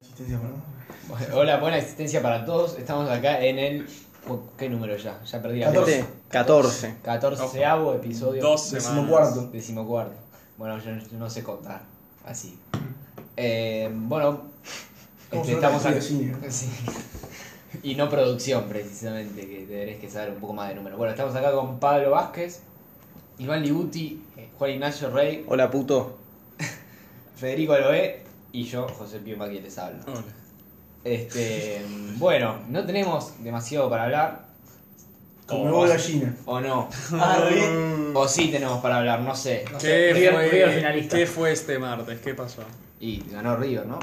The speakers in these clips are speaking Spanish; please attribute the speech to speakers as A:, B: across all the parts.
A: existencia, ¿verdad?
B: Hola, buena existencia para todos. Estamos acá en el. ¿Qué número ya? Ya perdí la
A: Catorce.
B: cuenta.
C: 14.
B: Catorceavo episodio.
D: Dos semanas.
A: Decimocuarto.
B: Decimocuarto. Bueno, yo yo no sé contar. Así. Eh, bueno.
A: ¿Cómo
B: este,
A: suena
B: estamos
A: el
B: acá.
A: cine?
B: Sí. Y no producción, precisamente, que tendréis que saber un poco más de números. Bueno, estamos acá con Pablo Vázquez, Iván Libuti, eh, Juan Ignacio Rey,
C: Hola puto.
B: Federico Aloé y yo, José Pío Maqui, les hablo.
D: Hola.
B: Este, bueno, no tenemos demasiado para hablar,
A: Como
D: Oh.
A: me voy a China.
B: o no.
A: Arre.
B: O sí tenemos para hablar, no sé.
D: ¿Qué,
E: River-
D: fue,
E: River finalista.
D: ¿Qué fue este martes? ¿Qué pasó?
B: Y ganó River, ¿no?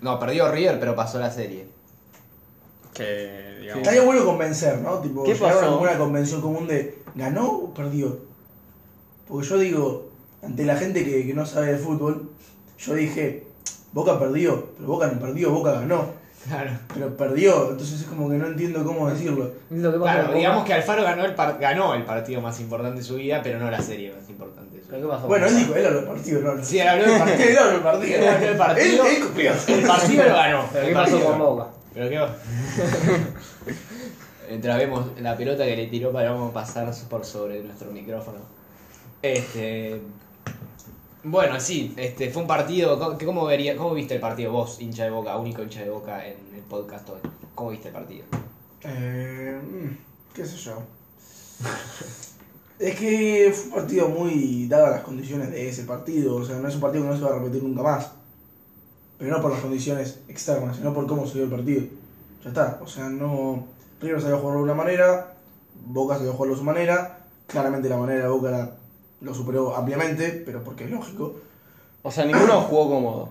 B: No, perdió River, pero pasó la serie.
D: Que, digamos,
A: Estaría bueno convencer, ¿no? Tipo,
C: ¿Qué
A: llegar a
C: pasó?
A: alguna convención común de ¿ganó o perdió? Porque yo digo, ante la gente que, que no sabe de fútbol, yo dije, Boca perdió, pero Boca no perdió, Boca ganó,
B: Claro.
A: pero perdió, entonces es como que no entiendo cómo decirlo.
E: Lo que pasa
B: Claro,
E: con
B: digamos
E: Boca-
B: que Alfaro ganó el, par- ganó el partido más importante de su vida, pero no la serie más importante de su
E: Lo que
B: vida.
E: pasa con
A: Bueno, él
E: Boca.
A: dijo, él habló del partido, no habló.
B: Sí, él habló del
A: Él
B: partido.
A: habló del partido.
B: Él habló del partido.
A: Él, él copió.
B: El partido lo ganó.
E: Pero
B: el
E: ¿qué pasó
B: partido.
E: con Boca?
B: Pero qué va. Mientras vemos la pelota que le tiró para vamos a pasar por sobre nuestro micrófono. Este. Bueno, sí, este, fue un partido. ¿Cómo, que cómo vería, ¿Cómo viste el partido vos, hincha de boca, único hincha de boca en el podcast hoy? ¿Cómo viste el partido?
A: Eh, mm, qué sé yo. Es que fue un partido muy dadas las condiciones de ese partido, o sea, no es un partido que no se va a repetir nunca más. Pero no por las condiciones externas, sino por cómo se dio el partido. Ya está, o sea, no River sabía jugarlo de una manera, Boca sabía jugarlo de su manera, claramente la manera de Boca era- lo superó ampliamente, pero porque es lógico.
C: O sea, ninguno jugó cómodo.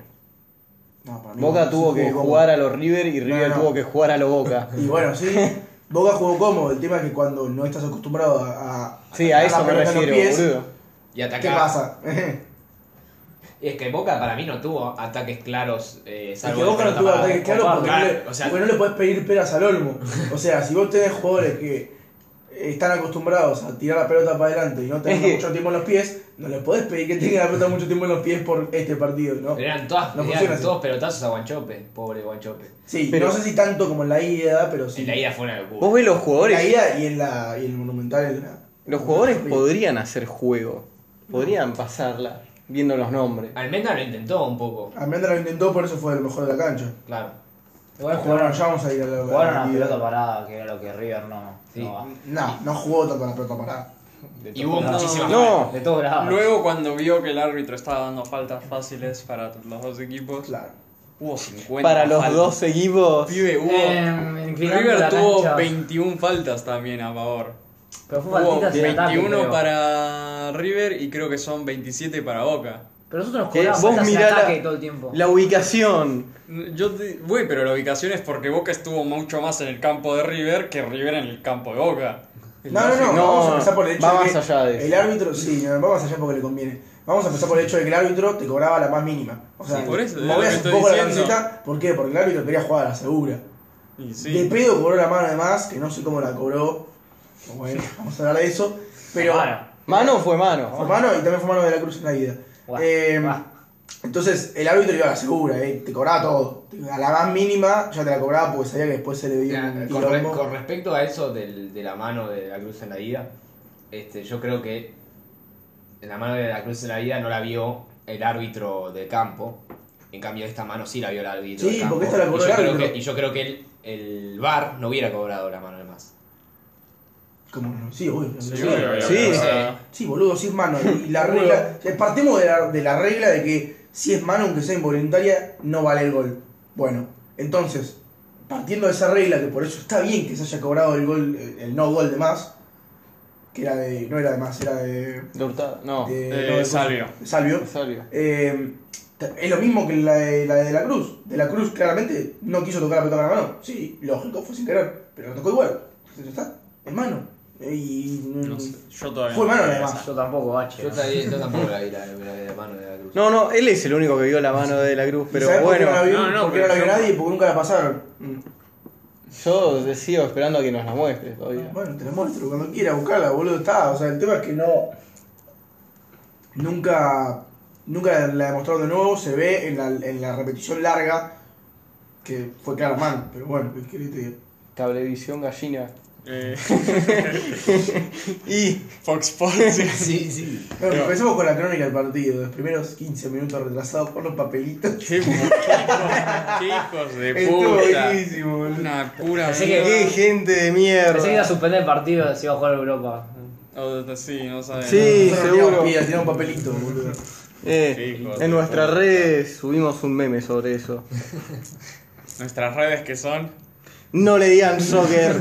A: No, para mí
C: Boca
A: se
C: tuvo que
A: jugó como-
C: jugar a los River y River
A: No, no.
C: tuvo que jugar a los Boca.
A: Y bueno, sí, Boca jugó cómodo. El tema es que cuando no estás acostumbrado a. a
C: Sí, a
A: la
C: eso me
A: pelota en los
C: refiero,
A: pies,
C: boludo.
B: Y atacar.
A: ¿Qué pasa?
B: Es que Boca para mí no tuvo ataques claros, eh,
A: Es
B: salvo
A: que
B: de
A: Boca no
B: pelota
A: tuvo
B: parada.
A: ataque claro porque,
B: Claro,
A: no le,
B: o sea-
A: porque no le podés pedir peras al olmo. O sea, si vos tenés jugadores que están acostumbrados a tirar la pelota para adelante y no
C: Es que-
A: tenés mucho tiempo en los pies, no les podés pedir que tengan la pelota mucho tiempo en los pies por este partido, ¿no?
B: Pero eran, todas,
A: No
B: eran
A: funciona así.
B: todos pelotazos a Guanchope, pobre Guanchope.
A: Sí,
C: Pero-
A: no sé si tanto como en la ida, pero sí.
B: En la ida fue una
C: Vos
B: locura.
C: ves los
A: En la
C: jugadores.
A: ida y en la y en el monumental en la-
C: Los jugadores podrían hacer juego. Podrían pasarla viendo los nombres.
A: Ah,
B: Almendra lo intentó un poco,
A: Almendra lo intentó, por eso fue el mejor de la cancha.
B: claro.
E: Igual
A: Pero bueno,
E: jugaron,
A: ya vamos a ir a la
E: jugaron
A: a
E: a
A: la
E: pelota
A: ida.
E: parada, que era lo que River no.
B: Sí.
E: no va.
A: No, no jugó tanto la pelota parada.
B: Y hubo
E: No,
B: muchísimas
C: No,
E: De todos lados.
D: Luego, cuando vio que el árbitro estaba dando faltas fáciles para los dos equipos,
A: Claro.
D: hubo 50.
C: para los
D: faltas.
C: dos equipos.
D: Pibe, hubo.
E: Eh, inclinando
D: River
E: la
D: tuvo
E: cancha.
D: 21 faltas también a favor.
E: Pero fue
D: Hubo
E: faltitas en
D: 21
E: ataque, creo.
D: para River y creo que son 27 para Boca.
E: Pero nosotros nos
C: Que
E: cobramos
C: vos
E: faltas en
C: mirá la-
E: ataque todo el tiempo.
C: La ubicación.
D: Yo te- Güey, pero la ubicación es porque Boca estuvo mucho más en el campo de River que River en el campo de Boca.
A: No, no, no,
C: No,
A: vamos a empezar por el hecho
C: va
A: de
C: más
A: que
C: allá de
A: el
C: eso.
A: árbitro, sí, no, va más allá porque le conviene. Vamos a empezar por el hecho de que el árbitro te cobraba la más mínima. O sea,
D: Sí, por eso, es lo
A: movías
D: que
A: un
D: estoy
A: poco la
D: diciendo.
A: camiseta, ¿por qué? Porque el árbitro quería jugar a la segura.
D: Y
A: De
D: sí.
A: pedo cobró la mano además, que no sé cómo la cobró. Bueno, vamos a hablar de eso. Pero
E: Bueno,
C: Mano fue mano.
A: fue mano y también fue mano de la cruz en la ida.
E: Guau,
A: Eh,
E: guau.
A: entonces el árbitro iba a la segura, eh, te cobraba todo. A la más mínima ya te la cobraba porque sabía que después se le veía
B: Ya,
A: un
B: con, re-
A: quilombo.
B: con respecto a eso del- de la mano de la cruz en la ida, este, yo creo que la mano de la cruz en la ida no la vio el árbitro del campo. En cambio, esta mano sí la vio el árbitro.
A: Sí,
B: del campo.
A: porque esta la cobró
B: y
A: el
B: yo, creo
A: árbitro.
B: que, y yo creo que el, el VAR no hubiera cobrado la mano de más.
A: Como no, sí, obvio.
D: Sí,
A: sí.
D: obvio,
C: Sí.
D: obvio.
B: Sí.
A: Sí, boludo, si es mano. Y la regla. eh, Partimos de la, de la regla de que si es mano, aunque sea involuntaria, no vale el gol. Bueno, entonces, partiendo de esa regla, que por eso está bien que se haya cobrado el gol, el, el no gol de más, que era de. no era de más, era de.
C: De Hurtado. No.
A: de-
D: Eh,
A: no, de-
D: Salvio.
A: de Salvio.
C: Rosario.
A: Eh, t- es lo mismo que la de, la de De la Cruz. De la Cruz claramente no quiso tocar la pelota con la mano. Sí, lógico, fue sin querer, pero la tocó igual. Entonces ya está, es mano. Eh, Y,
D: No sé, yo todavía.
A: Fue
D: no
A: mano
D: sé.
A: además.
E: yo tampoco, bache.
B: Yo, también- yo tampoco la vi la, la- la mano de la cruz.
C: No, no, él es el único que vio la mano de la cruz,
A: ¿Y
C: pero
A: sabés por qué
C: bueno,
A: no la vio?
D: No, no,
A: porque no
D: pero
A: la vio
D: yo-
A: nadie, porque nunca la pasaron.
C: yo te sigo esperando a que nos la muestres todavía.
A: Bueno, te la muestro cuando quiera buscarla, boludo. Está, o sea, el tema es que no. Nunca. Nunca la demostraron de nuevo. Se ve en la, en la repetición larga que fue claro mal, pero bueno, ¿qué querés que te diga?
C: Cablevisión gallina.
D: Eh,
C: Y.
D: Fox Sports. sí.
B: Sí, sí.
A: Bueno, empecemos con la crónica del partido, los primeros 15 minutos retrasados por los papelitos.
D: Qué moquicos, hijos de
A: Estuvo
D: puta.
A: buenísimo, boludo.
D: Una pura
E: Pensé que-
D: mierda.
C: ¡Qué gente de mierda!
E: Pensé que iba a suspender el partido si iba a jugar a Europa.
D: O- sí, no saben.
C: Sí,
A: Nosotros
C: seguro.
A: tiramos piedras, tiramos papelitos, boludo.
C: Eh,
D: Hijo de
C: en nuestras
D: puta.
C: redes subimos un meme sobre eso.
D: Nuestras redes que son.
C: No le digan soccer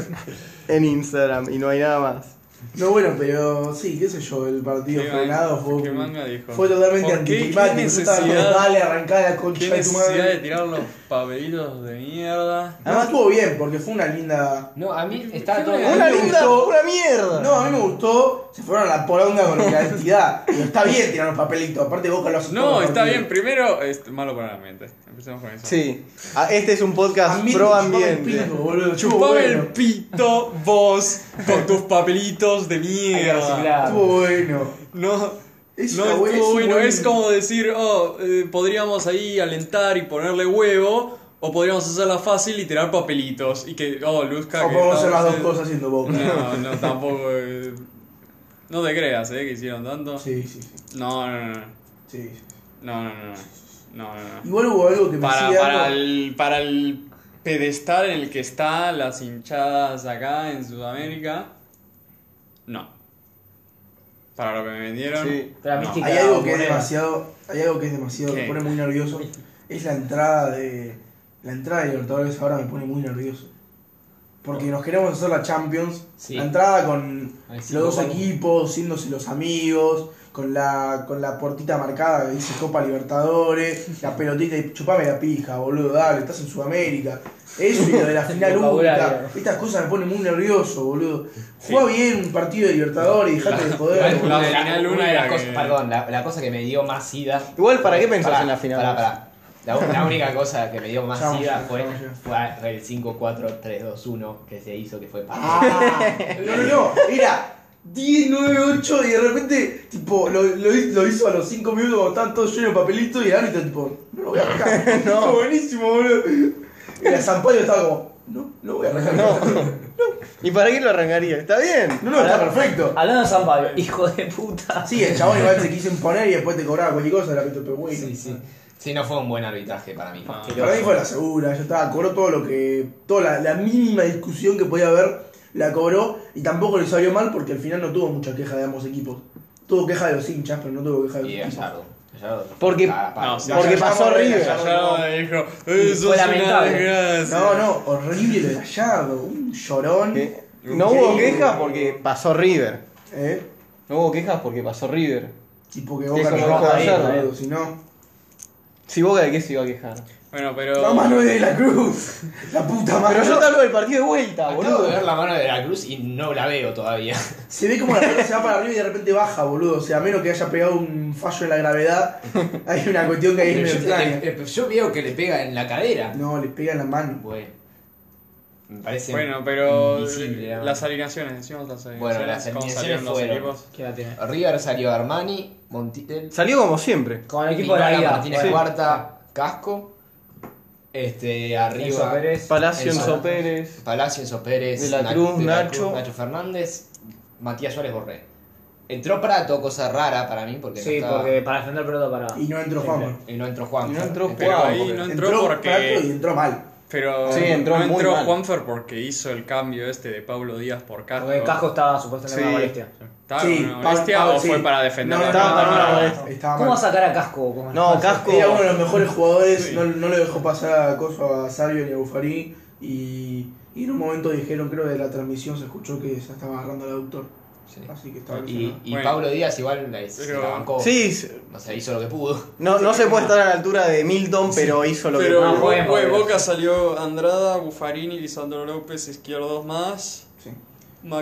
C: en Instagram y no hay nada más.
A: No, bueno, pero sí, qué sé yo, el partido
D: Qué
A: frenado
D: man-
A: fue,
D: qué manga dijo.
A: fue totalmente
D: ¿Por qué? ¿Qué
A: anticlimático. Yo estaba como,
D: necesidad?
A: dale, arrancá la
D: ¿Qué
A: concha de tu
D: necesidad de Ah.
A: madre.
D: tirar los papelitos de mierda?
A: Además estuvo bien, porque fue una linda...
B: No, a mí estaba
D: ¿Qué
B: todo.
D: me-
C: ¡Una
A: me
C: linda!
A: gustó.
C: ¡Una mierda!
A: No, a mí me gustó, se fueron a la poronga con la cantidad. Pero está bien tirar los papelitos, aparte Boca lo hace todo
D: No,
A: el
D: está
A: partido.
D: bien. Primero, es malo para la mente. Empecemos con eso.
C: Sí. Ah, Este es un podcast
A: Ambiente,
C: pro
A: chupame el
C: ambiente.
A: pito, boludo, estuvo
D: Chupame
A: bueno.
D: el pito vos con tus papelitos de
E: Hay que
D: mierda.
E: reciclar.
A: Estuvo bueno.
D: No,
A: Es
D: no
A: una buena- es
D: estuvo
A: un
D: bueno.
A: buen-
D: Es como decir, oh, eh, podríamos ahí alentar y ponerle huevo. O podríamos hacerla fácil y tirar papelitos. Y que, oh, Luzca.
A: O
D: que
A: podemos hacer
D: estaba-
A: las dos cosas haciendo Boca.
D: No, no, tampoco. eh, no te creas, ¿eh? Que hicieron tanto.
A: Sí, sí, sí.
D: No, no, no.
A: sí.
D: No, no, no. No, no, no.
A: Igual hubo algo que me
D: Para,
A: hacía
D: para,
A: algo-
D: el, para el pedestal en el que están las hinchadas acá en Sudamérica, no. Para lo que me vendieron,
C: Sí.
E: Pero la
D: no.
E: mística-
A: Hay algo que es
E: Morena.
A: demasiado, hay algo que es demasiado,
D: ¿Qué?
A: me pone muy nervioso. Es la entrada de la entrada de Libertadores ahora me pone muy nervioso. Porque nos queremos hacer la Champions,
B: Sí.
A: la entrada con
B: Ay, sí,
A: los dos
B: vamos.
A: equipos, siéndose los amigos, con la con la puertita marcada que dice Copa Libertadores, la pelotita y chupame la pija, boludo, dale, estás en Sudamérica. Eso y lo de la final
E: Vocabulario.
A: única, estas cosas me ponen muy nervioso, boludo. Juega bien un partido de Libertadores y dejate de joder.
B: Igual
A: boludo.
B: una
D: La
B: de las-
D: final
B: una
D: única
B: de las
D: que-
B: cosas, perdón, la, la cosa que me dio más sida.
C: Igual, ¿para qué pensás
B: Pará,
C: en la final?
B: pará, pará. La, u- la única cosa que me dio más
A: Ya vamos
B: sida
A: ya,
B: fue,
A: ya vamos ya.
B: fue el 5-4-3-2-1 que se hizo, que fue para.
A: Ah, no, no, no, era 10, 9, 8 y de repente, tipo, lo, lo hi- lo hizo a los 5 minutos cuando estaban todos llenos de papelitos y el árbitro, tipo, no lo voy a arrancar. no. Fue buenísimo, boludo. Y la Sampaio estaba como, no, no voy a arrancar. No,
C: ¿Y para qué lo arrancaría? Está bien.
A: no, está perfecto.
E: Hablando de San Pablo, hijo de puta.
A: Sí, el chabón igual se quiso imponer y después te cobraba cualquier cosa el árbitro, pero bueno.
B: Sí, sí. Sí, no fue un buen arbitraje para mí.
D: No.
A: Para mí fue la segura, ya estaba, cobró todo lo que. toda la, la mínima discusión que podía haber, la cobró y tampoco le salió mal porque al final no tuvo mucha queja de ambos equipos. Tuvo queja de los hinchas, pero no tuvo queja de los
B: Y
A: equipos.
B: Gallardo. Gallardo.
C: Porque-
B: Cara, palo.
D: No, sí.
C: Porque
A: Gallardo,
C: pasó River.
A: Gallardo,
D: Gallardo dijo, "Eh, sos
E: Fue
D: una
E: lamentable.
D: desgracia".
A: No, no, horrible lo de Gallardo, un llorón.
C: Que No hubo quejas porque pasó River.
A: ¿Eh?
C: No hubo quejas porque pasó River.
A: Tipo que
C: Sí,
A: Boca
C: como
A: no
C: dijo
A: baja ahí,
C: Gallardo.
A: boludo, si no.
C: Si Boca de qué se iba a quejar.
D: Bueno,
A: La
D: pero.
A: mano de la cruz, la puta madre.
C: Pero yo te hablo del partido de vuelta,
B: Acabo
C: boludo.
B: de ver la mano de la cruz y no la veo todavía.
A: Se ve como la pelota se va para arriba y de repente baja, boludo. O sea, a menos que haya pegado un fallo en la gravedad, hay una cuestión que ahí es
B: Pero
A: medio
B: yo,
A: extraña.
B: eh, eh, yo veo que le pega en la cadera.
A: No, le pega en la mano.
B: Bueno. Me parece.
D: Bueno, pero.
B: invisible, ¿no?
D: Las alineaciones, decimos las alineaciones.
B: Bueno, las
D: cómo
B: alineaciones
D: salieron los
B: fueron-
D: equipos.
E: ¿Qué la tiene?
B: River salió Armani, eh, Montiel,
C: Salió como siempre.
E: Con el equipo de la
B: Pinola,
E: pues,
C: ah,
E: vida.
B: Martínez
E: bueno.
B: Cuarta, Casco. Este,
E: Enzo
B: arriba.
E: Pérez.
C: Palacio
B: Enzo.
C: Enzo Pérez.
B: Palacio, Enzo Pérez,
C: De la
B: Na-
C: Cruz,
B: de
C: Nacho.
B: Nacho Fernández, Matías Suárez Borré. Entró Prato, cosa rara para mí, porque
E: Sí,
B: no estaba-
E: porque para defender pelota para.
A: Y no entró
E: Siempre.
A: Juanma.
B: Y no entró Juan.
C: Y no entró
D: Pero
C: Wow,
D: ahí
C: porque
D: no entró,
A: Entró,
D: porque.
A: Prato y entró mal.
D: Pero
C: Sí, entró
D: no
C: muy
D: entró
C: mal.
D: Juanfer porque hizo el cambio este de Pablo Díaz por Casco.
E: Porque Cajo estaba supuestamente
C: Sí.
E: una molestia.
D: ¿Estaba
A: Sí,
D: con una
A: Pablo-
D: molestia
A: Pablo-
D: o este fue
A: sí.
D: para defender
A: No,
E: Ah,
D: la
C: estaba
D: pelota?
C: para una molestia.
A: Estaba
E: ¿Cómo va a
A: mal.
E: sacar a Casco? ¿Cómo
C: No, Casco.
A: Era uno de los mejores jugadores,
D: Sí.
A: no, no le dejó pasar a Coso a Sabio ni a Bufarí. Y, y en un momento dijeron, creo de la transmisión se escuchó que se estaba agarrando al aductor.
B: Sí.
A: Así que estaba
B: Y,
A: lesionado.
B: y
D: Bueno.
B: Pablo Díaz igual la, se
D: Pero-
B: la bancó.
C: Sí, s-
B: O sea, hizo lo que pudo.
C: no, no se puede estar a la altura de Milton, pero hizo lo
D: Pero
E: no,
C: que pudo.
E: bueno,
D: fue
E: bueno.
B: pues.
D: Boca salió Andrada, Buffarini, Lisandro López, Izquierdos más,
A: Sí.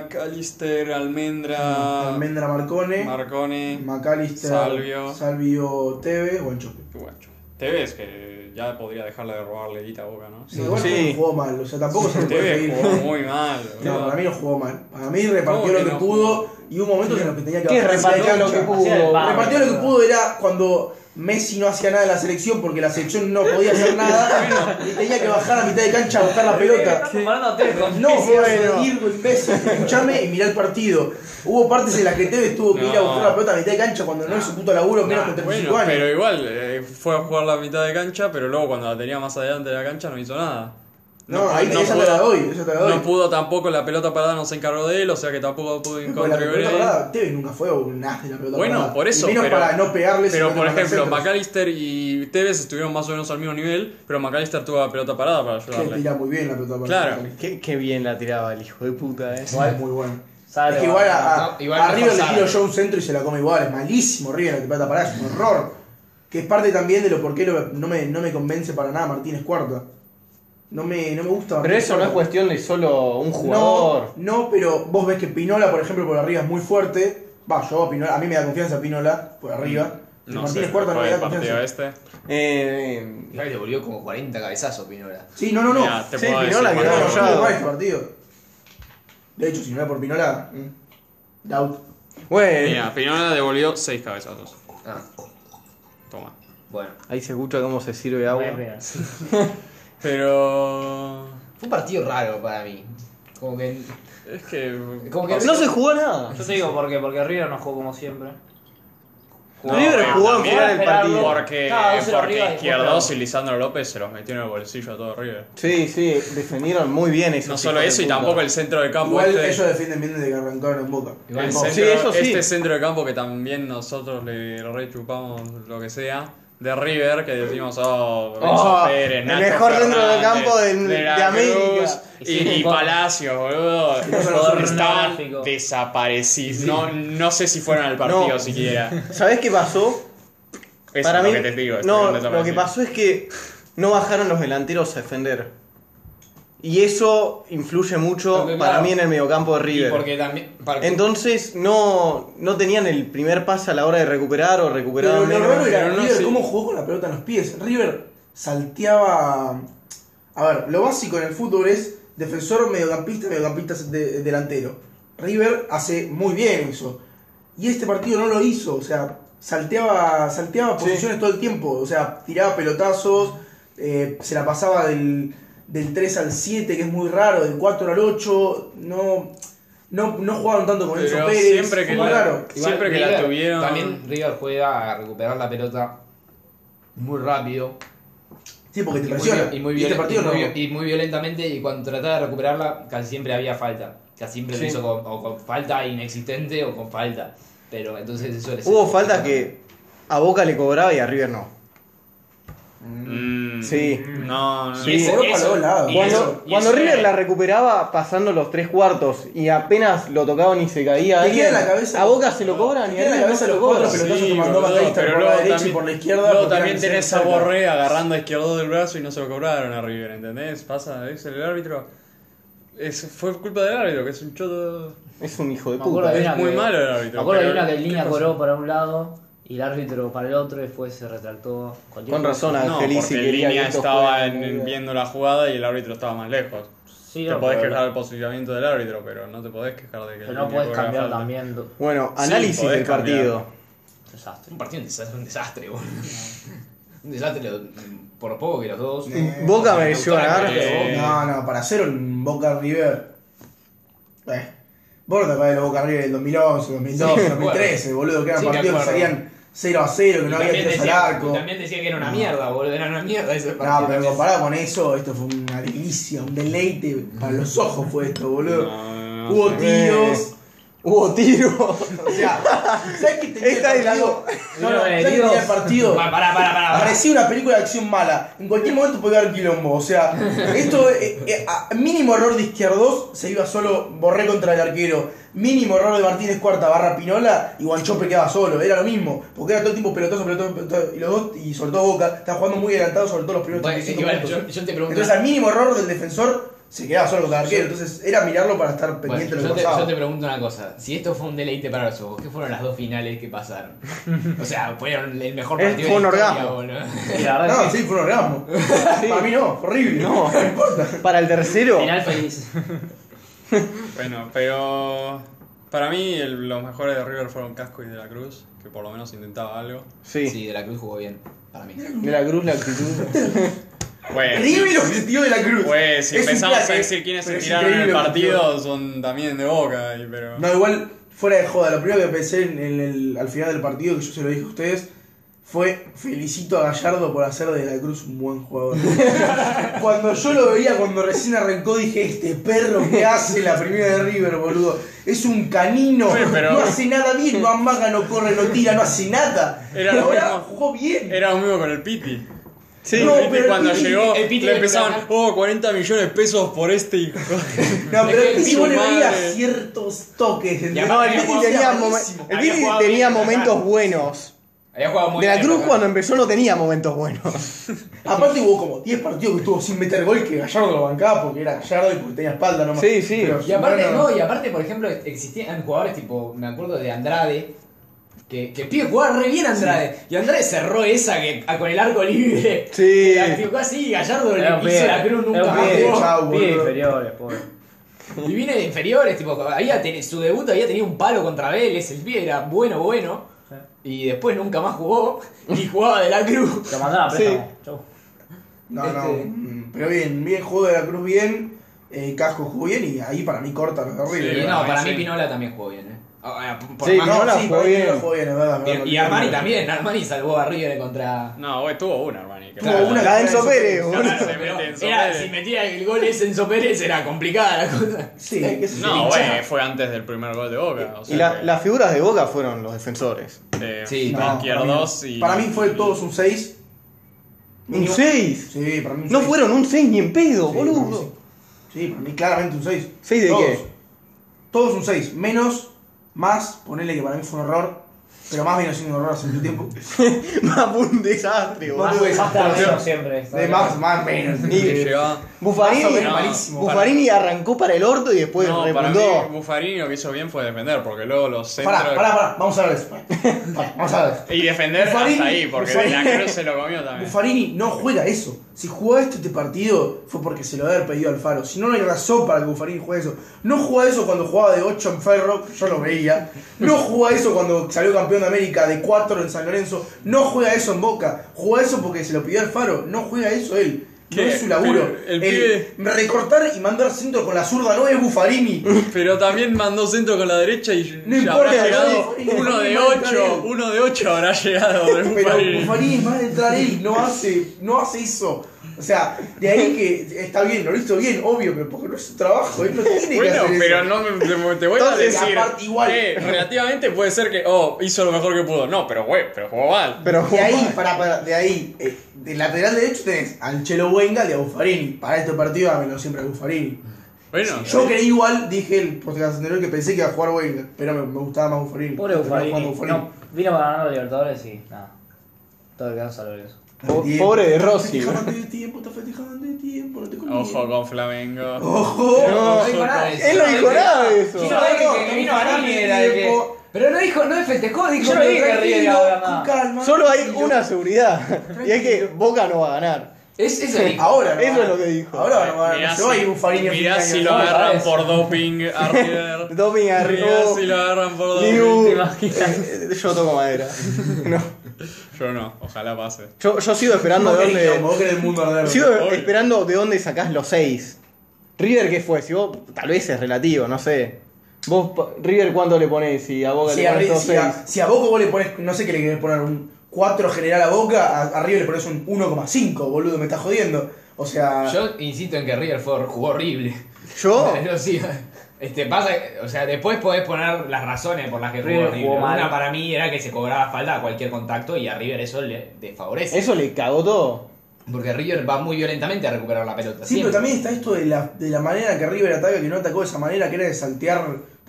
D: McAllister, Almendra,
A: Mm, Almendra Mm. Marcone,
D: Marcone.
A: Macalister,
D: Salvio.
A: Salvio Tevez, Guanchope.
D: Qué guacho. Te ves que ya podría dejarle de robarle guita a Boca, ¿no?
A: Sí, igual
C: Sí.
A: no jugó mal, o sea, tampoco se le
D: Te
A: puede
D: ves
A: pedir.
D: jugó muy mal.
A: Pues No,
D: boludo.
A: para mí no jugó mal. Para mí repartió
D: ¿Cómo
A: lo
D: que
A: que
D: no?
A: pudo y hubo momentos en los que tenía que
C: ¿Qué
A: bajar la
C: repartió lo que
A: cancha.
C: pudo?
E: Ah,
A: Repartió lo que pudo era cuando Messi no hacía nada en la selección porque la selección no podía hacer nada y tenía que bajar a mitad de cancha a buscar la pelota.
E: Estás comparando a Tevez con
A: No,
C: bueno.
A: Virgo, imbécil, escuchame y mirá el partido. Hubo partes en las que Tevez tuvo que ir a buscar la pelota a mitad de cancha cuando no es su puto laburo, menos
D: Nah,
A: con 35
D: Ah, bueno,
A: años.
D: pero igual, eh, fue a jugar la mitad de cancha, pero luego cuando la tenía más adelante de la cancha no hizo nada.
A: No, ahí esa te la
D: pudo,
A: doy, esa te la doy.
D: no pudo tampoco, la pelota parada no se encargó de él, o sea que tampoco pudo
A: Con la pelota
D: encontrar.
A: parada, Tevez nunca fue un as de la pelota
D: Bueno,
A: parada.
D: por eso,
A: Y menos
D: pero-
A: para no pegarle
D: Pero
A: sino
D: por
A: para
D: ejemplo,
A: hacer centros.
D: McAllister y Tevez estuvieron más o menos al mismo nivel, pero McAllister tuvo la pelota parada para
A: Que
D: ayudarle.
A: tira muy bien la pelota parada.
D: Claro.
A: también.
C: Qué, qué bien la tiraba el hijo de puta, eh.
A: Es muy bueno.
E: Sale,
A: es que igual
E: va.
A: a,
B: No, igual
A: a
B: no
A: River le
B: pasaba.
A: tiro yo un centro y se la come igual. Es malísimo River la pelota parada, es un horror. Que es parte también de lo por qué lo- no, me, no me convence para nada Martínez Cuarta. No me, no me gusta
C: Pero
A: Martínez
C: eso no es
A: Cuarta.
C: cuestión de solo un jugador.
A: No, no, pero vos ves que Pinola, por ejemplo, por arriba es muy fuerte. Va, yo a Pinola, a mí me da confianza Pinola por arriba.
C: Mm.
A: Pero
D: No sé,
A: Martínez Cuarta no
D: fue
A: me
D: el
A: da
D: partido
A: confianza.
D: este.
C: Eh, eh,
B: Claro, le volvió como 40 cabezazos Pinola.
A: Sí, no, no, no.
D: Mirá, te
C: Sí,
D: puedo decir
C: Pinola
A: Pero
D: cuánto-
C: quedó
A: no, yo no
C: rayado.
A: juego este partido. De hecho, si no era por Pinola, mm, doubt.
C: bueno,
D: Mira, Pinola devolvió 6 cabezazos.
B: Ah,
D: Toma.
B: bueno.
C: ahí se escucha cómo se sirve agua.
E: Bueno,
D: Pero.
B: Fue un partido raro para mí. Como que.
D: Es que.
B: Como que
C: No se jugó nada.
E: Yo te digo por qué, porque River no jugó como siempre.
D: No,
C: River
D: pero
C: jugó a
D: eh, también
C: jugar el
E: esperarlo.
C: partido.
D: Porque,
E: No, dos cero arriba
D: porque
E: y
D: Izquierdos
E: jugó.
D: y Lisandro López se los metió en el bolsillo a todo River.
C: Sí, sí, defendieron muy bien eso.
D: No solo eso, y tampoco el centro de campo
A: Igual
D: este.
A: ellos defienden bien desde que arrancaron en Boca.
D: El
B: Igual
D: centro-
C: Sí, eso sí.
D: Este centro de campo que también nosotros le rechupamos lo que sea. De River, que decimos, oh, Enzo
C: Oh,
D: Pérez,
C: el
D: Nacho
C: mejor centro de
D: Fernández,
C: campo de-
D: la
C: de América.
D: Cruz,
E: Sí,
D: Y, y
E: por-
D: Palacio, boludo.
E: por-
D: Estaban
E: pornográfico.
D: desaparecidos. No, no sé si fueron al partido
C: No.
D: siquiera. Eso
C: ¿Sabés qué pasó?
D: es
C: Para
D: lo
C: mí,
D: que te digo.
C: no, lo
D: estuvieron
C: que
D: desaparecidos.
C: pasó es que no bajaron los delanteros a defender. Y eso influye mucho
B: Porque,
C: para
B: claro,
C: mí en el mediocampo de
B: Y
C: River.
B: porque también. para-
C: Entonces no, no tenían el primer pase a la hora de recuperar o
A: Pero
C: recuperaron
A: lo
C: menos.
A: raro era
D: pero no,
A: River
D: sí.
A: cómo jugó con la pelota en los pies. River salteaba. A ver, lo básico en el fútbol es defensor, mediocampista, mediocampista de- delantero. River hace muy bien eso. Y este partido no lo hizo, o sea, salteaba, salteaba
C: Sí.
A: posiciones todo el tiempo, o sea, tiraba pelotazos, eh, se la pasaba del, del 3 al 7, que es muy raro, del 4 al 8, no, no, no jugaban tanto con Enzo
D: Pero
A: Pérez,
D: siempre
A: fue
D: que
A: muy
D: la-
A: raro.
B: Igual
D: Siempre que la
B: River-
D: tuvieron-
B: También River juega a recuperar la pelota muy rápido.
A: Sí, porque te
B: y muy
A: presiona.
B: vi- Y muy,
A: este
B: violen-
A: partido
B: y muy
A: no.
B: vi- y muy violentamente. Y cuando trataba de recuperarla, casi siempre había falta. Casi siempre
C: Sí.
B: lo hizo con, o con falta inexistente o con falta. Pero entonces eso les-
C: Hubo faltas que a Boca le cobraba y a River no.
D: Mm,
C: Sí.
D: No, no.
B: Y
C: Sí.
B: ese-
A: Cobró para
B: eso-
A: los lados.
B: y
C: Cuando,
B: eso- y
C: cuando
B: eso
C: River
B: era-
C: la recuperaba pasando los tres cuartos y apenas lo tocaban y se caía
A: Te queda
C: alguien,
A: en la cabeza-
C: a Boca se lo cobran y
A: Tiene
C: a
A: la
C: River no
A: cabeza
C: se
A: los
C: lo
A: cuatro
C: cobran.
A: pelotazos
D: Sí,
A: que mandó
D: boludo,
A: Batista
D: pero
A: por la
D: luego
A: derecha y
D: también-
A: por la izquierda.
D: Luego
A: porque
D: también
A: eran de
D: tenés a
A: cerca.
D: Borré agarrando a izquierdo del brazo y no se lo cobraron a River, ¿entendés? Pasa, es el árbitro. Es, fue culpa del árbitro, que es un choto.
C: Es un hijo de
E: Me acuerdo
C: puta.
E: de
C: eh.
E: una
D: es muy
E: que-
D: malo el
E: Me
D: árbitro.
E: acuerdo de
D: pero-
E: una que el línea cobró para un lado y el árbitro para el otro y después se retractó. Cualquier
C: Con
E: cosa.
C: razón,
D: No, porque
C: Angelici
D: el
C: quería que
D: línea
C: Ah, estos
D: estaba
C: jueguen,
D: en-
C: boludo.
D: viendo la jugada y el árbitro estaba más lejos.
E: Sí,
D: Te
E: no,
D: podés
E: pero-
D: quejar del posicionamiento del árbitro, pero no te podés quejar de que.
E: pero
D: el
E: no
D: línea
E: podés
D: cobra
E: cambiar
D: falta.
E: también. do-
C: Bueno,
D: Sí,
C: análisis
D: podés
C: del
D: cambiar.
C: partido.
E: Desastre.
B: Un partido un desastre, un desastre, boludo. Un desastre lo- por poco que los dos.
A: Eh,
C: Boca
B: me
C: mereció ganar.
D: Eh,
A: No, no, para hacer un Boca River. Eh. Vos no te acordás de los Boca River del 2011, 2012,
B: Sí, me
A: 2013, boludo, que eran
B: Sí, me
A: partidos que
B: acuerdo.
A: salían 0 a 0, que no había tiros al arco.
B: también decía que era una mierda, boludo. Era una mierda ese partido.
A: No, pero
B: también.
A: comparado con eso, esto fue una delicia, un deleite para los ojos fue esto, boludo.
D: No, no
A: Hubo
D: sé.
A: tiros,
C: Hubo tiro.
A: o sea, ¿sabes qué tenía el
C: Esta es la-
A: partido? No, no, ¿sabés qué
E: Dios.
A: tenía el partido?
B: Pa- Pará, pará, pará. pará.
A: Parecía una película de acción mala. En cualquier momento podía haber quilombo. O sea, esto, eh, eh, a- mínimo error de izquierdos, se iba solo Borré contra el arquero. Mínimo error de Martínez Cuarta barra Pinola y Guanchope quedaba solo. Era lo mismo. Porque era todo el tiempo pelotazo, pelotazo, pelotazo. Y los dos, y sobre todo Boca, estaba jugando muy adelantado, sobre todo los primeros
B: Bueno,
A: 35
B: igual,
A: minutos.
B: yo, yo te pregunto.
A: Entonces, al mínimo error del defensor, se quedaba solo contra el arquero. Entonces, era mirarlo para estar
B: bueno,
A: pendiente de
B: yo,
A: lo
B: te,
A: que pasaba.
B: yo te pregunto una cosa. Si esto fue un deleite para los ojos, ¿qué fueron las dos finales que pasaron? O sea, fueron el mejor
C: Es-
B: partido
C: fue
B: de
C: un
B: la historia,
C: orgasmo.
B: boludo.
E: Y la verdad
A: No,
E: es que
A: sí, fue un orgasmo. Para mí no, fue horrible.
C: No.
A: no importa.
C: Para el tercero.
E: final feliz.
D: Bueno, pero. Para mí, el- los mejores de River fueron Casco y De la Cruz, que por lo menos intentaba algo.
C: Sí.
B: Sí, De la Cruz jugó bien, para mí.
C: De la cruz, la actitud.
D: Pues,
A: River y los que se tiró de la cruz.
D: pues si
A: Es un
D: empezamos
A: placer,
D: a decir quiénes se
A: pero es
D: tiraron en el
A: increíble lo que
D: partido, son también de boca. ahí, pero...
A: No, igual, fuera de joda, lo primero que pensé en en el, al final del partido, que yo se lo dije a ustedes, fue felicito a Gallardo por hacer de la Cruz un buen jugador. cuando yo lo veía, cuando recién arrancó, dije, este perro que hace la primera de River, boludo. Es un canino,
D: Sí, pero-
A: no hace nada bien, no amaga, no corre, no tira, no hace nada.
D: Era
A: Y
D: lo
A: ahora
D: mismo.
A: jugó bien.
D: Era lo mismo con el Piti.
A: Sí.
D: El
A: No,
D: Piti
A: pero el
D: cuando
A: Piti-
D: llegó
B: el Piti
D: le
B: le
D: empezaban,
B: ganó.
D: oh, 40 millones de pesos por este hijo.
A: No, pero
B: Es que
A: el
B: el
A: Piti
D: Piti
A: vos le
D: madre.
A: veías ciertos toques. ¿entendés?
B: aparte
A: El
B: había
A: Piti tenía
B: jugado-
C: Tenía
B: Era
A: momen-
C: momen-
B: buenísimo.
C: el
B: Había
C: Pini
B: jugado
C: tenía
B: bien,
C: momentos
B: claro.
C: buenos.
B: Había jugado muy
C: De la
B: bien,
C: Cruz
B: ¿verdad?
C: cuando empezó no tenía momentos buenos.
A: Aparte hubo como 10 partidos que estuvo sin meter gol que Gallardo lo bancaba porque era Gallardo y porque tenía espalda nomás.
C: Sí, sí.
B: Y aparte,
A: bueno,
B: no, y aparte, por ejemplo, existían jugadores tipo, me acuerdo de Andrade, que, que pide jugar re bien a Andrade. Y Andrade cerró esa que a- con el arco libre.
C: Sí.
B: que La picó así y Gallardo
E: Era un
B: le hizo
E: pibe,
B: la cruz nunca
E: era un
B: más
A: pibe,
B: jugó.
A: chao,
E: Pide
A: boludo.
E: inferiores, pobre.
B: Y viene de inferiores, tipo, había teni- su debut había tenido un palo contra Vélez, el pibe era bueno, bueno. Y después nunca más jugó y jugaba de la cruz.
E: Lo mandaba a
C: Sí.
E: préstamo. Chau.
A: No, no.
B: Este-
A: mm, Pero bien, bien jugó de la Cruz bien, eh, Casco jugó bien y ahí para mí corta los de
D: Sí,
A: River.
B: Y
D: bueno,
B: no,
D: ahí
B: para
D: sí.
B: mí Pinola también jugó bien, eh. Ah, ah, por
C: Sí,
B: más-
C: no, Pinola jugó
A: para mí
C: bien.
A: Pinola jugó bien, es verdad. es verdad,
B: y, y
A: Pinola
B: Armani
A: jugó bien.
B: también, Armani salvó a River contra.
D: No, güey, tuvo una, Armani. que
A: Tuvo
D: era-
A: una
C: La de Enzo Pérez, boludo.
D: Se mete en Enzo
B: Era,
D: Pérez.
B: si metía el gol ese Enzo Pérez era complicada la cosa.
A: Sí, qué sé yo.
D: No,
A: Hinchada.
D: güey, fue antes del primer gol de Boca. O
C: Y
D: sea
C: la-
D: que,
C: las figuras de Boca fueron los defensores.
D: eh,
B: Sí,
A: No,
D: fue Izquierdos
A: para mí,
D: y.
A: Para mí fue todos un 6.
C: Un 6.
A: Sí, para mí un
C: No
A: 6.
C: fueron un 6 ni en pedo,
A: Sí, para mí
C: boludo.
A: Sí, para mí claramente un 6.
C: ¿Seis de qué?
A: Todos un 6. Menos, más, ponele que para mí fue un error. Pero más vino siendo un error hace mucho tiempo.
C: Más fue un desastre,
A: Más
C: boludo.
A: fue-
E: Más tarde siempre. ¿eh?
A: De más, más, menos.
D: Que llegaba-
A: Más o
C: Buffarini,
A: menos
D: No.
A: malísimo.
C: Buffarini arrancó para el orto y después
D: no, para mí,
C: repuntó.
D: Buffarini lo que hizo bien fue defender, porque luego los centros.
A: Pará, pará, pará, vamos a ver eso. Pará, vamos a ver.
D: Y defender
A: Buffarini-
D: hasta ahí, porque De La
A: Buffarini-
D: Cruz se lo comió también.
A: Buffarini no juega eso. Si jugó esto este partido fue porque se lo había pedido al Faro. Si no, no hay razón para que Buffarini juegue eso. No jugaba eso cuando jugaba de 8 en Ferro, que yo lo veía. No jugaba eso cuando salió campeón de América de 4 en San Lorenzo. No juega eso en Boca. Juega eso porque se lo pidió al Faro. No juega eso él. No
D: ¿Qué?
A: es su laburo.
D: Pero el
A: recortar y mandar centro con la zurda no es Buffarini.
D: Pero también mandó centro con la derecha y
A: No
D: ya
A: importa,
D: habrá llegado
A: Buffarini-
D: uno
A: Buffarini
D: de
A: va a entrar
D: ocho.
A: él.
D: Uno de ocho habrá llegado de
A: Pero
D: Buffarini.
A: Buffarini es más de entrar él, no hace, no hace eso. O sea, de ahí que está bien, lo hizo bien, obvio, pero porque no es su trabajo, él no tiene que
D: Bueno,
A: hacer
D: pero
A: eso.
D: no me, te, te voy a
A: Entonces,
D: decir.
A: aparte, igual.
D: eh, relativamente puede ser que, oh, hizo lo mejor que pudo. No, pero güey, pero jugó mal.
C: Pero
A: De ahí, para, para, de ahí, eh, de lateral derecho tenés al Chelo Wenga y a Buffarini. Para este partido dámelo siempre a Buffarini.
D: Bueno,
A: Yo creí igual, dije el podcast anterior que pensé que iba a jugar Wenga, pero me, me gustaba más Buffarini.
E: Pobre
A: Terminó jugando
E: Buffarini. No, vino para ganar la Libertadores y nada. Todo quedó en San Lorenzo.
C: Po-
A: Tiempo.
C: pobre de
A: Estás
C: Rossi.
A: festejando de tiempo, estás festejando de tiempo, no te conviene.
D: ojo con Flamengo.
A: Ojo.
C: No,
A: Ay,
D: ojo.
A: pará.
C: Él no dijo nada de
B: Yo
C: eso.
B: no dije que- que vino a River, era el que- Pero no dijo, no festejó, dijo
E: Yo no dije que
B: River
E: River
B: iba a
E: iba a
B: ganar.
E: ganar.
A: Con calma.
C: Solo hay
A: Tranquilo.
C: una seguridad. Y es que Boca no va a ganar.
B: Es, eso dijo.
A: Ahora no
C: Eso
A: van a-
C: es lo que dijo.
A: Ahora no van a
D: Mirá
A: no hay
D: si-
A: un Farini
D: mirá si lo
E: No,
D: agarran
E: ¿sabes?
D: por doping a River.
C: Doping a
D: Mirá
C: River.
D: si lo agarran por doping.
C: Liu.
E: ¿Te imaginas?
C: Eh, Yo toco madera. No.
D: Yo no, ojalá pase.
C: Yo, yo sigo esperando de dónde.
A: que el mundo arder.
C: Sigo
D: Obvio.
C: esperando de dónde sacás los seis. River, ¿qué fue? Si vos, tal vez es relativo, no sé. Vos, pa- River, ¿cuánto le ponés? Y a Boca
A: Si
C: le
A: a,
C: ponés
A: River-
C: todos
A: si
C: seis.
A: a- si a Boca vos le pones, no sé qué le querés poner, un 4 general a Boca, a, a River le pones un 1,5, boludo, me estás jodiendo. O sea,
B: Yo insisto en que River fue, jugó horrible.
C: Yo,
B: Pero sí, este, pasa, que- o sea, después podés poner las razones por las que jugó
E: River
B: horrible.
E: jugó mal.
B: Una para mí era que se cobraba falta a cualquier contacto y a River eso le desfavorece.
C: eso le cagó todo.
B: Porque River va muy violentamente a recuperar la pelota.
A: sí,
B: siempre.
A: pero también está esto de la, de la manera que River ataca, que no atacó de esa manera, que era de saltear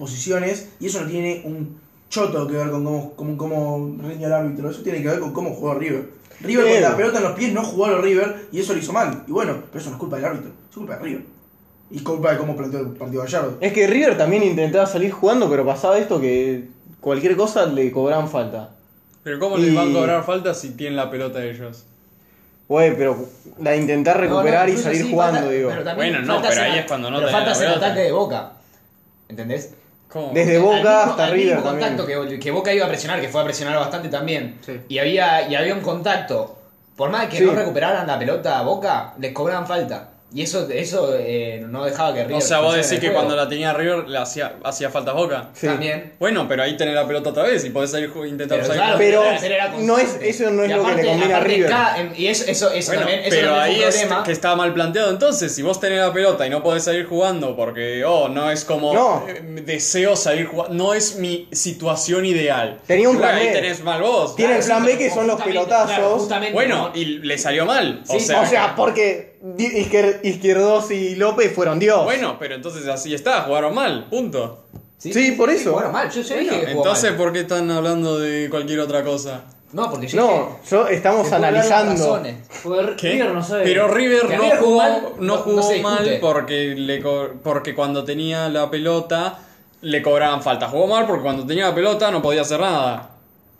A: posiciones, y eso no tiene un choto que ver con cómo, cómo, cómo riña el árbitro, eso tiene que ver con cómo jugó River. River con
C: Pero-
A: la pelota en los pies no jugó a los River y eso lo hizo mal. Y bueno, pero eso no es culpa del árbitro, es culpa de River. Y culpa de cómo planteó el partido Gallardo.
C: Es que River también intentaba salir jugando, pero pasaba esto que cualquier cosa le cobraban falta.
D: Pero ¿cómo
C: Y-
D: les van a cobrar falta si tienen la pelota de ellos?
C: Güey, pero la de intentar
B: No, no,
C: recuperar y
B: incluso
C: salir
B: sí,
C: jugando,
B: falta-
C: digo.
B: pero también
D: Bueno, no,
B: faltas
D: pero
B: en
D: ahí
B: la-
D: es cuando no
B: pero
D: tenés la
B: faltas el
D: pelota.
B: ataque de Boca. ¿Entendés?
D: ¿Cómo?
C: Desde
B: Al
C: Boca
B: mismo-
C: hasta
B: al
C: River
B: mismo contacto
C: también.
B: Que, que Boca iba a presionar, que fue a presionar bastante también.
E: Sí.
B: Y había y había un contacto. Por más que
C: Sí.
B: no recuperaran la pelota a Boca, les cobraban falta. Y eso eso eh, no dejaba que River.
D: O sea, vos
B: funcione
D: decís
B: el
D: que
B: juego.
D: cuando la tenía River le hacía, hacía falta boca.
C: Sí.
B: También.
D: Bueno, pero ahí tenés la pelota otra vez y podés salir ju- intentando
B: Pero,
D: salir.
B: claro,
C: Pero
B: era- era constante.
C: no es- eso no es
B: Y
C: lo que le
B: aparte-
C: conviene a
B: aparte
C: River.
B: cada- en- y eso, eso, eso
D: Bueno,
B: también, eso
D: pero
B: también
D: ahí
B: fue un
D: es
B: problema.
D: que estaba mal planteado entonces. Si vos tenés la pelota y no podés salir jugando porque, oh, no es como
C: No.
D: eh, deseo salir jugando, no es mi situación ideal.
C: Tenía un
D: Bueno,
C: plan
D: ahí
C: B.
D: tenés mal vos.
C: Tiene el
B: Sí,
C: plan B
B: pero
C: que son los
B: justamente,
C: pelotazos.
B: claro, justamente,
D: Bueno,
B: como-
D: y le salió mal. o
B: Sí,
D: sea,
C: O sea, porque Di- Izquier- Izquierdos y López fueron Dios.
D: bueno, pero entonces así está, jugaron mal, punto.
C: sí, por eso.
B: Bueno, mal, yo, yo
D: Bueno,
B: dije que jugó
D: entonces,
B: mal.
D: ¿por qué están hablando de cualquier otra cosa?
B: No, porque yo dije-
C: no, yo estamos
B: se puede hablar de
C: analizando.
B: razones.
E: Fue
D: ¿Qué?
E: River, no sabe.
D: Pero River
B: Que
D: no
B: River jugó
D: jugó,
B: mal,
D: no
B: no-
D: jugó
B: no se discute.
D: mal porque, le co- porque cuando tenía la pelota le cobraban falta. Jugó mal porque cuando tenía la pelota no podía hacer nada.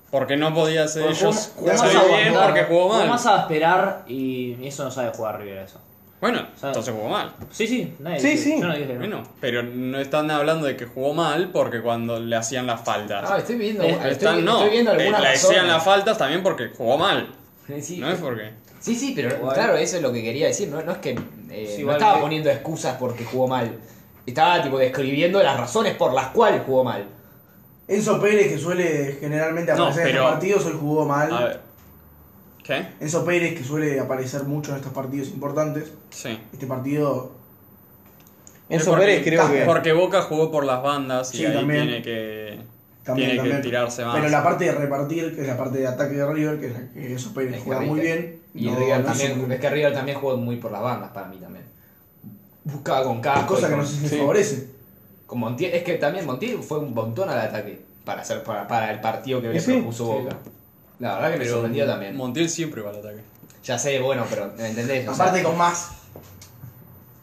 D: Porque no podía hacer
E: Jugó-
D: ellos
E: jugó más
D: salió
E: a
D: bien
E: aguantar,
D: porque jugó mal.
E: más a esperar y eso no sabe jugar River eso.
D: Bueno,
E: sea,
D: entonces jugó mal.
E: Sí, sí, nadie
C: Sí,
E: dice-
C: sí.
E: Yo no dije que no.
D: Bueno, pero no están hablando de que jugó mal porque cuando le hacían las faltas.
B: Ah, estoy viendo,
E: Eh,
B: estoy,
D: Están- no,
B: estoy viendo
D: eh,
B: algunas
D: le
B: razones.
D: hacían las faltas también porque jugó mal.
B: Sí,
D: No es porque.
B: sí, sí, pero
E: Igual.
B: claro, eso es lo que quería decir. No, no es que eh,
E: Sí,
B: no
E: igual
B: estaba
E: que-
B: poniendo excusas porque jugó mal. Estaba tipo describiendo las razones por las cuales jugó mal.
A: Enzo Pérez, que suele generalmente
D: No,
A: aparecer en
D: pero-
A: estos partidos, hoy jugó mal.
D: A ver. ¿Qué?
A: Enzo Pérez, que suele aparecer mucho en estos partidos importantes,
D: Sí.
A: este partido
C: Enzo
D: Porque-
C: Pérez creo que.
D: Porque Boca jugó por las bandas y
A: Sí,
D: ahí
A: también.
D: tiene que.
A: también.
D: tiene
A: también.
D: que tirarse más.
A: Pero la parte de repartir, que es la parte de ataque de River, que es la que Enzo Pérez
B: Es
A: juega
B: que
A: muy
B: River-
A: bien.
B: Y
A: no-
B: River
A: no hace
B: también, es que River también jugó muy por las bandas para mí también. Buscaba con
A: muchas
B: casco.
A: cosas
B: y
A: que no
B: con-
A: sé si
D: Sí.
A: favorece.
B: con Montiel, es que también Montiel fue un montón al ataque para hacer para, para el partido que le
C: Sí,
B: propuso Boca. La verdad que me sorprendió también.
D: Montiel siempre va al ataque.
B: Ya sé, bueno, pero ¿me entendés? O sea,
A: Aparte con más.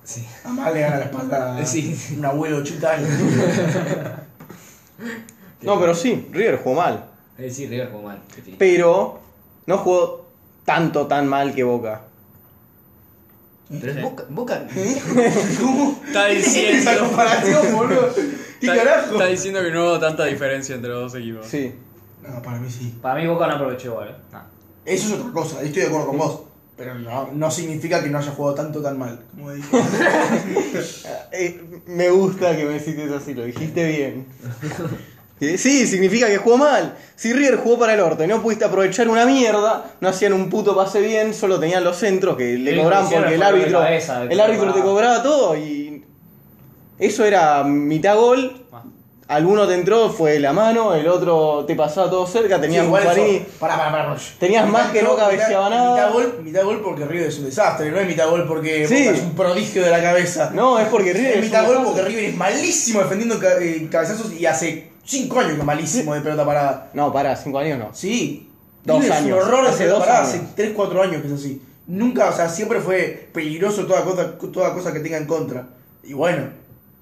B: sí.
A: A más le gana la espalda a
B: Sí.
A: un abuelo de 80 años.
C: No, pero sí, River jugó mal.
B: Eh, sí, River jugó mal. sí.
C: Pero no jugó tanto tan mal que Boca.
B: Pero es Boca, Boca-
A: ¿Cómo?
D: Está diciendo.
A: Esa comparación, boludo. ¿Qué
D: está-
A: carajo?
D: está diciendo que no hubo tanta diferencia entre los dos equipos.
C: Sí.
A: No, para mí sí.
E: Para mí Boca no aprovechó igual. ¿eh?
A: Eso es otra cosa, estoy de acuerdo con vos. Pero no, no significa que no haya jugado tanto tan mal. Como dije.
C: Eh, me gusta que me cites así, lo dijiste bien. Eh, Sí, significa que jugó mal. Si River jugó para el orto y no pudiste aprovechar una mierda, no hacían un puto pase bien, solo tenían los centros que le
E: Sí,
C: cobraban
E: hicieron
C: porque el
E: el juego de
C: árbitro,
E: cabeza, de
C: el árbitro te
E: cobraba.
C: cobraba todo y eso era mitad gol.
E: Ah.
C: Alguno te entró, fue la mano, el otro te pasaba todo cerca, tenías
A: Sí,
C: un
A: igual
C: Guarini.
A: eso- Pará, pará, pará.
C: Tenías más que no
A: gol,
C: cabeceaba
A: mitad-
C: nada.
A: Mitad gol, mitad gol porque River es un desastre. No es mitad gol porque
C: Sí.
A: Boca es un prodigio de la cabeza.
C: No, es porque River
A: es
C: es
A: mitad
C: un
A: gol
C: desastre.
A: porque River es malísimo defendiendo ca- eh, cabezazos y hace 5 años que es malísimo de pelota parada.
C: No, pará, cinco años no.
A: Sí.
C: Dos
A: River
C: años.
A: Es un horror de
C: Hace
A: pelota
C: dos
A: parada.
C: años.
A: Hace 3, 4 años que es así. Nunca, o sea, siempre fue peligroso toda cosa, toda cosa que tenga en contra. Y bueno,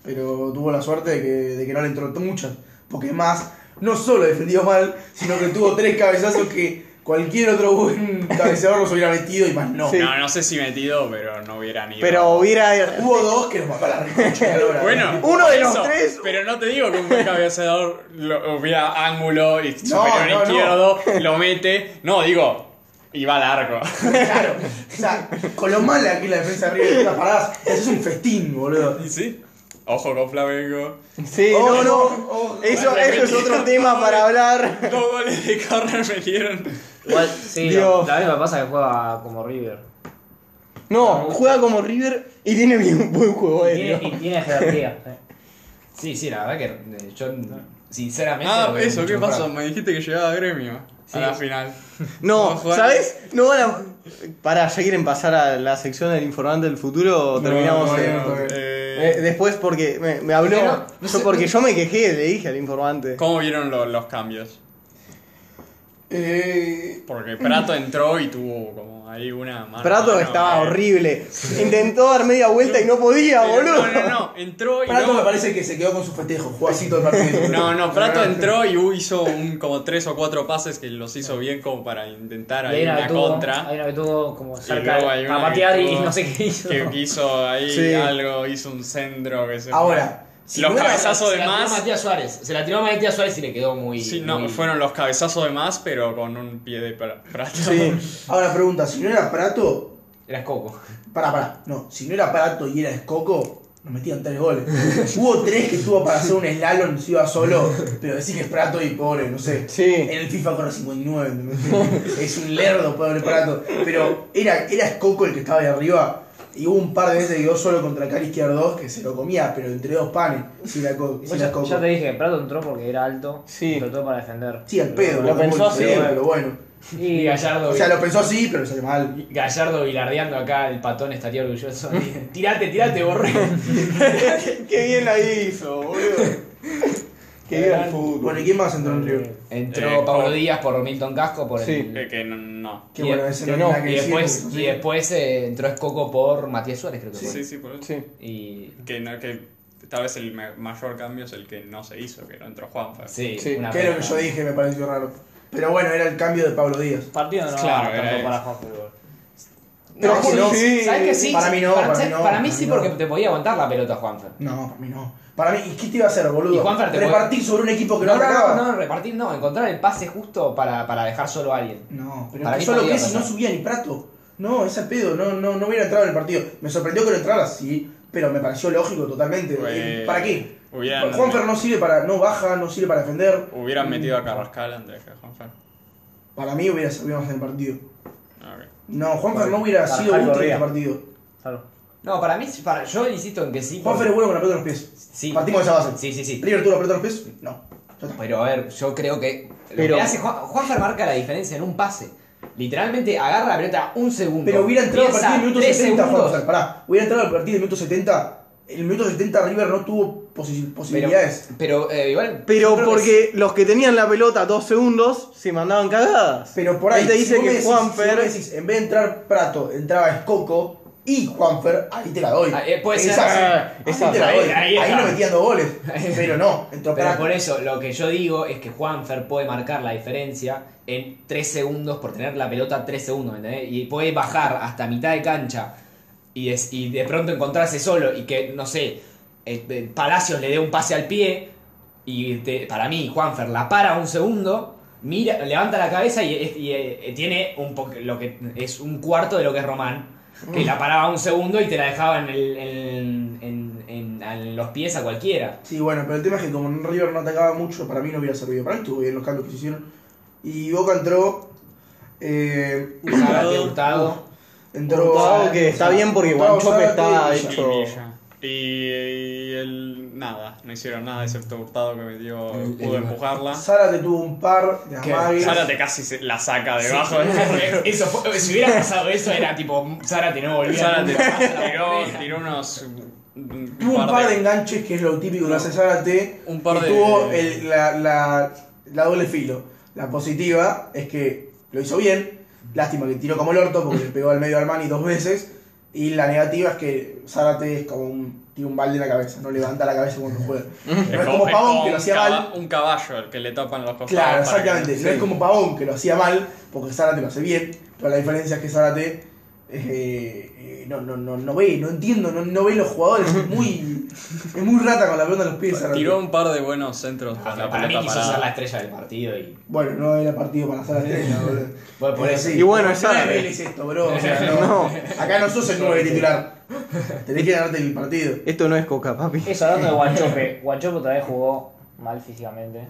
A: pero tuvo la suerte de que, de que no le entró muchas. Porque más, no solo defendió mal, sino que tuvo tres cabezazos que cualquier otro buen cabeceador los hubiera metido y más no.
C: Sí.
D: No, no sé si metido, pero no hubieran ido.
C: Pero hubiera.
A: Hubo dos que nos mató la reconcha de la hora.
D: Bueno,
C: Uno de
D: por
C: los tres.
D: Pero no te digo que un buen cabeceador lo- hubiera ángulo y superior
A: no, no.
D: izquierdo, lo mete. No, digo, y va largo.
A: Claro. O sea, con lo mala que es la defensa de River, las paradas, es un festín, boludo.
D: Y sí. Ojo con Flamengo.
C: Sí,
A: Oh,
C: no, no.
A: no, oh,
C: eso, eso
D: me
C: es
D: metieron
C: otro tema
D: gol.
C: para hablar.
D: Dos goles de córner me dieron.
E: Igual, sí,
C: Dios.
E: la, la misma pasa que juega como River.
C: No, juega como River y tiene bien buen juego
E: Y tiene,
C: aéreo.
E: y tiene jerarquía. ¿eh?
B: Sí, sí, la verdad que eh, yo sinceramente...
D: Ah,
B: lo veo
D: eso,
B: mucho
D: ¿qué
B: mejor.
D: pasó? Me dijiste que llegaba a gremio
B: Sí.
D: a la final.
C: No,
D: No, juega-
C: ¿sabes? No van a. Pará, ya quieren pasar a la sección del informante del futuro o terminamos.
A: no,
C: eh,
A: no, no.
D: Eh,
C: eh, después porque me, me habló.
B: No, no, no
C: yo
B: sé,
C: porque yo me quejé, le dije al informante.
D: ¿Cómo vieron lo- los cambios?
A: Eh,
D: Porque Prato entró y tuvo como ahí una mano.
C: Prato
D: mano,
C: estaba
D: eh.
C: horrible. Intentó dar media vuelta y no podía,
D: Pero
C: boludo.
D: No, no, no, entró y
A: Prato
D: no.
A: me parece que se quedó con su festejo, jugó así todo el partido.
D: No, no,
E: Ah,
D: Prato entró y hizo un, como tres o cuatro pases que los hizo bien como para intentar
E: Y
D: ahí
E: hay una
D: una
E: que tuvo,
D: contra.
E: hay una que tuvo como cerca
D: luego hay
E: para
D: una que
E: patear y
D: tuvo-
E: no sé qué hizo.
D: Que hizo ahí
C: Sí.
D: algo, hizo un centro que se
A: Ahora,
D: los
A: no hubiera-
D: cabezazos
B: se
D: de
B: la tiró
D: más.
B: Matías Suárez. Se la tiró a Matías Suárez y le quedó muy.
D: Sí, no,
B: muy-
D: fueron los cabezazos de más, pero con un pie de pra- plato.
A: Ahora pregunta, si no era Prato,
B: Era Coco.
A: para, para, no, si no era Prato y era Escoco, nos metían tres goles. Hubo tres que estuvo para hacer un slalom, se iba solo, pero decís que es Prato y pobre, no sé.
C: Sí.
A: En el FIFA corre 59, ¿entendés? es un lerdo, pobre Prato. Pero era, era Escoco el que estaba ahí arriba. Y hubo un par de veces que quedó solo contra Cari Izquierdo que se lo comía, pero entre dos panes. Si era, Co- si
E: Vos
A: era
E: ya,
A: Coco.
E: ya te dije, Prato entró porque era alto.
C: Sí.
E: y Trató para defender.
A: Sí, al pedo.
C: Lo
A: boludo,
C: pensó
A: pero
C: así.
A: bueno, lo bueno.
B: Y
E: Y
B: Gallardo.
A: O sea, lo pensó así, pero le salió mal.
B: Gallardo bilardeando acá, el patón estaría orgulloso. tirate, tirate, borré.
C: Qué bien la hizo, boludo. Qué bien
A: Bueno, ¿y
C: el fútbol.
A: quién más entró en River?
B: Entró
D: Eh,
B: Pablo
D: Coco.
B: Díaz por Milton Casco por
C: Sí.
B: el.
D: Que, que no- no.
A: Eh, Qué
B: Y-
A: bueno, ese
C: que
A: no,
C: no,
A: tiene nada
B: Y
A: que decir,
B: después,
A: porque-
B: y después eh, entró Escoco por Matías Suárez, creo que
D: Sí,
B: fue.
D: sí, sí, por eso.
C: Sí.
B: Y.
D: Que, no, que tal vez el me- mayor cambio es el que no se hizo, que no entró Juanfa.
B: Sí,
C: Sí,
B: una
A: Que era lo
B: pena.
A: que yo dije, me pareció raro. Pero bueno, era el cambio de Pablo Díaz.
E: partido no
D: Claro, eh.
E: daba
D: era
E: tanto
D: eso.
E: para jugar fútbol.
A: Pero
C: No,
A: sí,
C: no.
B: ¿Sabes que sí?
A: Para mí no, para
B: ¿sabes?
A: mí no,
B: Para mí
A: para
B: sí,
A: mí no.
B: porque te podía aguantar la pelota, Juanfer.
A: No, para mí no. Para mí, ¿y qué te iba a hacer,
B: Y
A: boludo?
B: Juanfer te puede-
A: Repartir sobre un equipo que no,
B: No, no,
A: atacaba.
B: no, no, repartir no, encontrar el pase justo para, para dejar solo a alguien.
A: No, pero
B: Para
A: es que
B: mí
A: solo
B: podía
A: que si no
B: pasar.
A: subía ni Prato. No, es al pedo, no, no, no hubiera entrado en el partido. Me sorprendió que no entrara, sí, pero me pareció lógico totalmente. Eh,
D: Fue-
A: ¿Para qué?
D: Pues, Hubieran,
A: Juanfer no sirve para. no baja, no sirve para defender.
D: hubieran metido a Carrascal antes que a Juanfer.
A: Para mí hubiera servido más en el partido.
D: Ah, ok.
A: No, Juanfer no hubiera
E: Para
A: sido
E: Jaime
A: útil en
E: Correa.
A: el partido.
E: Claro.
B: No, para mí, para, yo insisto en que sí.
A: Juanfer es bueno con la pelota en los pies.
B: Sí.
A: Partimos de esa base.
B: Sí, sí, sí.
A: River tuvo la pelota en los pies. No. Ya está.
B: Pero a ver, yo creo que.
C: Pero-
B: Lo que hace Juan, Juanfer marca la diferencia en un pase. Literalmente agarra la pelota un segundo.
A: Pero hubiera entrado al
B: piensa
A: partido en el minuto
B: tres
A: 70,
B: segundos.
A: Juanfer, pará. Hubiera entrado al partido en el minuto 70. En el minuto 70 River no tuvo posi-
B: Pero,
A: posibilidades.
B: pero eh, igual. yo
C: Pero
B: creo que
C: porque los que tenían la pelota dos segundos se mandaban cagadas.
A: Pero por ahí,
C: Él te
A: si
C: dice
A: vos me
C: que
A: decís- si vos
C: Juanfer.
A: me decís, en vez de entrar Prato, entraba Escoco y Juanfer, ahí te la doy.
B: Ah, eh, puede ser.
A: Esa,
C: Ah, esa,
A: ahí te la
B: ahí-
A: doy. Ahí,
B: ahí está.
A: no metían dos goles. Pero no, entró
B: Pero
A: Prato.
B: por eso, lo que yo digo es que Juanfer puede marcar la diferencia en 3 segundos por tener la pelota 3 segundos, ¿me entendés? Y puede bajar hasta mitad de cancha y, es- y de pronto encontrarse solo y que, no sé, eh, eh, Palacios le dé un pase al pie y te- para mí Juanfer la para un segundo, mira, levanta la cabeza y, es- y, eh, tiene un po- lo que es un cuarto de lo que es Román. Que la paraba un segundo y te la dejaba en, el- en- en- en- en los pies a cualquiera.
A: Sí, bueno, pero el tema es que como River no atacaba mucho, para mí no hubiera servido. Para mí estuvo bien los cambios que se hicieron. Y Boca entró. Eh,
B: Zárate, Hurtado.
A: entró.
C: Hurtado, que está bien porque
A: Hurtado,
C: Guanchope
A: Zárate,
C: está
A: y-
C: hecho-
D: Y Villa. Y, y el, nada, no hicieron nada excepto Hurtado que metió, pudo empujarla.
A: Zárate tuvo un par de
B: Que
A: amagues.
D: Zárate casi se- la saca
B: Sí.
D: debajo de
B: Eso fue- si hubiera pasado eso, era tipo, Zárate no volvía.
D: Zárate
B: nunca más a la
D: tiró,
B: bandera.
D: tiró unos. Un
A: Tuvo un par de enganches, que es lo típico que hace Zárate.
D: Un par
A: y
D: de-
A: Tuvo el- la, la- la doble filo. La positiva es que lo hizo bien. Lástima que tiró como el orto porque le pegó al medio al Armani dos veces. Y la negativa es que Zárate es como un. tiene un balde en la cabeza, no levanta la cabeza cuando juega. No es como Pavón que lo hacía
D: un caba-
A: mal.
D: Un caballo al que le tapan los costados.
A: Claro,
D: para que-
A: exactamente. No es como Pavón que lo hacía mal, porque Zárate lo hace bien, pero la diferencia es que Zárate eh, eh, no, no, no, no ve, no entiendo, no, no ve los jugadores, es muy, es muy rata con la pelota en los pies. Zárate.
D: Tiró un par de buenos centros con la
B: Para mí
D: pelota
B: quiso ser la
D: parada.
B: estrella del partido y.
A: Bueno, no era partido para Zárate.
B: Bueno, por eso.
C: Y bueno, es Zárate.
A: Zárate. esto, bro. o sea, no, Acá no sos el 9 titular. Tenés que ganarte el partido.
C: Esto no es coca, papi.
E: Eso hablando de Guanchope. Guanchope otra vez jugó mal físicamente.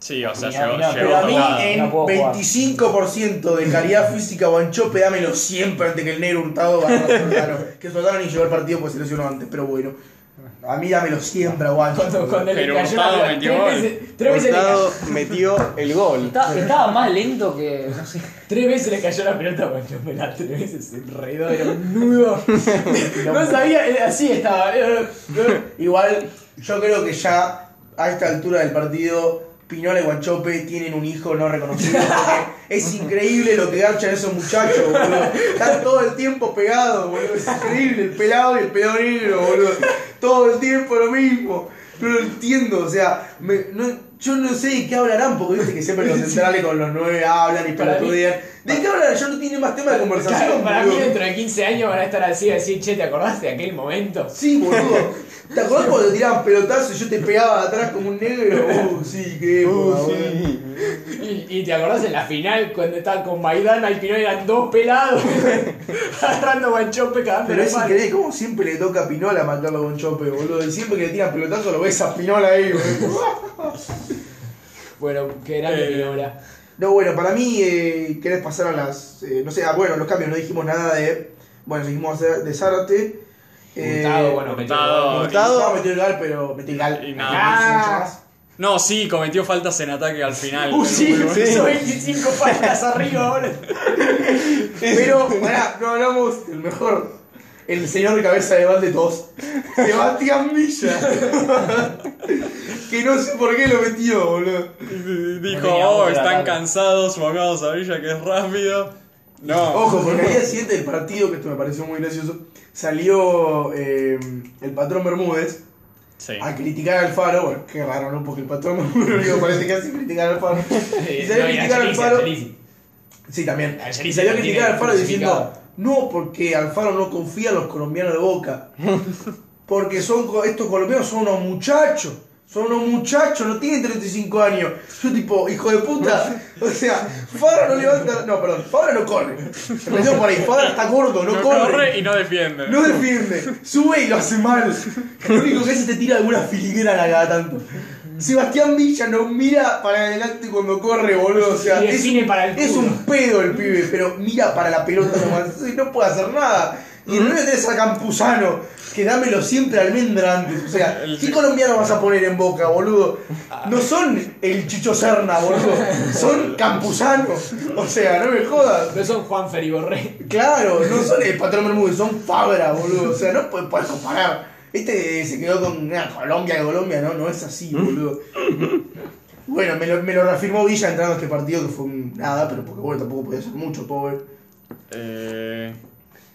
D: Sí, o sea,
E: Mira,
D: llegó.
E: mira,
D: llegó
A: Pero a mí,
D: tocado.
A: en
E: No puedo jugar.
A: 25% de calidad física, Guanchope, dámelo siempre antes que el negro hurtado barra Soldano. Que Soldano ni llegó al partido porque se lesionó antes, pero bueno. A mí dámelo siempre, a Guancho.
B: Cuando, cuando le
D: Pero
B: cayó la
D: Hurtado
B: pelota,
D: metió
B: tres
D: gol.
B: veces, tres veces le
C: Hurtado
B: cayó,
C: metió el gol.
E: Está- estaba más lento que. No sé.
B: tres veces le cayó la pelota a Guanchope, las tres veces se enredó, era un nudo. no sabía, era- así estaba. era- era-
A: Igual, yo creo que ya a esta altura del partido, Pinola y Guanchope tienen un hijo no reconocido. porque Es increíble lo que garchan esos muchachos, boludo. Están todo el tiempo pegados, boludo. Es increíble el pelado y el pelado negro, boludo. Todo el tiempo lo mismo. No lo entiendo, o sea, me- no- yo no sé de qué hablarán, porque viste que siempre los centrales con los nueve hablan y
B: Para mí-
A: pelotudean. ¿De qué hablan? Yo no tiene más tema de conversación,
B: Claro, para mí
A: boludo.
B: dentro de 15 años van a estar así, así, che, ¿te acordás de aquel momento?
A: Sí, boludo. ¿Te acordás cuando te tiraban pelotazos y yo te pegaba de atrás como un negro? Uh, sí, qué época,
C: Uh,
A: boludo.
C: sí.
B: Y, y te acordás en la final cuando estaban con Maidana y Pinol eran dos pelados agarrando guanchope cada
A: Pero es increíble cómo siempre le toca a Pinola matarlo con Chope, boludo. Y siempre que le tiran pelotazo lo ves a Pinola ahí, boludo.
B: Bueno, que grande
D: Eh,
B: Pinola.
A: No, bueno, para mí, eh, querés pasar a las. eh, no sé, ah, bueno, los cambios, no dijimos nada de. Bueno, seguimos hacer- de Zárate. eh,
B: Hurtado, bueno,
D: Hurtado.
B: metió-
A: Hurtado metió el gol, pero metió el gol.
D: Y nada
A: Ah,
D: No, sí, cometió faltas en ataque al final.
B: Uh,
D: pero
B: sí,
D: bueno.
B: hizo 25 faltas arriba, boludo.
A: Pero, pará, no hablamos del mejor. El señor de cabeza de balde tos. Sebastián Villa. que no sé por qué lo metió, boludo.
D: Dijo,
E: tenía
D: oh,
E: otra,
D: están
E: claro.
D: cansados, pongamos a Villa que es rápido. No.
A: Ojo, porque al día siguiente del partido, que esto me pareció muy gracioso, salió eh, el patrón Bermúdez.
D: Sí.
A: a criticar al Faro, bueno, qué raro, ¿no? Porque el patrón lo único que parece que hace es criticar al Faro. Y salió a
B: Eh, No, y
A: criticar al
B: Angelici,
A: Faro.
B: Angelici.
A: Sí, también.
B: Angelici
A: Y salió a
B: lo tiene
A: criticar al Faro diciendo,
B: crucificado.
A: no, porque Alfaro no confía en los colombianos de Boca. Porque son co- estos colombianos son unos muchachos. Son unos muchachos, no tienen 35 años. Yo tipo, hijo de puta. O sea, Faro no levanta... No, perdón, Faro no corre. Empezó por ahí, Faro está gordo, no,
D: No
A: corre.
D: corre y no defiende.
A: No defiende, sube y lo hace mal. Lo único que hace es te tira alguna filigrana cada tanto. Sebastián Villa no mira para adelante cuando corre, boludo. O sea,
B: Y
A: es,
B: define para el
A: es
B: culo.
A: un pedo el pibe, pero mira para la pelota nomás. y No puede hacer nada. Y no le tenés a Campuzano, que dámelo siempre a almendra antes. O sea, ¿qué colombiano vas a poner en boca, boludo? No son el Chicho Serna, boludo. Son Campuzano. O sea, no me jodas.
B: No son Juan Feriborré.
A: Claro, no son eh, el patrón Bermúdez, son Fabra, boludo. O sea, no puedes puedes comparar. Este se quedó con una Colombia, Colombia, no, no es así,
D: ¿Mm?
A: boludo. Bueno, me lo, me lo reafirmó Villa entrando a este partido, que fue un nada, pero porque bueno, tampoco podía hacer mucho, pobre.
D: Eh,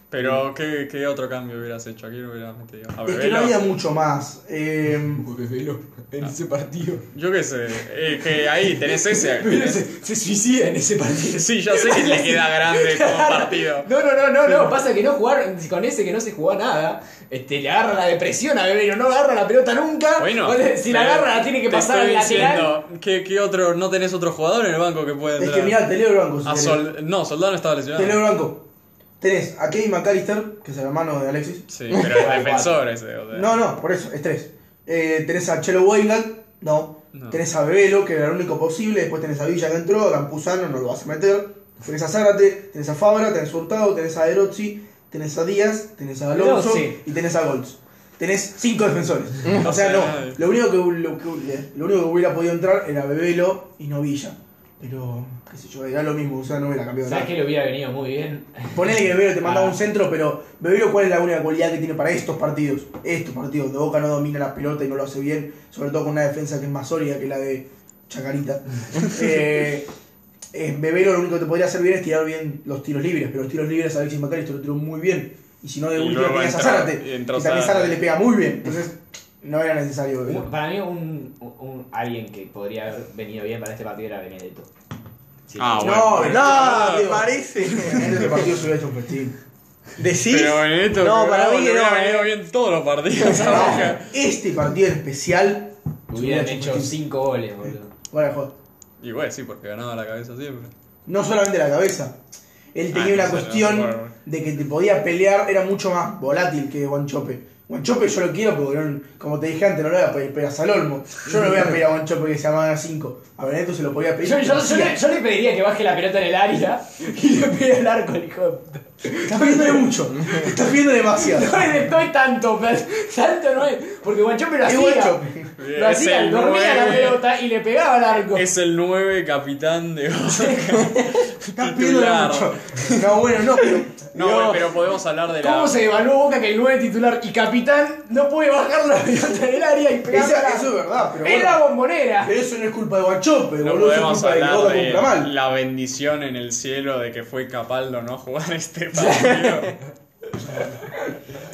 D: pero, ¿qué, ¿qué otro cambio hubieras hecho? Aquí no hubieras metido. A
A: Es que no
D: Bebelo.
A: había mucho más. Eh,
B: Porque Velo en ese partido.
D: Yo qué sé. eh, que ahí tenés ese.
B: Velo se, se suicida en ese partido.
D: Sí, ya sé que le queda grande como partido.
B: No, no, no, no, no. Pasa que no jugar con ese que no se jugó a nada. Este, le agarra la depresión a Guerrero, no agarra la pelota nunca.
D: Bueno,
B: Vale, si la
D: pero
B: agarra la tiene que
D: te
B: pasar al
D: estoy
B: lateral.
D: diciendo, ¿qué, qué otro, ¿No tenés otro jugador en el banco que puede
A: es
D: entrar?
A: que mirá, te leo el banco. si
D: A
A: querés.
D: Sol- no, Soldado no estaba lesionado.
A: Te leo el banco. Tenés a Kevin McAllister, que es el hermano de Alexis.
D: Sí, pero es defensor ese. O sea.
A: No, no, por eso, es tres. Eh, tenés a Chelo Weigand, no.
D: No.
A: Tenés a Bebelo, que era el único posible. Después tenés a Villa que entró, a Campuzano, no lo vas a meter. Tenés a Zárate, tenés a Fabra, tenés a Hurtado, tenés a Erozzi, tenés a Díaz, tenés a Alonso
E: Erozzi.
A: y tenés a Golds. Tenés cinco defensores. o sea,
D: sé
A: no.
D: nadie.
A: Lo único, que, lo, que- eh, lo único que hubiera podido entrar era Bebelo y no Villa. Pero, qué sé yo, era lo mismo, o sea, no hubiera cambiado
B: ¿Sabes
A: nada.
B: qué le hubiera venido muy bien?
A: Ponele que Bebelo te mandaba
B: Ah.
A: un centro, pero Bebelo, ¿cuál es la única cualidad que tiene para estos partidos? Estos partidos, donde Boca no domina la pelota y no lo hace bien, sobre todo con una defensa que es más sólida que la de Chacarita. eh, eh, Bebelo lo único que te podría hacer bien es tirar bien los tiros libres, pero los tiros libres a Alexis Macaristo lo tiró muy bien. Y si no, de
D: Y
A: última
D: luego
A: tenías a
D: entra-
A: Zárate.
D: y
A: Y
D: entró
A: también Zárate.
D: Zárate. Uh,
A: le pega muy bien. Entonces, no era necesario Bebelo.
B: Un- para mí, un, un- un- alguien que podría haber venido bien para este partido era Benedetto. Sí.
D: Ah, bueno.
A: No,
C: Oh, No,
A: no,
C: me parece.
A: En este partido se hubiera hecho un festín.
C: ¿Decís?
D: Pero Benedetto,
C: No, para mí que
D: hubiera
C: no,
D: venido
C: eh.
D: bien todos los partidos.
A: No,
D: ¿sabes?
A: este partido en especial. se hubiera
B: Hubieran hecho
A: un festín.
B: 5 goles, boludo.
A: Bueno, joder.
D: Y bueno, sí, porque ganaba la cabeza siempre.
A: No solamente la cabeza. Él tenía
D: Ah,
A: una
D: no sé,
A: cuestión
D: no, bueno, bueno.
A: de que te podía pelear, era mucho más volátil que Guanchope. Guanchope yo lo quiero porque, no- como te dije antes, no lo voy a pe- pegar a Salolmo. Yo no voy a pedir a Guanchope que se llamaba 5. A Benedetto se lo podía pedir.
B: Yo,
A: y lo
B: yo- yo
A: hacía.
B: le, yo le pediría que baje la pelota en el área y le pegue al arco, el hijo de puta.
A: Estás pidiéndole mucho. Estás pidiendo demasiado.
B: No es, no es tanto, pero tanto no es. Porque Guanchope lo
A: Es
B: hacía.
A: Guanchope.
B: Lo
D: Es
B: hacía,
D: el
B: dormía la
D: nueve.
B: pelota y le pegaba al arco.
D: Es el 9 capitán de
A: Estás pidiéndole
D: Titular.
A: mucho. No, bueno, no, pero.
D: No,
A: Dios.
D: bueno, pero podemos hablar de la.
B: ¿Cómo se evaluó Boca que el 9 titular y capitán no puede bajar la pelota del área y pegar
A: Esa- eso es verdad, pero.
B: Es la
A: bueno,
B: bombonera.
A: pero eso no es culpa de Guanchope,
D: No
A: boludo. Eso es
D: podemos
A: culpa de que Boca cumpla
D: hablar de
A: mal.
D: la bendición en el cielo de que fue Capaldo no jugar este partido.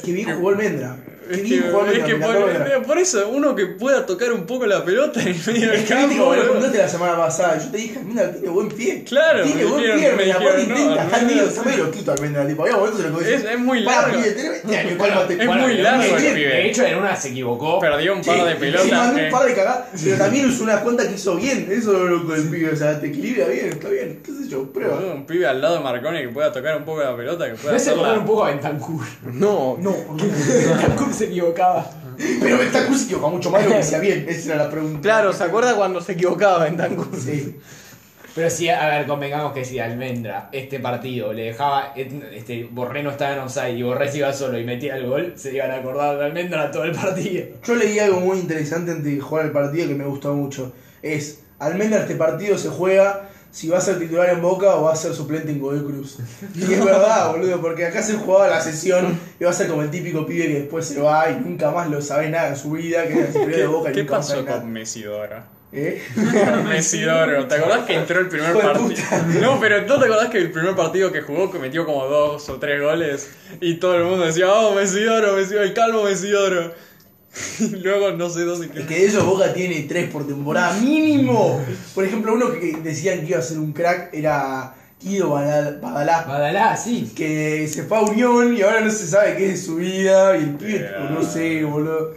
A: Que bien jugó Almendra.
D: Es
A: Quería
D: que,
A: jugar
D: es
A: contra
D: que por,
A: Inglaterra.
D: por eso, uno que pueda tocar un poco la pelota en el medio del
A: Es que viste que
D: campo.
A: vos me
D: boludo.
A: contaste la semana pasada. Yo te dije, Almendra tiene buen pie.
D: Claro,
A: tiene
D: me
A: buen
D: dijeron-
A: pie.
D: me
A: la
D: dijeron,
A: parte
D: no,
A: intenta. Está
D: Almendra-
A: medio, está medio loquito Almendra. Tipo, había momentos en los que
D: Es-
A: decís,
D: es muy
A: "Para,
D: largo".
A: pibe, tenés- tenés que cálmate.
D: Es muy
A: Tenés
D: largo
A: que
D: el
A: tener-
D: pibe.
B: De hecho, en una se equivocó.
D: Perdió un par de
A: Sí, sí,
D: pelotas.
A: mandó
D: eh.
A: un par de cagadas, pero también usó unas cuantas que hizo bien. Eso es lo loco del pibe. O sea, te equilibra bien, está bien. ¿Qué sé yo? Prueba.
D: Boludo, Un pibe al lado de Marconi que pueda tocar un poco la pelota, que pueda
B: No se
D: hacerla-
B: un poco a Bentancur.
C: No,
A: No, porque-
B: Bentancur se equivocaba.
A: pero Bentancur se equivoca mucho más de lo que hacía bien. Esa era la pregunta.
C: Claro, ¿se acuerda cuando se equivocaba en Tango?
A: Sí.
B: Pero sí, a ver, convengamos que si Almendra este partido le dejaba. Este, Borré no estaba en offside y Borré se iba solo y metía el gol, se iban a acordar de Almendra todo el partido.
A: Yo leí algo muy interesante antes de jugar el partido que me gustó mucho. Es, Almendra este partido se juega si va a ser titular en Boca o va a ser suplente en Godoy Cruz. Y es verdad, boludo, porque acá se jugaba la sesión y va a ser como el típico pibe que después se va y nunca más lo sabés nada en su vida, que es el superior de Boca
D: ¿Qué,
A: y
D: qué
A: nunca más
D: pasó
A: sabés nada.
D: con Mesidoro?
A: ¿Eh?
D: Mesidoro, ¿te acordás que entró el primer
A: Hijo de
D: partido?
A: puta.
D: No, pero ¿no te acordás que el primer partido que jugó que metió como dos o tres goles? Y todo el mundo decía, oh, Mesidoro, Mesidoro, el calvo Mesidoro. Y luego no sé dónde
A: Es
D: quedó.
A: que de ellos Boca tiene tres por temporada mínimo. Por ejemplo, uno que decían que iba a ser un crack era Guido Badal- Badalá,
B: Badalá, sí.
A: que se fue a Unión y ahora no se sabe qué es de su vida. Y el pibe,
D: Yeah.
A: tipo, no sé, boludo.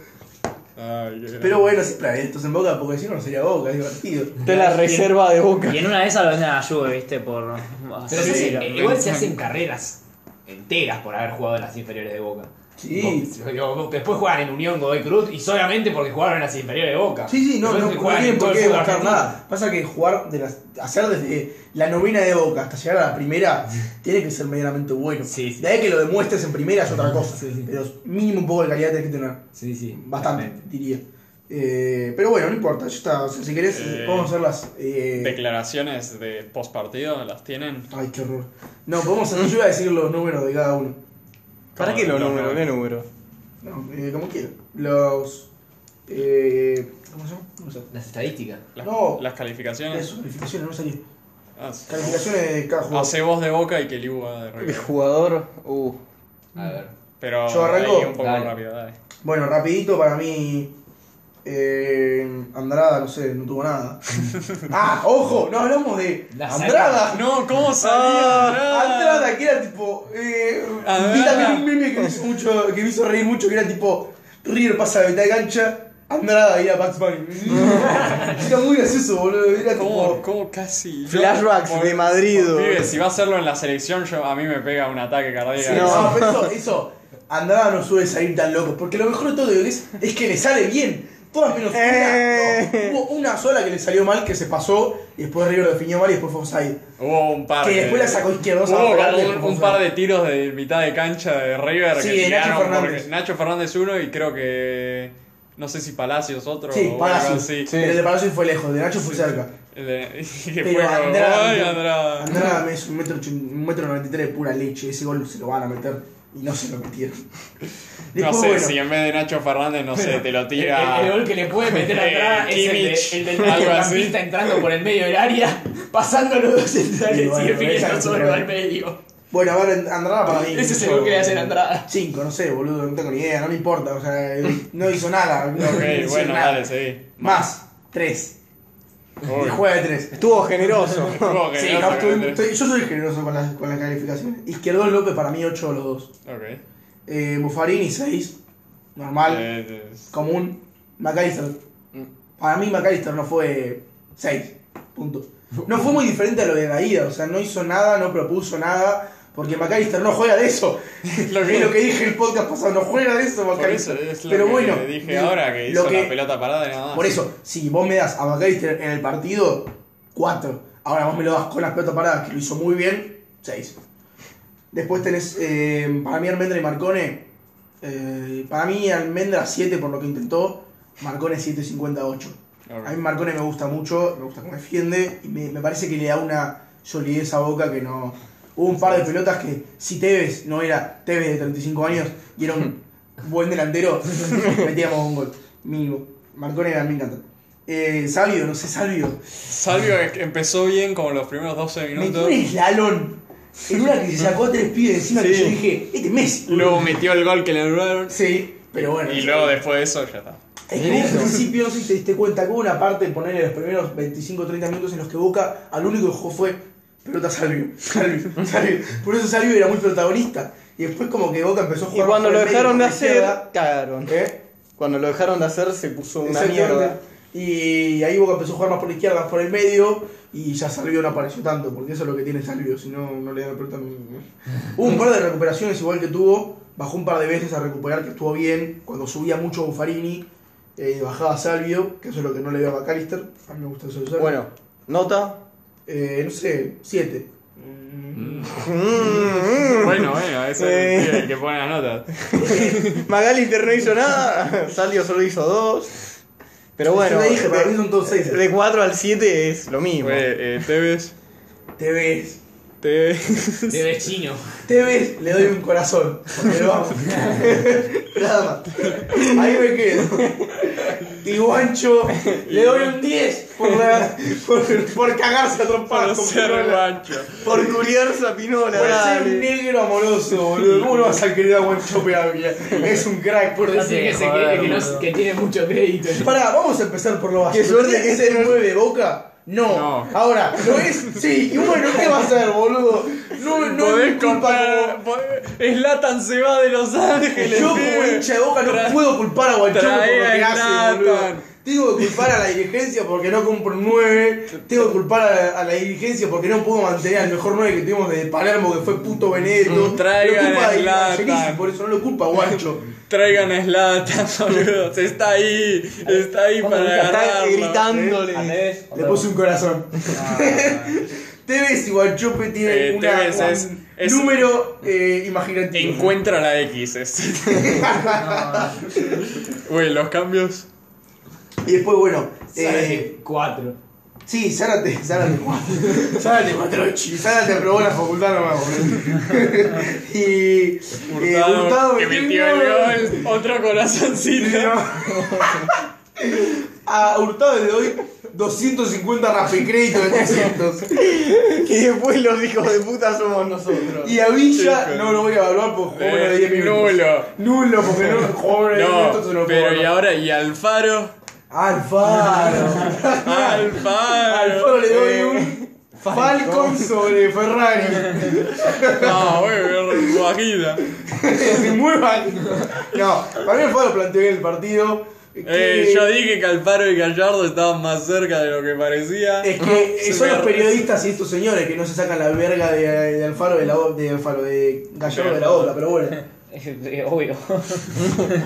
D: Ay, qué
A: Pero bueno, siempre hay estos en Boca porque si no, no sería Boca, es divertido.
C: De la reserva de boca.
E: Y en una de esas lo venden a la Juve, viste, por...
B: Pero se
E: Sí,
B: hacen- eh, igual se hacen carreras enteras por haber jugado en las inferiores de Boca.
A: Sí.
B: Digo, Después juegan en Unión Godoy Cruz y solamente porque jugaron en las inferiores de Boca.
A: Sí, sí, no,
B: Después
A: no,
B: que
A: no
B: juegan
A: tienen
B: en todo
A: por
B: el
A: qué
B: fútbol
A: bajar
B: argentino.
A: nada. Pasa que jugar, de las, hacer desde la novena de Boca hasta llegar a la primera, tiene que ser medianamente bueno.
B: Sí, sí.
A: De ahí que lo demuestres en primera es otra cosa. Pero mínimo un poco de calidad tenés que tener.
B: Sí, sí.
A: Bastante,
B: realmente.
A: diría. Eh, pero bueno, no importa, ya está. O sea, si querés,
D: Eh,
A: podemos hacerlas. Eh,
D: Declaraciones de post partido, ¿las tienen?
A: ay, qué horror. No, podemos hacer. Yo voy a decir los números de cada uno.
C: ¿Para qué los números? ¿Qué número?
A: No, eh, como quiera. Los. Eh, ¿Cómo se llama? No sé.
B: Las estadísticas.
D: Las,
A: No.
D: las calificaciones.
A: Eso, calificaciones, no salió.
D: Ah, sí.
A: Calificaciones de cada jugador.
D: Hace voz de boca y que Liu va de
C: El
D: River.
C: jugador. Uh.
B: A ver.
D: Pero
A: Yo arranco.
D: ahí un poco
B: Dale.
D: rápido, dale.
A: Bueno, rapidito para mí. eh, Andrada, no sé, no tuvo nada. ah, ojo, no hablamos de
B: La
A: Andrada.
D: No, ¿cómo
A: Ah,
D: sabía?
A: Andrada, que era tipo. Eh, vi
D: Andrada.
A: también un meme que me, hizo mucho, que me hizo reír mucho, que era tipo. River pasa a mitad de cancha, Andrada y a Bugs Bunny. era muy gracioso, boludo. Era
D: ¿Cómo,
A: como.
D: cómo casi? Yo-
C: Flashbacks
D: por-
C: de Madrid,
D: por-
C: boludo.
D: pibe, si va a hacerlo en la selección, yo, a mí me pega un ataque
A: Sí,
D: cardíaco.
A: no,
C: No.
A: pero eso, eso. Andrada no suele salir tan loco. Porque lo mejor de todo es, es que le sale bien. Todas menos una.
C: Eh.
A: No, hubo una sola que le salió mal, que se pasó, y después River definió mal y después fue offside.
D: Hubo un par
A: Que
D: de-
A: después la sacó izquierdosa
D: Hubo
A: para adelante,
D: un,
A: como
D: un
A: fue.
D: par de tiros de mitad de cancha de River
A: Sí,
D: que
A: de
D: tiraron
A: Nacho
D: porque-
A: Fernández.
D: Nacho Fernández uno y creo que... No sé si Palacios otro o
A: Sí,
D: algo
A: Palacio.
D: así.
C: Sí.
A: Pero el de Palacio fue lejos, de Nacho fue cerca.
D: El de- y que
A: Pero
D: fue como,
A: Andrada,
D: "Ay,
A: Andrada.
D: Andrada".
A: es un metro, ocho- un metro noventa y tres de pura leche. Ese gol se lo van a meter y no se lo metieron.
D: No
A: Después,
D: sé,
A: bueno,
D: si en vez de Nacho Fernández, no sé, te lo
B: El,
D: tira...
B: el- el gol que le puede meter atrás es el,
D: ah. Eh, Kimmich,
B: de, el del
D: algo así.
B: mediocampista entrando por el medio del área, pasando los dos centrales
A: Y
B: y,
A: bueno,
B: el fin
A: esa
B: está
A: es
B: solo
A: otra.
B: al medio.
A: bueno, a ver, Andrada para mí.
B: Ese es el
A: hizo
B: gol que le hacen a Andrada.
A: Cinco, no sé, boludo, no tengo ni idea, no me importa. O sea, no hizo nada. No, no
D: Ok,
A: hizo
D: bueno,
A: nada.
D: dale, seguí.
A: Más, tres.
D: Uy.
A: Y juega de tres.
C: Estuvo generoso.
D: Estuvo
A: Sí,
D: generoso,
A: no, estoy-
D: gente.
A: estoy- yo soy generoso con las, con las calificaciones. Izquierdo López para mí 8 los dos.
D: Ok.
A: Eh, Buffarini 6, normal.
D: Eh, es-
A: común, McAllister.
D: Mm.
A: Para mí McAllister no fue 6, punto. No fue muy diferente a lo de Gaida, o sea, no hizo nada, no propuso nada, porque McAllister no juega de eso.
D: Lo que-
A: es lo que dije en el podcast pasado, no juega de eso
D: Por eso
A: McAllister.
D: es lo
A: Pero
D: que
A: bueno,
D: dije
A: digo,
D: ahora que
A: lo
D: hizo la pelota parada y nada más.
A: Por eso, si vos me das a McAllister en el partido, 4. Ahora vos me lo das con las pelotas paradas, que lo hizo muy bien, 6. Después tenés, eh, para mí Almendra y Marcone. eh, para mí Almendra 7 por lo que intentó, Marcone 7.58.
D: Ok.
A: A mí Marcone me gusta mucho, me gusta cómo defiende y me, me parece que le da una solidez a Boca que no... Hubo un par de pelotas que si Tevez no era Tevez de 35 años y era un buen delantero, metíamos un gol. Mínimo. Marcone a mí me encanta. Eh, Salvio, no sé, Salvio.
D: Salvio es que empezó bien como los primeros 12
A: Me
D: minutos.
A: dio un eslalón. En una que se sacó tres pibes encima que
D: Sí.
A: yo dije, este es Messi.
D: Luego metió el gol que le anularon.
A: Sí, Pero bueno.
D: Y
A: es-
D: luego después de eso ya está.
A: Es que vos al principio, no sé si te diste cuenta, que hubo una parte, ponerle los primeros 25 o 30 minutos en los que Boca al único que jugó fue pelota Salvio, Salvio, Salvio. Por eso Salvio era muy protagonista. Y después como que Boca empezó a
C: Y
A: jugar
C: cuando
A: por
C: lo
A: el medio,
C: dejaron de
A: por la
C: hacer,
A: izquierda,
C: cagaron.
A: ¿eh?
C: Cuando lo dejaron de hacer se puso una
A: Exactamente.
C: mierda.
A: Y ahí Boca empezó a jugar más por la izquierda, más por el medio, y ya Salvio no apareció tanto, porque eso es lo que tiene Salvio, si no, no le da la pelota. Hubo un par de recuperaciones igual que tuvo, bajó un par de veces a recuperar, que estuvo bien, cuando subía mucho Buffarini, eh, bajaba Salvio, que eso es lo que no le veo a McAllister, a mí me gusta eso de Salvio.
C: Bueno, nota.
A: Eh, no sé, 7.
D: Bueno, bueno, eso
C: Eh.
D: es el que pone las notas.
C: Magaliter no hizo nada, Salio solo hizo dos. Pero bueno, eh,
A: Yo te dije, para mí
C: de,
A: son todos 6.
C: de 4 al 7 es lo mismo.
D: Fue eh, Tevez,
A: Te ves,
D: Tevez.
B: De vecino.
A: te ves, le doy un corazón, porque lo amo. Nada más. Ahí me quedo. Y Guancho le doy un 10 por, la- por, por cagarse a trompar
D: Por
A: con
D: ser
A: Pinola.
D: guancho.
C: Por culiar Sapinola,
A: Por ser un
C: dale.
A: negro amoroso, boludo. ¿Cómo no vas a querer a Guancho Peavia? Es un crack, por
B: Por decir
A: decir.
B: que, se,
E: joder,
B: que, que no-
E: boludo.
B: que tiene mucho crédito.
A: Pará, vamos a empezar por lo básico.
C: Qué suerte
A: ¿Tiene
C: que
A: ser el 9 de boca? No.
D: No.
A: Ahora, ¿lo es? Sí. Y bueno, ¿qué va a ser, boludo? No, no es mi
D: Podés
A: culpa
D: comprar.
A: como...
D: Slatan se va de Los Ángeles.
A: Yo como
D: pibe.
A: hincha de boca no
D: Tra-
A: puedo culpar a Guanchope por lo
D: trae
A: que
D: a
A: hace, boludo.
D: Nathan.
A: Tengo que culpar a la dirigencia porque no compro un 9. Tengo que culpar a la, a la dirigencia porque no puedo mantener al mejor 9 que tuvimos desde Palermo, que fue puto Benedetto.
D: Mm, traigan
A: lo
D: a
A: culpa
D: Zlatan.
A: Ivangelis, por eso no lo culpa a Guancho.
D: Traigan a Slatan, boludo. Está ahí. Está ahí
E: ¿Cuándo
D: para
E: viste a
C: Está
D: agarrarlo. ¿eh?
E: A
C: gritándole.
E: Tevez,
A: Le puse un corazón. Tevez y Guanchope tienen
D: Ah. Eh,
A: una-
D: Tevez
A: un
D: es- es-
A: número eh, imaginativo.
D: Encuentra la X. es-
E: No,
D: Güey, los cambios.
A: Y después, bueno, eh,
B: Sabe, Cuatro.
A: Sí, Zárate, Zárate cuatro. Zárate Cuatrochi. Zárate aprobó la facultad nomás, boludo. y. eh,
D: Hurtado, que metió
A: metiendo-
D: el gol. Otro corazoncito.
A: A Hurtado le doy 250 rapecréditos de 300.
C: Y después los hijos de puta somos nosotros.
A: Y a Villa
D: Chico.
A: no lo voy a evaluar porque jugó menos de 10
D: Eh,
A: minutos.
D: Nulo.
A: Nulo, porque no jugó menos de 10
D: No,
A: minutos, se lo puedo
D: pero y
A: evaluar.
D: ahora, ¿y Alfaro?
A: Alfaro. Alfaro
D: Alfaro.
A: le doy un. Falcon sobre Ferrari.
D: No, güey, bajita.
A: Se muevan. No, para mí el Faro planteó bien el partido.
D: Eh,
A: Que-
D: yo dije que Alfaro y Gallardo estaban más cerca de lo que parecía.
A: Es que
D: Se
A: son
D: me-
A: los periodistas y estos señores que no se sacan la verga de, de Alfaro de la o- de Alfaro, de Gallardo de la obra, pero bueno.
E: eh, Obvio.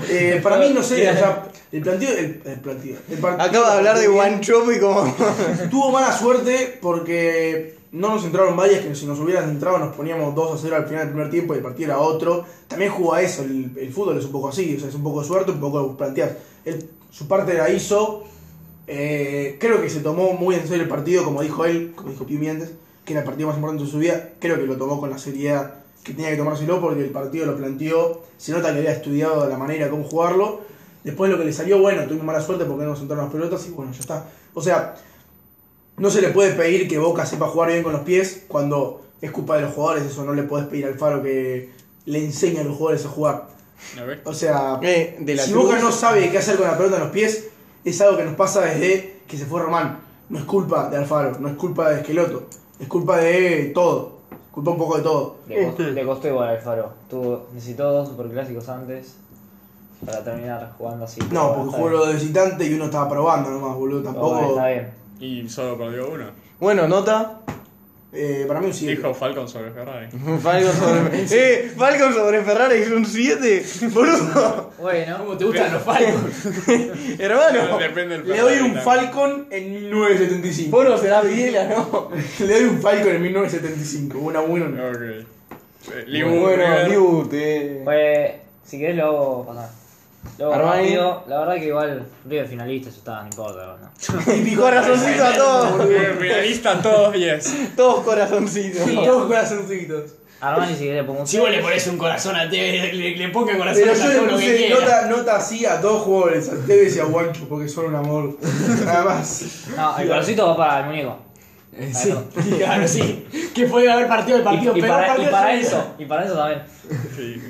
A: Eh, para mí, no sé, o sea, el planteo. El, el planteo. el partido-
C: Acaba de hablar de Guanchope y como.
A: Tuvo mala suerte porque no nos entraron varias que si nos hubieran entrado nos poníamos 2 a 0 al final del primer tiempo y el partido era otro. También juega eso, el, el fútbol es un poco así, o sea, es un poco de suerte, un poco de plantear. Él, su parte la hizo, eh, creo que se tomó muy en serio el partido, como dijo él, como dijo Piumi antes, que era el partido más importante de su vida, creo que lo tomó con la seriedad que tenía que tomárselo porque el partido lo planteó, se nota que había estudiado la manera cómo jugarlo. Después lo que le salió, bueno, tuvimos mala suerte porque no nos entraron las pelotas y bueno, ya está. O sea, no se le puede pedir que Boca sepa jugar bien con los pies cuando es culpa de los jugadores, eso no le puedes pedir al Faro que le enseñe a los jugadores a jugar.
D: A ver.
A: O sea,
C: Eh, de la
A: si
C: Cruz.
A: Boca no sabe qué hacer con la pelota en los pies, es algo que nos pasa desde que se fue Román. No es culpa de Alfaro, no es culpa de Esqueloto, es culpa de todo, culpa un poco de todo.
E: Le costó,
A: Este.
E: le costó igual al Faro. Tuvo, necesitó dos superclásicos antes para terminar jugando así.
A: No, porque
E: Está
A: jugó
E: bien.
A: lo de visitante y uno estaba probando nomás, boludo,
E: Bueno,
A: tampoco.
E: Está bien.
D: Y solo perdió uno.
C: Bueno, nota.
A: Eh, para mí un 7.
D: Dijo Falcon sobre Ferrari.
C: Falcon sobre. eh, Falcon sobre Ferrari es un 7. Boludo.
E: Bueno,
B: ¿Cómo te gustan los falcos?
C: Hermano.
D: Depende del
A: Le doy
D: Ferrari
A: un
D: también.
A: Falcon en 1975.
C: Vos no serás Videla, ¿no?
A: Le doy un Falcon en 1975, una buena.
D: Ok. Eh, Libu,
C: bueno,
D: River.
C: Liu, te-
E: fue. Si querés lo hago pasar. Luego
C: Armani.
E: rápido, la verdad que igual River finalista, eso está, no importa, la verdad.
A: Y
C: Y
A: picó
C: corazoncito a todos.
D: Eh, Finalista todos 10.
C: Todos corazoncitos.
A: Y todos corazoncitos.
E: Armani si querés le pongo un
B: Si vos
E: cero.
B: le pones un corazón a Tevez, le, le ponga corazón
A: Pero
B: a
A: yo
B: todo
A: le
B: lo que
A: puse
B: quiera.
A: nota, nota así a dos jugadores, a Tevez y a Guancho, porque son un amor. Nada más.
E: No, el corazoncito va para el muñeco.
A: Ah,
B: Eh, sí, claro, sí. Que puede haber partido el partido
E: y, y
B: peor
E: para,
B: partido
E: y
B: de
E: para
B: su vida.
E: eso, y para eso también.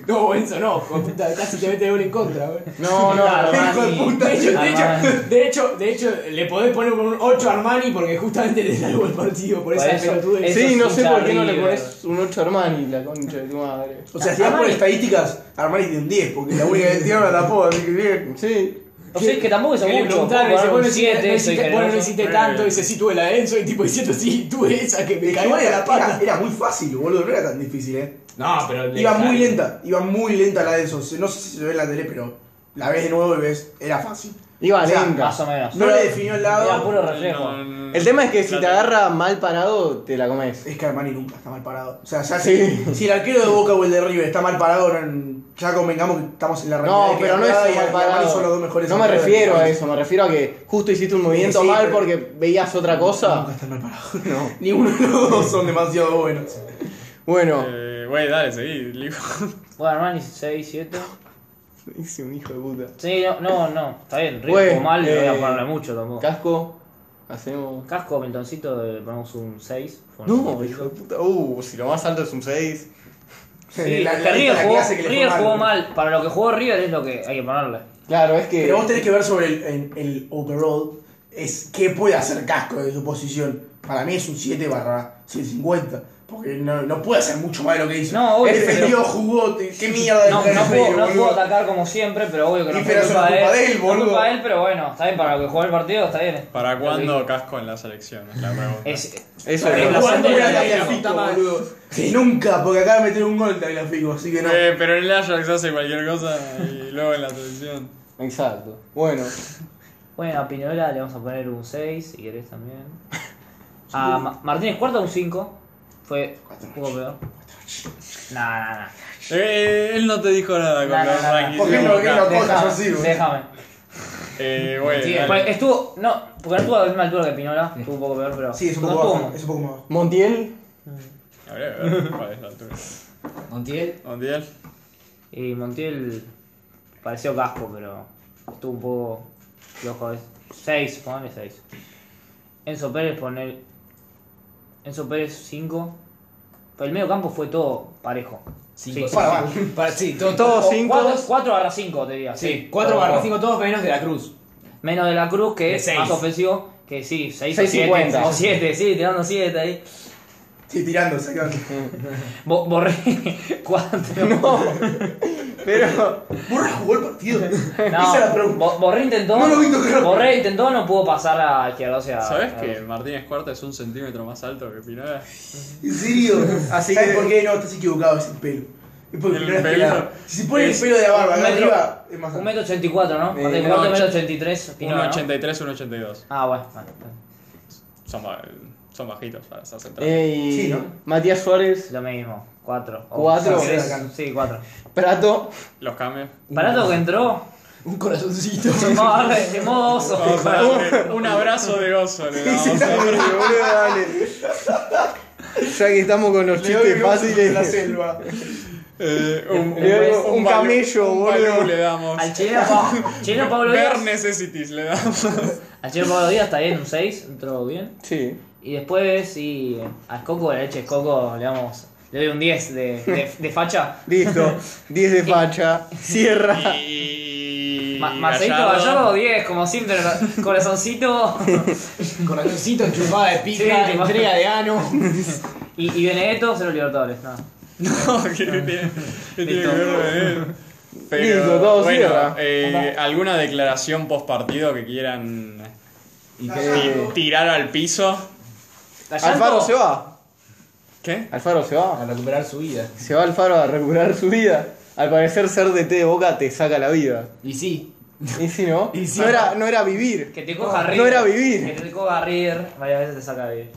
B: No, Enzo, no. hijo de puta, Casi te mete gol en contra, güey.
C: No, no,
E: Claro,
C: no.
A: Hijo de puta.
B: De hecho, de,
E: Armani.
B: hecho, de, hecho, de hecho, le podés poner un 8 a Armani porque justamente le salvó el partido por
E: Por
B: esa
E: eso,
B: pelotudez.
E: eso
C: Sí,
E: es
C: no sé
E: hincha
C: por qué no le
E: River.
C: pones un 8 Armani, la concha de tu madre.
A: O sea, si vas por
E: Armani-
A: estadísticas, Armani tiene un 10, porque la única que tiene la tapó, así que bien.
C: Sí.
E: O sea, es que tampoco es
B: Que le
E: mucho. puedo
B: preguntaron, dice,
E: jugar
B: bueno,
E: un
B: no hiciste- no
E: 7, soy
B: hiciste- bueno, no
E: generoso.
B: hiciste tanto, dice, sí, tuve la de Enzo, y tipo diciendo, sí, tuve esa que me
A: Es que
B: cagó
A: igual
B: la
A: era,
B: pata.
A: era- era muy fácil, boludo, no era tan difícil, eh.
B: No, pero... le-
A: Iba muy lenta, iba muy lenta la de esos. No sé si se ve en la tele, pero la ves de nuevo y ves, era fácil.
C: Iba
A: O sea,
C: lenta.
E: Más o menos.
A: No le definió el
E: Era
A: lado.
E: puro reflejo.
C: El tema es que si te agarra mal parado, te la comes.
A: Es que Armani nunca está mal parado. O sea, ya
C: Sí.
A: si, si el arquero de Boca o el de River está mal parado, no- ya convengamos que estamos en la realidad.
C: No,
A: de que
C: pero no es
A: Armani y
C: mal
A: Armani
C: parado.
A: son los dos mejores
C: No me
A: arqueros del
C: refiero a
A: país.
C: eso, me refiero a que justo hiciste un movimiento
A: Sí,
C: mal
A: pero-
C: porque veías otra
A: Nunca
C: cosa.
A: están mal parados.
C: No.
A: Ninguno de los dos son demasiado buenos.
C: Bueno.
D: Eh, Güey, dale, seguí, Ligo.
E: Bueno, Armani 6, 7.
C: Hice un hijo de puta.
E: Sí, no, no, no. Está bien, rico
C: Bueno,
E: mal, no voy
C: eh,
E: a ponerle mucho tampoco.
C: Casco. Hacemos.
E: Casco, Miltoncito, le ponemos un 6.
A: eh,
C: No, hijo de puta. Uh, si lo más alto es un 6.
E: Sí,
A: La-
E: que
A: la-
E: River
A: la
E: jugó,
A: clase que le fue
E: River
A: mal,
E: jugó
A: boludo.
E: mal. Para lo que jugó River es lo que hay que ponerle.
C: Claro, es que.
A: Pero vos tenés que ver sobre el, en- el overall, es qué puede hacer Casco de su posición. Para mí es un 7 barra 650, porque no, no puede hacer mucho más de lo que hizo.
E: No, obvio,
A: Defendió, jugó, te- qué mierda de
E: No, no,
A: defensa
E: puedo,
A: hizo,
E: no
A: boludo.
E: puedo atacar como siempre, pero obvio que no
A: Y
E: fue
A: pero eso
E: culpa
A: no es
E: de
A: culpa de él,
E: él. No es
A: boludo.
E: culpa de él, pero bueno, está bien, para lo que jugó el partido está bien.
D: ¿Para
E: Lo que-
D: cuándo casco en la selección? Es la pregunta.
E: Es,
C: Eso
A: Pero
E: es
C: es
E: la
A: jugando
E: serie
A: era
E: de la
A: Tagliafico,
B: puta madre.
A: boludo. Que nunca, porque acaba de meter un gol Tagliafico, así que no.
D: Eh, pero en el Ajax hace cualquier cosa y luego en la selección.
C: Exacto. Bueno.
E: Bueno, a Pinola le vamos a poner un 6, si querés también. A Ma- Martínez Cuarta un 5. Fue jugó peor. Nah, nah, nah.
D: Eh, él no te dijo nada con
E: No, no,
D: los
E: no, no.
D: rankings.
A: ¿Por qué
D: de
A: no?
D: Boca.
A: ¿Qué no? cosa, yo sí,
E: Déjame.
A: boludo.
E: déjame.
D: Eh, güey,
B: Sí,
D: dale.
E: Bueno, Pues estuvo. No, porque no estuvo a la misma altura que Pinola. Estuvo un poco peor, pero.
A: Sí, es un
E: no
A: poco
E: estuvo
A: bajo,
E: mal.
A: es un poco más bajo.
C: Montiel.
D: Habría que ver cuál es la altura.
B: Montiel.
D: Montiel.
E: Y Montiel pareció casco, pero estuvo un poco flojo. 6, ponle 6. Enzo Pérez poner. Enzo Pérez 5. Pero el medio campo fue todo parejo.
B: Cinco,
E: Sí.
B: para, para, sí, todo,
C: Todos
B: todo-
C: 5.
E: 4 barra 5 te diría.
B: Sí, 4 barra 5 todos menos de la Cruz.
E: Menos de la Cruz, que
B: De
E: es
B: seis.
E: más ofensivo. Que sí, 6 o 7.
C: 6.50.
E: O 7, sí, tirando 7 ahí.
A: Sí, tirando, sacando.
E: Bo- borré 4.
C: No. Pero.
A: Borra jugó el partido.
E: No,
A: Esa es la pregunta.
E: Bo- Borré intentó.
A: No lo vi tocar.
E: Borré intentó, no pudo pasar a izquierda. O sea,
D: ¿Sabes
E: Ah, a-
D: que Martínez Cuarta es un centímetro más alto que Pinola?
A: En serio.
C: Así
A: ¿Sabes
C: que-
A: por qué no estás equivocado? Es el pelo. Es porque
D: El
A: no es
D: pelo.
A: pelado. Si se pone el
D: Es
A: pelo de la barba, acá
E: metro-
A: arriba, es más
E: Un
A: alto.
E: metro ochenta y cuatro, ¿no?
C: Eh,
E: Aparte,
C: no,
E: cuarto metro
D: och-
E: ochenta y tres, Pino, ¿no?
D: 1,83, 1,82.
E: Ah, bueno. vale, está bien.
D: Son, ba- son bajitos para ser central.
C: Eh, y
A: Sí, ¿no?
C: Matías Suárez.
E: Lo mismo. Cuatro. O
C: Cuatro.
E: tres. Sí, cuatro.
C: Prato.
D: Los cambios.
E: Parato que entró.
B: Un corazoncito.
E: De modo, arre, de modo oso.
D: Vamos a darle un abrazo de oso le damos.
C: Ya que estamos con los
A: León
C: chistes
A: y Gonzalo de la
C: fáciles.
A: selva.
D: Eh, un,
C: Le doy un
D: balu-
C: camello,
D: un balu
C: boludo.
D: le damos.
E: Al chileno, Pa- chileno Pablo
D: Ver
E: Díaz.
D: necessities le damos.
E: Al chileno Pablo Díaz está bien, un 6. Entró bien.
C: Sí.
E: Y después, sí. Al Coco, la leche de Coco, le damos. Le doy un 10 de, de, de facha.
C: Listo. 10 de facha. Cierra.
D: Y.
E: Ma- Marcelito Gallardo, 10, como siempre. Corazoncito.
B: Corazoncito, chupada de
E: Sí,
B: pija,
E: chupada.
B: entrega de ano.
E: Y, y Benedetto, cero Libertadores. nada.
D: No, ¿qué tiene, qué tiene que
E: Listo.
D: ver con él? Pero,
C: Listo, todo
D: bueno,
C: cierra.
D: eh, ¿Alguna declaración post partido que quieran ti- tirar al piso?
C: Alfaro se va.
D: ¿Qué?
C: Alfaro se va.
B: A recuperar su vida.
C: Se va Alfaro a recuperar su vida. Al parecer ser de té de boca te saca la vida.
B: Y sí.
C: Y si no,
B: Y si
C: no,
B: no.
C: era, no era vivir.
E: Que te coja
C: No
E: River.
C: era vivir.
E: Que te coja River. Varias veces te saca River.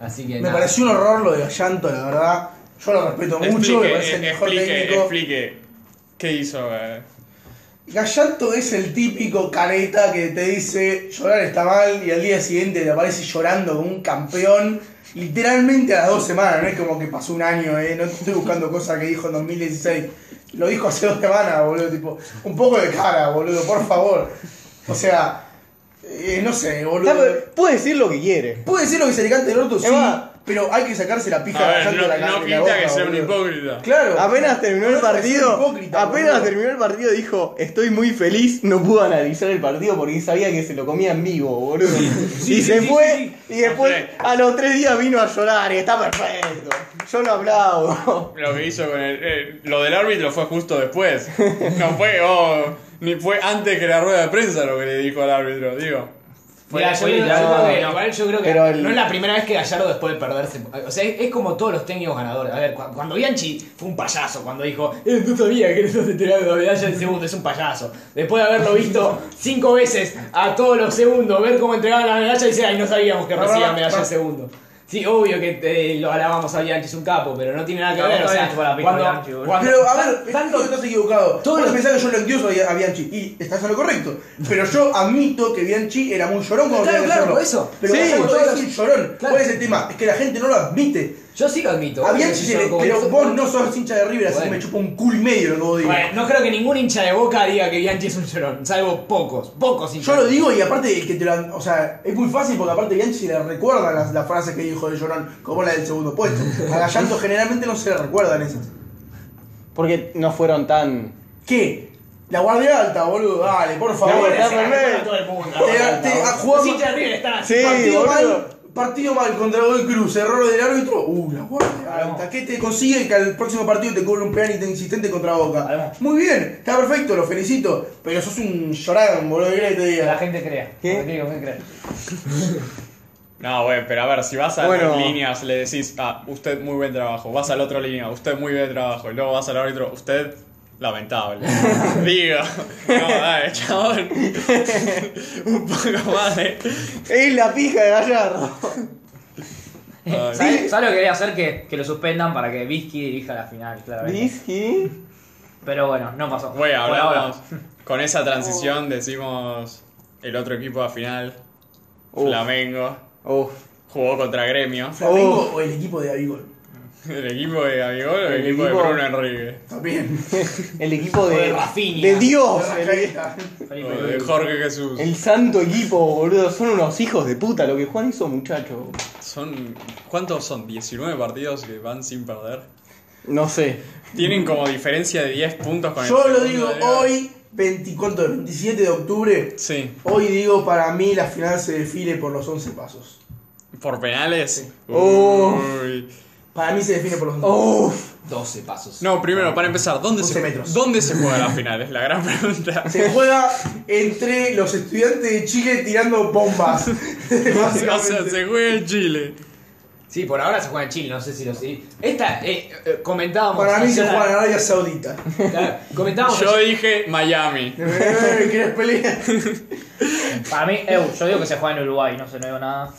B: Así que
A: Me
B: nada.
A: pareció un horror lo de Gallanto, la verdad. Yo lo respeto mucho, me parece el
D: Explique,
A: mejor
D: explique,
A: técnico.
D: explique. ¿Qué hizo? eh?
A: Gallanto es el típico caneta que te dice llorar está mal y al día siguiente te aparece llorando como un campeón. Literalmente a las dos semanas, no es como que pasó un año, ¿eh? no te estoy buscando cosas que dijo en 2016. Lo dijo hace dos semanas, boludo, tipo, un poco de cara, boludo, por favor. O sea, Eh, no sé, boludo.
C: Está, pero Puede decir lo que quiere.
A: Puede decir lo que se le cante el orto, sí,
C: Emma.
A: pero hay que sacarse la pija
D: A ver,
A: gastando
D: no,
A: la cara-
D: no
A: la
D: pinta
A: boca,
D: que sea un
A: boludo.
D: hipócrita.
A: Claro.
C: Apenas terminó el
A: No deja de ser
C: partido,
A: hipócrita,
C: apenas
A: boludo.
C: terminó el partido dijo, estoy muy feliz, no pude analizar el partido porque sabía que se lo comía en vivo, boludo.
A: Sí,
C: y
A: sí,
C: se
A: sí,
C: fue,
A: sí,
C: y después
D: Perfecto.
C: a los tres días vino a llorar y está perfecto. Yo no aplaudo.
D: Lo que hizo con el. eh, lo del árbitro fue justo después. No fue, oh, ni fue antes que la rueda de prensa lo que le dijo al árbitro, digo.
B: Mira, yo, creo-
E: política,
B: yo
C: no,
B: creo que,
C: no.
B: igual yo creo que
C: Pero el-
B: no es la primera vez que Gallardo después de perderse. O sea, es, es como todos los técnicos ganadores. A ver, cu- cuando Bianchi fue un payaso, cuando dijo, eh, no sabía que no se tiraba de medalla en segundo, es un payaso. Después de haberlo visto cinco veces a todos los segundos, ver cómo entregaban la medalla y decía, ay, no sabíamos que
A: Pará,
B: recibía
A: pará,
B: medalla en
A: pará.
B: segundo. Sí, obvio que eh, lo alabamos a Bianchi, es un capo, pero no tiene nada que
E: No,
B: ver. O
E: no
B: sea,
E: es para pico
B: cuando-
E: Bianchi, boludo.
B: cuando-
A: Pero a ver,
B: tanto-
A: tanto que estás equivocado.
B: Todo
A: Todos Vos
B: lo-
A: pensás que yo lo endioso a, a Bianchi y estás en lo correcto. Pero yo admito que Bianchi era muy llorón cuando
B: Claro,
A: tenía que
B: claro,
A: hacerlo.
B: por eso.
A: Pero
B: Sí.
A: Gallardo
B: Todas
A: es
B: las-
A: un llorón.
B: Claro.
A: ¿Cuál es el tema? Es que la gente no lo admite.
B: Yo sí lo admito.
A: A
B: obvio
A: Bianchi
B: que
A: se
B: soy
A: le-
B: como-
A: pero vos no sos hincha de River, así que
B: Bueno.
A: me chupa un culo y medio lo que vos digas.
B: Bueno, no creo que ningún hincha de Boca diga que Bianchi es un llorón, salvo pocos, pocos hinchas.
A: Yo lo digo y aparte el que te lo, o sea, es muy fácil porque aparte Bianchi le recuerda las, las frases que dijo de Llorón, como la del segundo puesto. A Gallardo generalmente no se le recuerdan esas.
C: Porque no fueron tan...
A: ¿Qué? La guardia alta, boludo, dale, por favor.
C: está
A: Te-
C: perfecto.
B: todo el mundo.
A: te- a-
B: Los
A: jugamos-
B: hinchas de River están así.
C: Sí,
A: partido
C: boludo.
A: mal, partido mal contra Godoy Cruz, error del árbitro. Uh, la guardia alta. ¿Qué te consigue que al próximo partido te cobre un penalti insistente contra Boca?
E: Además.
A: Muy bien, está perfecto, lo felicito. Pero sos un llorón, boludo, ¿qué querés que te
E: La
A: diga?
E: gente crea.
C: ¿Qué?
E: Lo que digo, ¿qué crees?
D: No, bueno, pero a ver, si vas a
C: Bueno.
D: las líneas, le decís, ah, usted muy buen trabajo, vas a la otra línea, usted muy buen trabajo, y luego vas al árbitro, usted lamentable. Digo, no, dale, chabón. Un poco más de.
C: Es la pija de Gallardo.
D: Ay.
E: ¿Sabes sabes lo que quería hacer? Que, que lo suspendan para que Visky dirija la final, claramente.
C: Disky.
E: Pero bueno, no pasó.
D: Bueno,
E: Por ahora.
D: hablamos. Con esa transición decimos el otro equipo a final,
C: Uf.
D: Flamengo,
C: Uf.
D: jugó contra Gremio.
A: ¿Flamengo o el equipo de Avigol?
D: ¿El equipo de Gabigol o el,
C: El
D: equipo,
C: equipo-
D: de Bruno Enrique?
A: También.
C: El equipo
B: O de
C: de...
B: Rafinha.
C: De
A: Oh,
C: Dios. El,
A: Rascaeta.
E: Felipe,
D: O de Jorge Jesús.
C: el santo equipo, boludo. Son unos hijos de puta lo que Juan hizo, muchacho.
D: Son, ¿Cuántos son? ¿19 partidos que van sin perder?
C: No sé.
D: Tienen como diferencia de 10 puntos con el
A: Yo lo
D: segundo
A: digo
D: de la-
A: hoy, 20 ¿cuánto es? 27 de octubre.
D: Sí,
A: Hoy digo, para mí la final se define por los 11 pasos.
D: por penales.
C: Oh.
D: Uy.
A: Para mí se define por los 11 pasos.
C: Uf.
B: 12 pasos.
D: No, primero, para empezar, ¿dónde
A: 11
D: se,
A: metros.
D: ¿dónde se juega la final? Es la gran pregunta.
A: Se juega entre los estudiantes de Chile tirando bombas.
D: o sea,
A: Básicamente.
D: se juega en Chile.
B: Sí, por ahora se juega en Chile, no sé si lo sé. Esta, eh, eh, comentábamos.
A: Para mí se
B: ayer-
A: juega en Arabia Saudita.
B: Claro, comentábamos.
D: Yo
B: ayer-
D: dije Miami.
A: Eh, ¿Quieres pelear?
E: Para mí, eu, yo digo que se juega en Uruguay, no se no digo nada.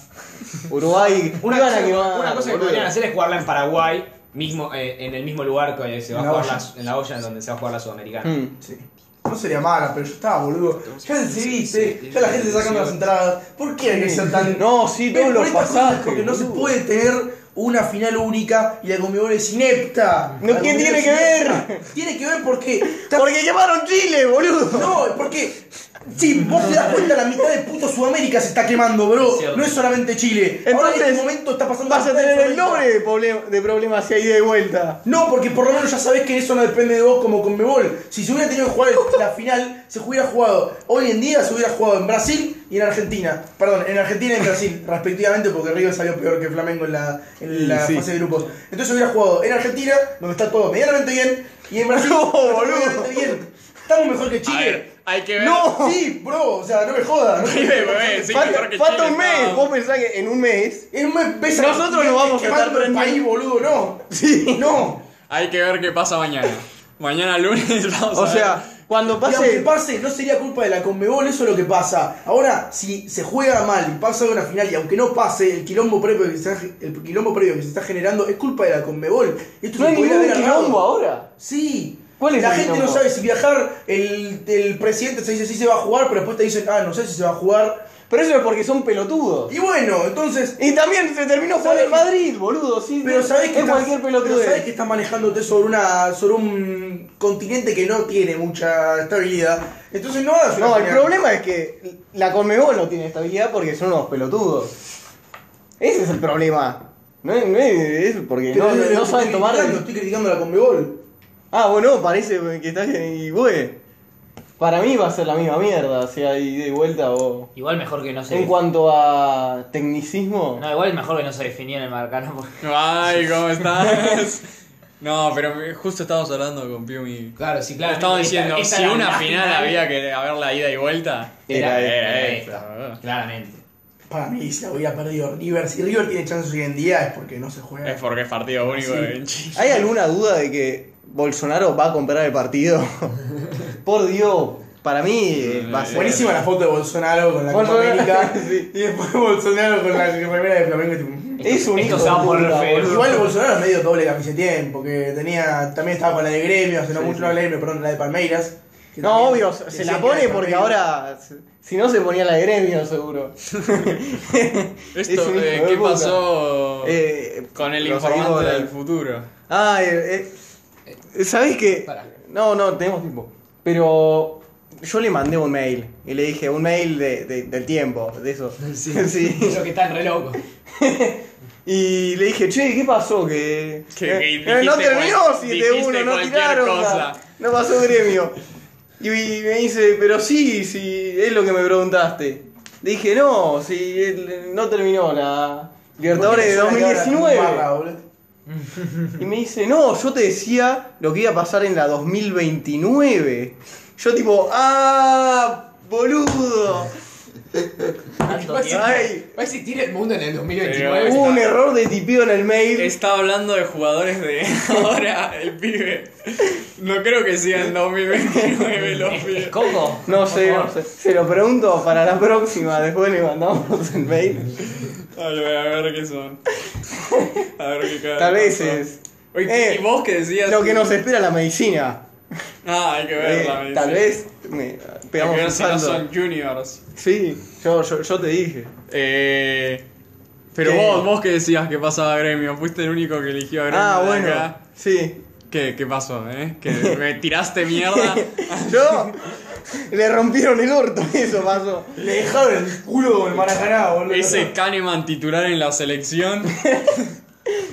C: Uruguay.
B: una,
C: iban a
B: cosa,
C: quemar,
B: una cosa que
C: boludo.
B: podrían hacer es jugarla en Paraguay, mismo, eh, en el mismo lugar que se va a
A: En la
B: jugar
A: olla. Mm.
B: la, en la olla en donde se va a jugar la Sudamericana.
C: Hmm.
A: Sí. No sería mala, pero yo estaba, boludo. Ya decidiste, ya la gente está sacando las entradas. ¿Por qué hay que ser tan.?
C: No, sí,
A: Ven, por
C: todos los
A: estas cosas,
C: pasajes.
A: Porque no se
C: boludo.
A: puede tener una final única y la Conmebol es inepta.
C: No,
A: La Conmebol
C: ¿quién tiene
A: es
C: que
A: inepta.
C: ver?
A: Tiene que ver porque.
C: Porque quemaron Chile, boludo.
A: No, porque. Sí, vos te das cuenta, la mitad de puto Sudamérica se está quemando, bro.
E: Cierto.
A: No es solamente Chile. Ahora en
C: Entonces,
A: este momento está pasando.
C: Vas a
A: la mitad de
C: tener el
A: Sudamérica.
C: doble de, problema- de problemas si hay de vuelta.
A: No, porque por lo menos ya sabés que eso no depende de vos como Conmebol. Si se hubiera tenido que jugar el- la final, se hubiera jugado. Hoy en día se hubiera jugado en Brasil y en Argentina. Perdón, en Argentina y en Brasil, respectivamente, porque River salió peor que Flamengo en la, en la
C: Sí.
A: fase de grupos. Entonces se hubiera jugado en Argentina, donde está todo medianamente bien, y en Brasil,
C: No,
A: donde está
C: boludo.
A: medianamente bien. Estamos mejor que
D: A
A: Chile.
D: ver, hay que ver.
C: No.
A: Sí, bro, o sea, no me jodas. No
D: Sí, bebé, sí,
C: falta
D: mejor que
C: falta
D: Chile,
C: un mes.
D: no.
C: Vos pensás que en un mes.
A: Es un mes
C: Nosotros no vamos a estar
A: quemando el
C: prendiendo.
A: país, boludo, no.
C: Sí.
A: No.
D: Hay que ver qué pasa mañana. Mañana lunes vamos
C: O
D: a ver.
C: sea, cuando
A: Y aunque
C: pase.
A: pase, no sería culpa de la Conmebol, eso es lo que pasa. Ahora, si se juega mal y pasa de una final, y aunque no pase, el quilombo previo que se está, el quilombo previo que se está generando es culpa de la Conmebol. Esto
C: No
A: se
C: hay
A: podría
C: ningún
A: haber ahorrado.
C: quilombo ahora.
A: Sí.
C: ¿Cuál es
A: la
C: el
A: gente no
C: quilombo?
A: sabe si viajar, el, el presidente se dice si se va a jugar, pero después te dicen, ah, no sé si se va a jugar.
C: Pero eso es porque son pelotudos.
A: Y bueno, entonces.
C: Y también se terminó jugando en Madrid, boludo. Sí,
A: Pero sabés que,
C: es
A: estás,
C: cualquier
A: pero
C: pelotudo.
A: sabés que estás manejándote sobre una sobre un continente que no tiene mucha estabilidad. Entonces no hagas una
C: No, el
A: genial-
C: problema es que la Conmebol no tiene estabilidad porque son unos pelotudos. Ese es el problema. No es, no es- es porque
A: Pero
C: no, no-
A: yo
C: no
A: estoy
C: saben tomar.
A: criticando, Estoy criticando a la Conmebol.
C: Ah, bueno, parece que estás y güey. Para mí va a ser la misma mierda, o sea, y de vuelta o.
E: Igual mejor que no se.
C: En cuanto a tecnicismo.
E: No, igual mejor que no se definió en el Maracaná. porque-
D: Ay, ¿cómo estás? No, pero me- justo estábamos hablando con Piumi.
B: Claro, sí, claro.
D: Estamos diciendo,
E: esta
D: si
E: era
D: una
E: una
D: final
E: final.
D: había que haber la ida y vuelta, Eh,
C: Era
D: era
B: esta, claramente.
A: Para mí, si la hubiera perdido River, si River tiene chances hoy en día es porque no se juega.
D: eh, es porque es partido
C: Ah,
D: único eh, en Chile.
C: ¿Hay alguna duda de que Bolsonaro va a comprar el partido? Por Dios, para mí eh, va a ser.
A: Buenísima la foto de Bolsonaro con la Copa
C: Bolsonaro,
A: América
C: sí.
A: y después Bolsonaro con la remera de Flamengo. tipo,
C: Es un
E: Esto
C: hijo
E: se va a
C: de
E: poner
C: puta,
E: feo.
C: boludo.
A: Igual Bolsonaro es medio doble camisetín, porque tenía, también estaba con la de Gremio, hace no mucho, no la de Gremio, perdón, la de Palmeiras. que
C: No,
A: también
C: obvio, se se la
A: decían que era
C: pone
A: de
C: porque
A: Palmeiras.
C: ahora. Si no, se ponía la de gremio, seguro. Es
D: Esto,
C: un hijo
D: eh,
C: de
D: ¿qué
C: puta.
D: pasó
C: Eh,
D: con el
C: lo salimos
D: informante
C: de la-
D: del futuro?
C: Ah, eh, eh, ¿sabés qué?
B: Pará.
C: No, no, tenemos tiempo. Pero yo le mandé un mail y le dije, un mail de, de- del tiempo, de eso. Sí.
B: Ellos que están re locos.
C: Y le dije, che, ¿qué pasó? Que,
D: Que- que
C: eh, no
D: dijiste
C: terminó
D: cual-
C: 7-1,
D: dijiste
C: no
D: cualquier
C: tiraron.
D: cosa.
C: nada, No pasó gremio. Y me dice, pero sí, sí, es lo que me preguntaste. Le dije, no, sí, él- eh, no terminó la Libertadores de
A: Porque no sé,
C: 2019.
A: ahora, barra, boludo.
C: Y me dice, no, yo te decía lo que iba a pasar en la 2029. Yo tipo, ah, boludo.
E: Tanto tiempo.
C: Ay,
B: ¿Va a existir el mundo en el 2029?
D: Pero-
C: hubo un error de tipeo en el mail.
D: Estaba hablando de jugadores de ahora, el pibe. No creo que sea en 2029 los
E: ¿Es, es
D: pibes.
E: Coco?
C: No
E: Por
C: sé,
E: favor.
C: no sé. Se lo pregunto para la próxima, después le mandamos el mail.
D: Ay, voy a ver qué son. A ver qué cara.
C: Tal vez es
D: Oye,
C: Eh,
D: ¿Y vos qué decías?
C: lo que nos espera la medicina.
D: Ah, hay que
C: Eh,
D: verla. me
C: tal
D: dice.
C: vez me
D: Hay
C: pegamos
D: que ver
C: un
D: si no
C: salto.
D: son juniors.
C: Sí, yo, yo, yo te dije.
D: Eh, pero
C: ¿Qué?
D: vos, vos qué decías que pasaba a Gremio. Fuiste el único que eligió a Gremio.
C: Ah,
D: de
C: bueno,
D: acá.
C: sí.
D: ¿Qué, ¿Qué pasó, eh? Que me tiraste mierda.
C: Yo le rompieron el orto, eso pasó.
A: Le dejaron el culo con el Maracaná, boludo.
D: Ese Kahneman titular en la selección.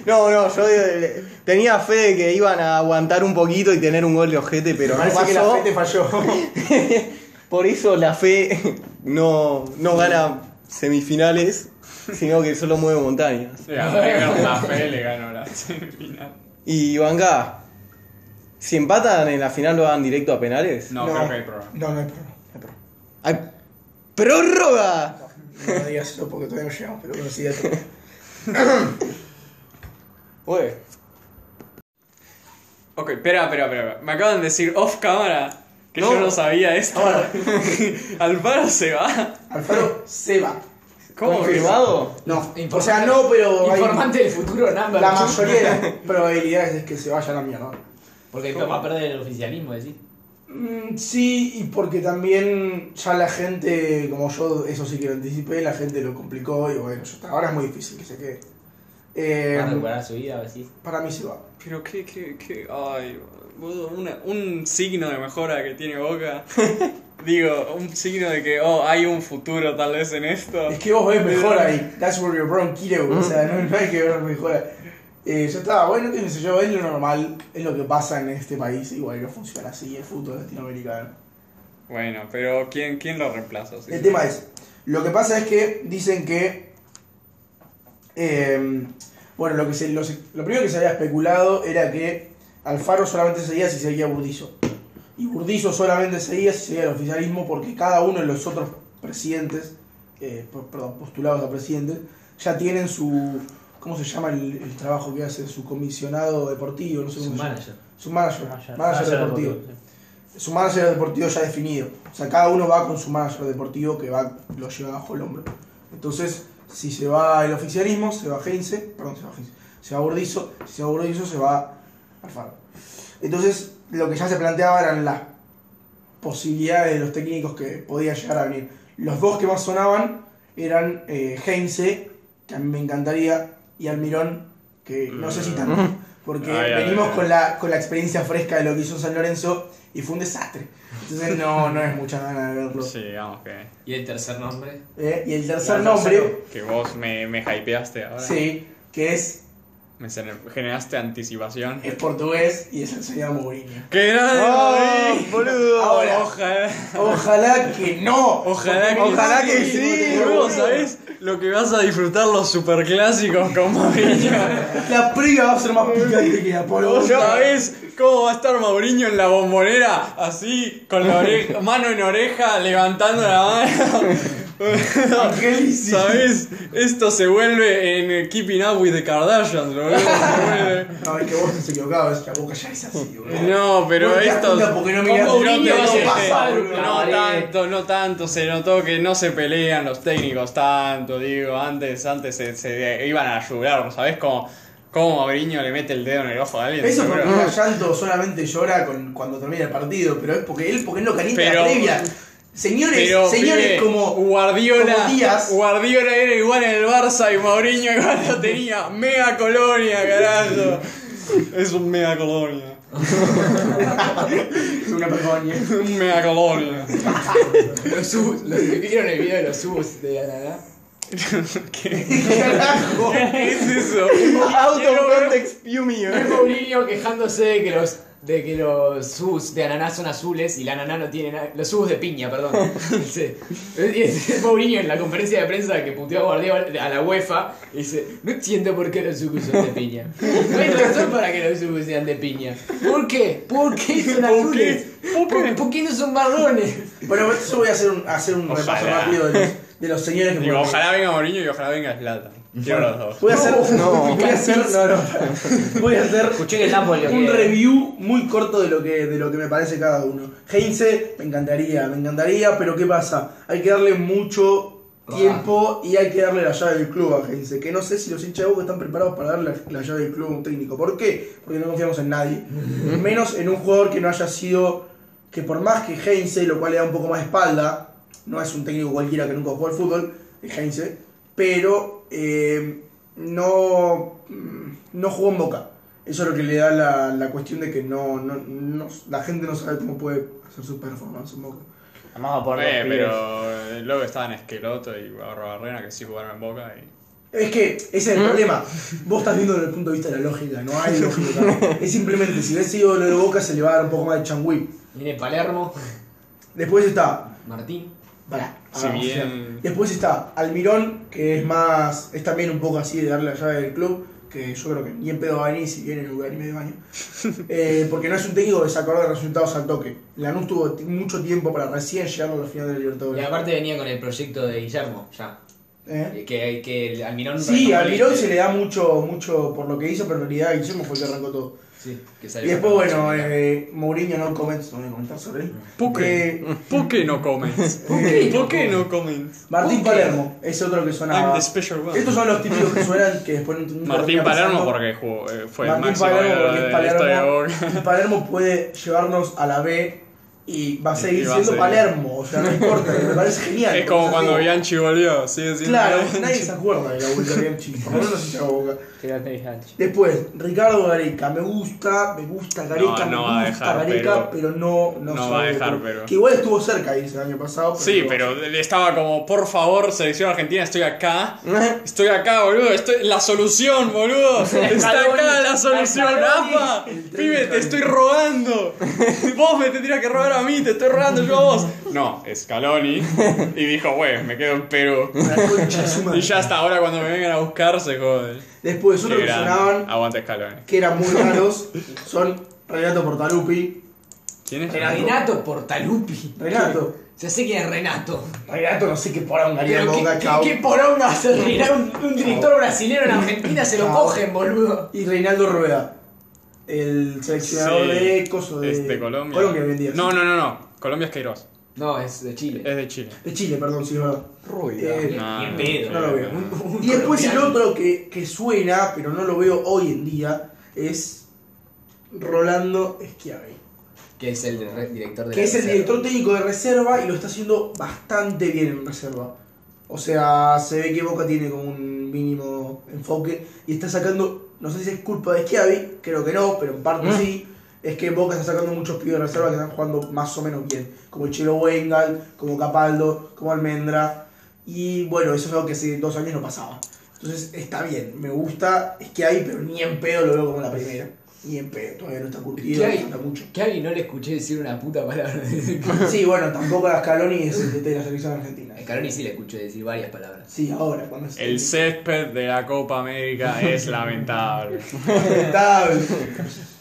C: No, no, yo eh, tenía fe de que iban a aguantar un poquito y tener un gol de ojete, pero no
A: Parece que la
C: pasó.
A: gente falló.
C: Por eso la fe no, no gana semifinales, sino que solo mueve montañas.
D: Sí, a River la fe le ganó la semifinal.
C: Y Vanga, si empatan en la final lo van directo a penales.
D: No, creo que hay problema.
A: No, no hay problema. no hay problema.
C: ¡Ay, ¡Prórroga!
A: No digas eso porque todavía no llegamos, pero bueno, sí, ya está.
C: Güey,
D: Ok, espera, espera, espera. Me acaban de decir off cámara que yo no sabía
C: Ah.
D: esto. Alfaro se va.
A: Alfaro se va.
D: ¿Cómo que-
C: ¿Confirmado?
A: No,
B: Informante-
A: o sea, no, pero hay-
B: Informante del futuro, number
A: la
B: two.
A: mayoría de las probabilidades es que se vaya a la mierda.
B: Porque va a perder el oficialismo, decís.
A: Mm, Sí, y porque también ya la gente, como yo eso sí que lo anticipé, la gente lo complicó y bueno, ya está. ahora es muy difícil que se quede. Eh,
B: Va a recuperar su vida, decís.
A: para mí se va.
D: Pero qué, qué, qué. Ay, boludo, una- un signo de mejora que tiene Boca. Digo, un signo de que, oh, hay un futuro tal vez en esto.
A: Es que vos ves mejor ahí. That's where you're wrong, kiddo. O sea, no, no hay que ver mejor. Eh, ya está, bueno, qué sé yo, es lo normal, es lo que pasa en este país. Igual no funciona así el fútbol latinoamericano.
D: Bueno, pero ¿quién, quién lo reemplaza? Sí.
A: El tema es, lo que pasa es que dicen que... eh, bueno, lo, que se, lo, se- lo primero que se había especulado era que Alfaro solamente seguía si seguía Burdizo. Y Burdizo solamente seguía si seguía el oficialismo porque cada uno de los otros presidentes, eh, po- perdón, postulados a presidentes, ya tienen su... ¿Cómo se llama el, el trabajo que hace? Su comisionado deportivo, no sé
B: Su
A: cómo se llama.
B: manager.
A: Su manager.
E: Manager- Ah,
A: manager
E: manager
A: deportivo
E: deportivo, sí.
A: su manager deportivo ya definido. O sea, cada uno va con su manager deportivo que va, lo lleva bajo el hombro. Entonces, si se va el oficialismo, se va Heinze, perdón, se va Heinze, se va Burdizo, si se va Burdizo, se va Alfaro. Entonces, lo que ya se planteaba eran las posibilidades de los técnicos que podía llegar a venir. Los dos que más sonaban eran eh, Heinze, que a mí me encantaría, y Almirón, que no sé si tanto. Porque
D: Ay, ay,
A: venimos
D: ay.
A: Con, la, con la experiencia fresca de lo que hizo San Lorenzo y fue un desastre. Entonces no, no es mucha gana de verlo.
D: Sí, digamos que,
B: ¿Y el tercer nombre?
A: Eh, Y el tercer
E: El tercero.
A: nombre,
D: que vos me, me hypeaste ahora.
A: sí, que es,
D: Me gener- generaste anticipación.
A: es portugués y es el señor Mourinho.
D: ¡Qué grande!
C: ¡Oh, boludo!
A: Ahora.
D: Ojalá.
A: Ojalá que no.
D: Ojalá que,
C: Ojalá que sí,
D: Luego,
A: boludo.
D: ¿sabés? Lo que vas a disfrutar los superclásicos con Mourinho.
A: La previa va a ser más picante que la polvo.
D: ¿Vos sabés cómo va a estar Mourinho en la bombonera? Así, con la oreja, mano en oreja, levantando la mano.
A: Angelici.
D: ¿Sabés? Esto se vuelve en eh, Keeping Up with the Kardashians, boludo. Se vuelve-
A: No, es que vos no se equivocabas, la boca ya es así, boludo.
D: No, pero
A: No te das
D: esto.
A: cuenta porque no mirás
D: Con
A: el
D: Mourinho
A: video,
D: no se-
A: no pasa,
D: eh,
A: boludo.
D: no tanto, no tanto. Se notó que no se pelean los técnicos tanto, digo. Antes, antes se, se iban a ayudar, ¿sabés? Como, como Mourinho le mete el dedo en el ojo a alguien.
A: Eso es
D: seguro.
A: porque Gallanto solamente llora con- cuando termina el partido, pero es porque él porque él no calienta la
D: Pero-
A: previa. Señores,
D: Pero,
A: señores
D: pibe,
A: como
D: Guardiola,
A: como Díaz.
D: Guardiola era igual en el Barça y Mourinho igual lo tenía. Mega colonia, carajo. Es un mega colonia.
A: una pegonia.
D: Un mega colonia.
B: Los subs, los que vieron el video de los subs de la nada.
A: Carajo.
D: ¿Qué es eso?
C: Out of context, view mío.
B: Es Mourinho quejándose de que los de que los sus de ananá son azules y la ananá no tiene nada. Los sus de piña, perdón. Sí. Y es Mourinho en la conferencia de prensa que puteó a Guardiola a la UEFA y dice, no entiendo por qué los sus son de piña. No hay razón para que los sus sean de piña. ¿Por qué? ¿Por qué son
D: ¿Por qué?
B: azules? ¿Por, por qué no son marrones?
A: Bueno, yo voy a hacer un, hacer un
D: Ojalá.
A: repaso rápido de los, de los señores que
D: Digo,
A: pueden-
D: ojalá venga Mourinho y ojalá venga Slatan. Quiero los dos.
A: Voy a hacer.
C: No.
A: voy a hacer. no, no. Voy a hacer
E: Escuché que el Napoli lo
A: un
E: quiere.
A: review muy corto de lo que de lo que me parece cada uno. Heinze, me encantaría, me encantaría, pero ¿qué pasa? Hay que darle mucho tiempo y hay que darle la llave del club a Heinze, que no sé si los hinchas de Boca están preparados para darle la, la llave del club a un técnico. ¿Por qué? Porque no confiamos en nadie, menos en un jugador que no haya sido que por más que Heinze, lo cual le da un poco más de espalda, no es un técnico cualquiera que nunca jugó al fútbol, es Heinze, pero eh, no, mm, no jugó en Boca. Eso es lo que le da la, la cuestión de que no, no, no- la gente no sabe cómo puede hacer su performance en Boca.
E: Vamos a por
D: Eh,
E: los pibes.
D: pero eh, luego estaban Esqueloto y Barbarrena que sí jugaron en Boca y...
A: Es que ese es el problema. Vos estás viendo desde el punto de vista de la lógica, no hay lógica. es simplemente, si hubiese sido lo de Boca, se le va a dar un poco más de changüí.
B: Viene Palermo,
A: Después está
B: Martín.
A: Pará,
D: Si
A: hagamos,
D: bien-
A: o sea, Después está Almirón, que es más. Es también un poco así de darle la llave del club. Que yo creo que ni en pedo va a venir si viene en lugar y medio año. Eh, porque no es un técnico que se acordó de resultados al toque. Lanús tuvo ti- mucho tiempo para recién llegar a la final de la
B: Y
A: Libertadores.
B: aparte venía con el proyecto de Guillermo, ya.
A: ¿Eh?
B: Que, que el Almirón.
A: Sí, a Almirón se
B: Sí,
A: le da mucho, mucho por lo que hizo, pero en realidad Guillermo fue el que arrancó todo.
B: que
A: Y
B: salió
A: después,
B: campeón.
A: bueno, eh, Mourinho no comento, no voy a comentar sobre él.
D: ¿Por qué?
A: Eh,
D: ¿Por qué no comes?
A: ¿Por qué
D: ¿Por qué no comes?
A: Martín
B: ¿Por qué?
A: Palermo es otro que
D: I'm
A: sonaba.
D: the special one.
A: Estos son los típicos que suenan que después nunca
D: Martín
A: termina
D: Palermo
A: pasando.
D: porque jugó, eh, fue el
A: Martín
D: máximo
A: Palermo,
D: goleador
A: porque
D: de
A: es
D: la historia de Boca.
A: Palermo, y Palermo puede llevarnos a la B y va a
D: Y
A: seguir
D: va a
A: siendo
D: seguir.
A: Palermo, o sea, no importa, me parece genial.
D: Es como
A: porque
D: cuando
A: así.
D: Bianchi volvió, sigue siendo...
A: Claro, nadie se acuerda de la vuelta de Bianchi, por lo menos no se llama Boca.
E: Que lo tenés antes.
A: Después, Ricardo Gareca, me gusta, me gusta Gareca,
D: no va
A: me
D: a
A: gusta
D: dejar,
A: Gareca, pero,
D: pero-
A: no, no,
D: no
A: se
D: va a dejar,
A: volver.
D: pero-
A: Que igual estuvo cerca ahí el año pasado.
D: Sí, pero le estaba como, por favor, selección argentina, estoy acá. Estoy acá, boludo. Estoy... La solución, boludo. Está acá la solución, APA. Pibe, te estoy robando. Vos me tendrías que robar a mí, te estoy robando yo a vos. No, Scaloni. Y dijo, güey, me quedo en Perú.
A: La concha de su madre.
D: Y ya hasta ahora cuando me vengan a buscar se joden.
A: Después, otro
D: Qué
A: que
D: grande.
A: sonaban,
D: Aguanta Scaloni.
A: que eran muy raros, son Renato Portalupi.
D: ¿Quién es?
A: Renato.
B: Renato Portalupi.
A: Renato.
B: Ya sé quién es Renato.
A: Renato no sé qué porón haría en
B: Pero
A: Boca,
B: qué,
A: chau.
B: qué, qué poronga hace reinar un, un director brasilero en Argentina, se lo
A: Chao.
B: cogen, boludo.
A: Y Reinaldo Rueda, el seleccionador
D: Sí.
A: de Coso de
D: Es de Colombia.
A: Colombia hoy en día,
D: No,
A: sí.
D: no, no, no. Colombia es Queiroz.
B: No, es de Chile.
D: Es de Chile.
A: De Chile, perdón, sí, es verdad. Eh,
D: Eh, No,
B: Ni en pedo.
A: no lo veo.
B: Un- un
A: y después el
B: colombiano.
A: otro que, que suena, pero no lo veo hoy en día, es Rolando Schiavi.
B: Que es el de- re- director de
A: Que
B: la
A: es el
B: reserva.
A: director técnico de reserva y lo está haciendo bastante bien en reserva. O sea, se ve que Boca tiene como un mínimo enfoque y está sacando, no sé si es culpa de Schiavi, creo que no, pero en parte sí, es que Boca está sacando muchos pibes de reserva que están jugando más o menos bien, como el Chelo Wengal, como Capaldo, como Almendra, y bueno, eso es algo que hace dos años no pasaba. Entonces está bien, me gusta Schiavi, pero ni en pedo lo veo como la primera. Ni en pedo, todavía no está curtido,
B: Schiavi-
A: le falta mucho.
B: Cavi no le escuché decir una puta palabra.
A: Sí, bueno, tampoco a Scaloni es el DT de la selección argentina.
B: A Caroni sí le escuché decir varias palabras.
A: Sí, ahora, cuando es
D: El césped de la Copa América es lamentable.
A: lamentable.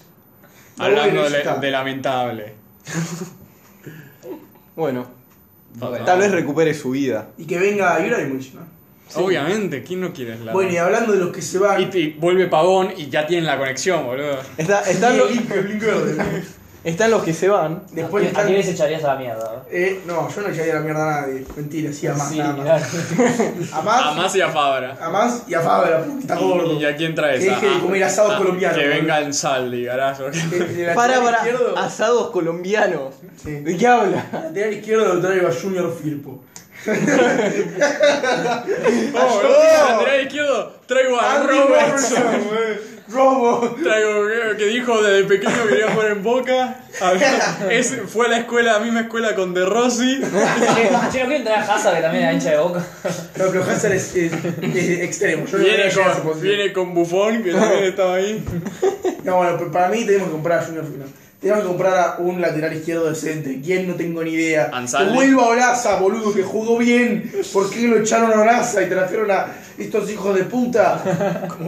D: Hablando
A: Bueno, ya
D: de,
A: está.
D: de lamentable.
C: Bueno,
B: Bueno.
C: tal vez recupere su vida.
A: Y que venga Ibrahimovic, ¿no?
D: Obviamente, ¿quién no quiere la
A: Bueno, y hablando de los que se van.
D: y, y vuelve Pavón y ya tienen la conexión, boludo.
C: Está- están, los, están los que se van.
A: Después
E: ¿A
A: están.
E: quiénes echarías a la mierda?
A: Eh, no, yo no echaría la mierda a nadie. Mentira, sí, a más,
E: Sí,
A: nada más.
E: claro.
A: A
D: A
A: más,
D: más y a Fabra.
A: a más y a Fabra, porque está gordo.
D: ¿Y a quién traes?
A: Ah. Que deje de
D: Ah,
A: comer asados colombianos,
D: Que
A: boludo.
D: venga en Saldi, Oh, carajo.
A: Eh, de lateral
C: Para, para,
A: izquierdo-
E: Ah,
C: asados colombianos.
A: Sí.
C: ¿De qué habla?
A: Lateral izquierdo lo traigo a Junior Firpo.
D: Oh, boludo, lateral izquierdo, traigo a
A: Andy
D: Robertson. eh.
A: Robertson, eh. Robo.
D: Traigo que- que dijo desde pequeño que quería jugar en Boca. A ver, es- fue a la escuela, la misma escuela con De Rossi.
E: Che, che, no quieren traer a Hazard, que también era hincha de boca.
A: No, pero Hazard es, es- es extremo. Yo no voy a
D: Viene
A: llegar a esa
D: con,
A: posición.
D: viene con Buffon, que también estaba ahí.
A: No, bueno, pero para mí tenemos que comprar a Junior Firpo. Tenemos que comprar a un lateral izquierdo decente. ¿Quién? No tengo ni idea.
D: Ansaldi.
A: Que vuelva Olaza, boludo, que jugó bien. ¿Por qué lo echaron a Olaza y trajeron a estos hijos de puta?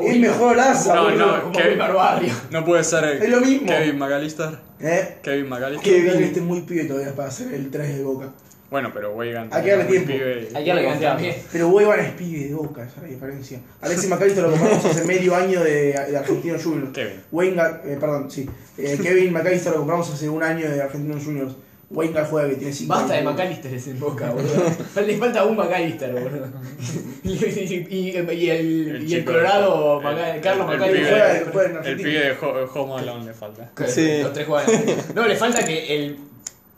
A: Es mejor Olaza,
D: No,
A: boludo.
D: no,
B: Como
D: Kevin,
B: Wilmar Barrio.
D: no puede ser eh,
A: Es lo mismo.
D: Kevin McAllister.
A: ¿Eh?
D: Kevin McAllister.
A: Que que esté muy pibe todavía para hacer el 3 de Boca.
D: Bueno, pero Weigand.
A: Hay que darle
D: muy
A: tiempo.
D: pibe y-
E: Hay que darle confianza.
B: También.
A: Pero Weigand es pibe de Boca, esa es la diferencia. Alexis McAllister lo compramos hace medio año de, de Argentino Juniors.
D: Kevin.
A: Weigand, eh, perdón, sí. Eh, Kevin McAllister lo compramos hace un año de Argentino Juniors. Weigand juega que tiene 5
B: Basta de McAllister en boca, boludo. Le falta un McAllister, boludo. Y, y- y- y el, y el
D: chico
B: Colorado,
D: de-
B: Maca-
D: el-
B: Carlos
D: el
A: Juega,
B: McAllister.
D: pibe.
A: juega en
D: El
A: Argentina.
D: pibe de Ho- Home Alone le falta.
B: Que
C: Sí.
B: Los tres juegan. No, le falta que el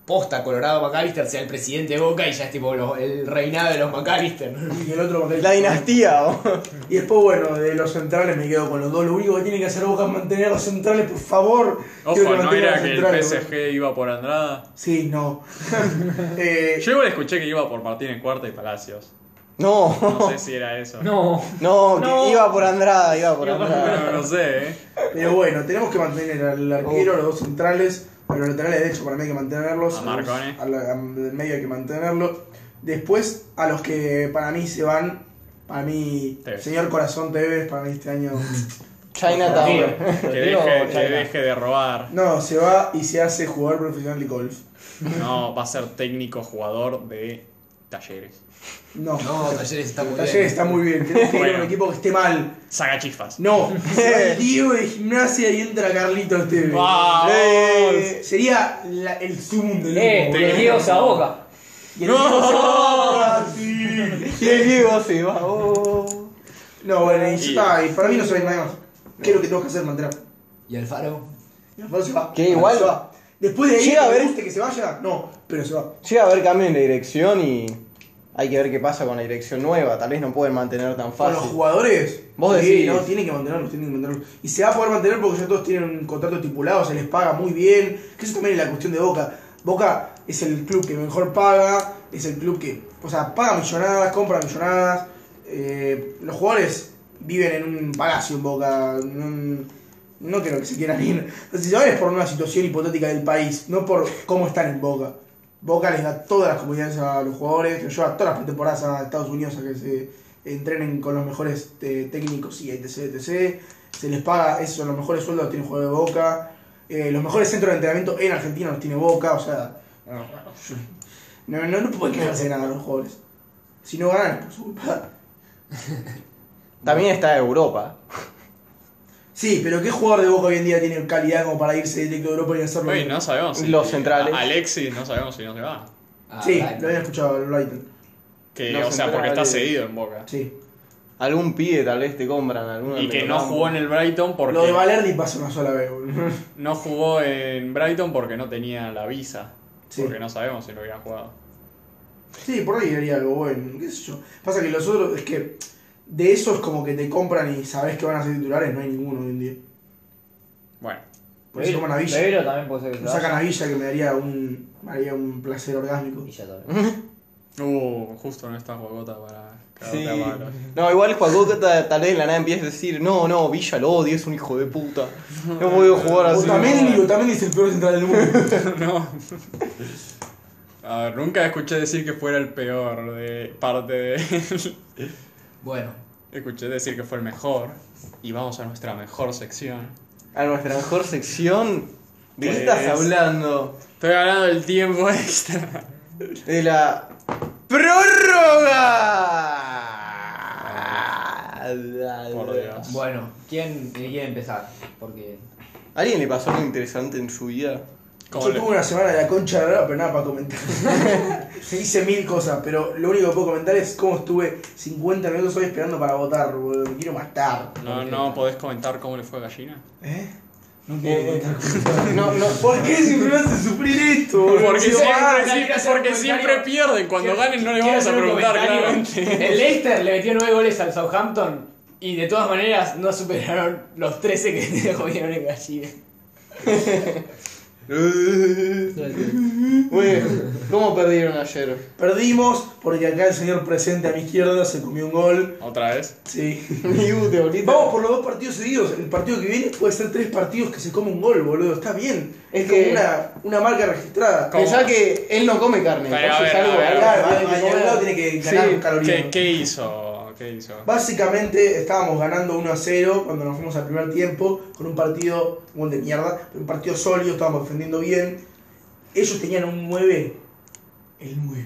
B: posta Colorado McAllister sea el presidente de Boca y ya es tipo los- el reinado de los McAllister.
A: Y el otro McAllister.
C: La dinastía. oh. o-
A: Y después, bueno, de los centrales me quedo con los dos. Lo único que tiene que hacer Boca es mantener los centrales, por favor. Quiero
D: Ojo, no
A: mantengan
D: era
A: los
D: que el
A: centrales,
D: PSG
A: boludo.
D: iba por Andrada.
A: Sí, no. Eh,
D: Yo igual escuché que iba por Martín en Cuarta y Palacios.
C: No,
D: No sé si era eso.
E: No.
C: no, que
E: No.
C: iba por Andrada, iba por
E: Iba por
C: Andrada.
D: No, no sé, eh.
A: Pero bueno, tenemos que mantener al arquero, los dos centrales, a los laterales derechos para mí hay que mantenerlos.
D: A Marcone.
A: a la- a- Del medio hay que mantenerlo. Después, a los que para mí se van, para mí,
D: Tevez.
A: señor Corazón Tevez, para mí este año.
C: China
E: Retiro.
C: Tower.
D: Que
E: Retiro
D: deje, que
E: China.
D: deje de robar.
A: No, se va y se hace jugador profesional de golf.
D: No, va a ser técnico jugador de talleres.
A: No,
B: No, Talleres está muy
A: Talleres
B: bien.
A: está muy bien. Tenemos que ir a
D: Bueno.
A: un equipo que esté mal.
D: Saca chispas.
A: No, se va el Diego de gimnasia y entra Carlitos Tevez.
D: ¡Vamos!
A: Eh, sería la- el sumum del
E: Eh,
A: mundo.
E: el Diego se aboca.
A: Y el Diego se va a Brasil.
C: Y el Diego se va. oh.
A: No, bueno, y,
D: Y-
A: está, y para mí no se va a ir nadie más. ¿Qué es lo que tengo que hacer? Mantener.
B: ¿Y Alfaro?
A: Y Alfaro se va.
C: Que igual-
A: Se va. Después de ahí,
C: Llega a
A: ¿te
C: ver-
A: guste que se vaya? No, pero se va.
C: Llega a haber cambio en la dirección y hay que ver qué pasa con la dirección nueva. Tal vez no pueden mantener tan
A: Para los
C: fácil.
A: jugadores.
C: Vos
A: sí,
C: decís.
A: No, tienen que mantenerlos, tienen que mantenerlos. Y se va a poder mantener porque ya todos tienen un contrato estipulado, se les paga muy bien. Que eso también es la cuestión de Boca. Boca es el club que mejor paga, es el club que. O sea, paga millonadas, compra millonadas. Eh, los jugadores viven en un palacio en Boca. en un- no creo que se quieran ir. Si se van es por una situación hipotética del país, no por cómo están en Boca. Boca les da todas las comunidades a los jugadores, los lleva todas las pretemporadas a Estados Unidos a que se entrenen con los mejores eh, técnicos y etc, etc. Se les paga eso, los mejores sueldos los tiene el jugador de Boca. Eh, los mejores centros de entrenamiento en Argentina los tiene Boca, o sea... No, no, no pueden quejarse de nada los jugadores. Si no ganan, es por su culpa.
C: También está Europa.
A: Sí, pero ¿qué jugador de Boca hoy en día tiene calidad como para irse directo a Europa y hacerlo?
D: Uy,
A: bien?
D: no sabemos si.
C: Los centrales.
D: a- Alexis, no sabemos si no se va.
B: Ah,
A: Sí,
B: Brighton.
A: lo había escuchado, el Brighton.
D: Que,
C: Los
D: o sea, porque está
C: centrales.
D: cedido en Boca.
A: Sí.
C: Algún pibe tal vez te compran. alguno
D: Y
C: te
D: que
C: lo
D: no
C: compran.
D: jugó en el Brighton porque.
A: Lo de Valerdi pasa una sola vez, boludo.
D: No jugó en Brighton porque no tenía la visa.
A: Sí.
D: Porque no sabemos si lo hubiera jugado.
A: Sí, por ahí haría algo bueno, qué sé yo. Pasa que los otros, es que de esos como que te compran y sabes que van a ser titulares, no hay ninguno hoy en día.
D: Bueno,
A: Por eso
E: Beiro-
A: toman a Villa.
E: Beiro también puede ser que se
A: Me sacan
E: vaya.
A: a Villa que me daría un, me haría un placer orgásmico.
B: Y ya también.
D: uh, justo no está Juagota para
C: Sí.
D: cagarte a palos.
C: No, igual Juaco ta- tal vez de la nada empieza a decir, no, no, Villa lo odio, es un hijo de puta. No puedo jugar así.
A: Otamendi, Otamendi es el peor central del mundo.
D: no. A ver, nunca escuché decir que fuera el peor de parte de.
B: Bueno,
D: escuché decir que fue el mejor. Y vamos a nuestra mejor sección.
C: A nuestra mejor sección. ¿De qué
D: ¿Qué
C: estás
D: es?
C: hablando?
D: Estoy ganando el tiempo extra.
C: De la prórroga.
D: Por Dios.
B: bueno, ¿quién quiere empezar? Porque.
C: ¿A ¿Alguien le pasó algo interesante en su vida?
D: Como
A: Yo
D: le-
A: tuve una semana de la concha de la lora, pero nada para comentar. Hice mil cosas, pero lo único que puedo comentar es cómo estuve 50 minutos hoy esperando para votar, boludo. Me quiero matar.
D: No, no, ¿podés comentar cómo le fue a Gallina?
A: ¿Eh? No quiero contar
C: No, no.
A: ¿Por qué siempre me hace sufrir esto, boludo?
D: Porque
A: Quiero
D: siempre,
A: más.
B: sí.
D: siempre-
B: hacer un
D: porque
B: comentario.
D: siempre pierden. Cuando ganen no les vamos a preguntar, claramente.
B: El Leicester le metió 9 goles al Southampton y de todas maneras no superaron los 13 que te comieron en gallina.
C: Bueno, ¿cómo perdieron ayer?
A: Perdimos porque acá el señor presente a mi izquierda se comió un gol.
D: Otra vez.
A: Sí.
C: Dibu, te volviste-
A: Vamos por los dos partidos seguidos. El partido que viene puede ser tres partidos que se come un gol, boludo. Está bien.
C: Es
A: Es
C: que-
A: como una, una marca registrada.
D: ¿Cómo?
C: Pensá que él no come carne.
D: Pero,
C: entonces
D: a ver,
C: algo
D: a ver,
C: algo-
A: Claro,
C: algo-
A: tiene que comer helado, tiene que ganar
C: Sí,
A: calorías.
D: ¿Qué, qué hizo? ¿Qué hizo?
A: Básicamente estábamos ganando 1 a 0 cuando nos fuimos al primer tiempo con un partido, un gol de mierda, pero un partido sólido, estábamos defendiendo bien. Ellos tenían un 9. El 9.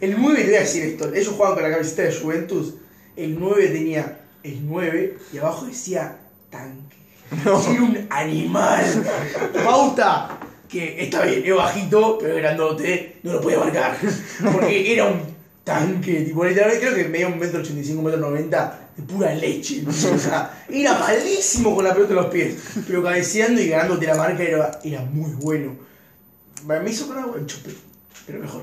A: El 9, te voy a decir esto, ellos jugaban con la camiseta de Juventus. El 9 tenía el 9 y abajo decía tanque. Era un animal. Pauta. Que está bien, es bajito, pero es grandote, no lo podía marcar. Porque era un tanque, tipo, literalmente creo que medio un metro ochenta y cinco, un metro noventa, de pura leche. ¿no? O sea, era malísimo con la pelota en los pies, pero cabeceando y ganándote la marca era, era muy bueno. Me hizo con agua en chope, pero mejor.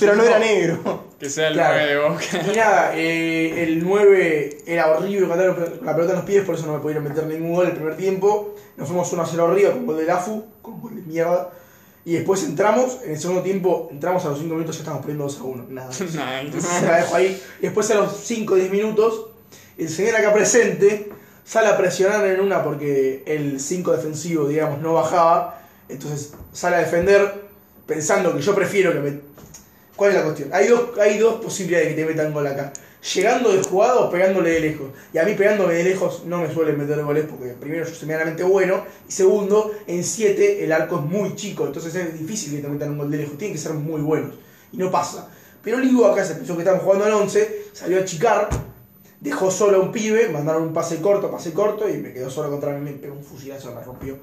C: Pero no era negro.
D: Que sea el
A: Claro.
D: 9 de boca.
A: Y nada, eh, el 9 era horrible cuando era con la pelota en los pies, por eso no me pudieron meter ningún gol el primer tiempo. Nos fuimos 1 0 arriba con gol de Lafu, con gol de mierda. Y después entramos, en el segundo tiempo entramos a los 5 minutos, ya estábamos perdiendo 2 a 1. Nada.
D: Nice.
A: Se la dejo ahí. Y después a los 5 o 10 minutos, el señor acá presente sale a presionar en una porque el 5 defensivo, digamos, no bajaba. Entonces sale a defender pensando que yo prefiero que me... ¿Cuál es la cuestión? Hay dos, hay dos posibilidades de que te metan gol acá. Llegando de jugado o pegándole de lejos. Y a mí pegándome de lejos no me suelen meter goles porque primero yo soy medianamente bueno y segundo, en 7 el arco es muy chico. Entonces es difícil que te metan un gol de lejos. Tienen que ser muy buenos. Y no pasa. Pero Ligo acá se pensó que estaban jugando al 11, salió a achicar, dejó solo a un pibe, mandaron un pase corto, pase corto, y me quedó solo contra mí, me pegó un fusilazo, me rompió.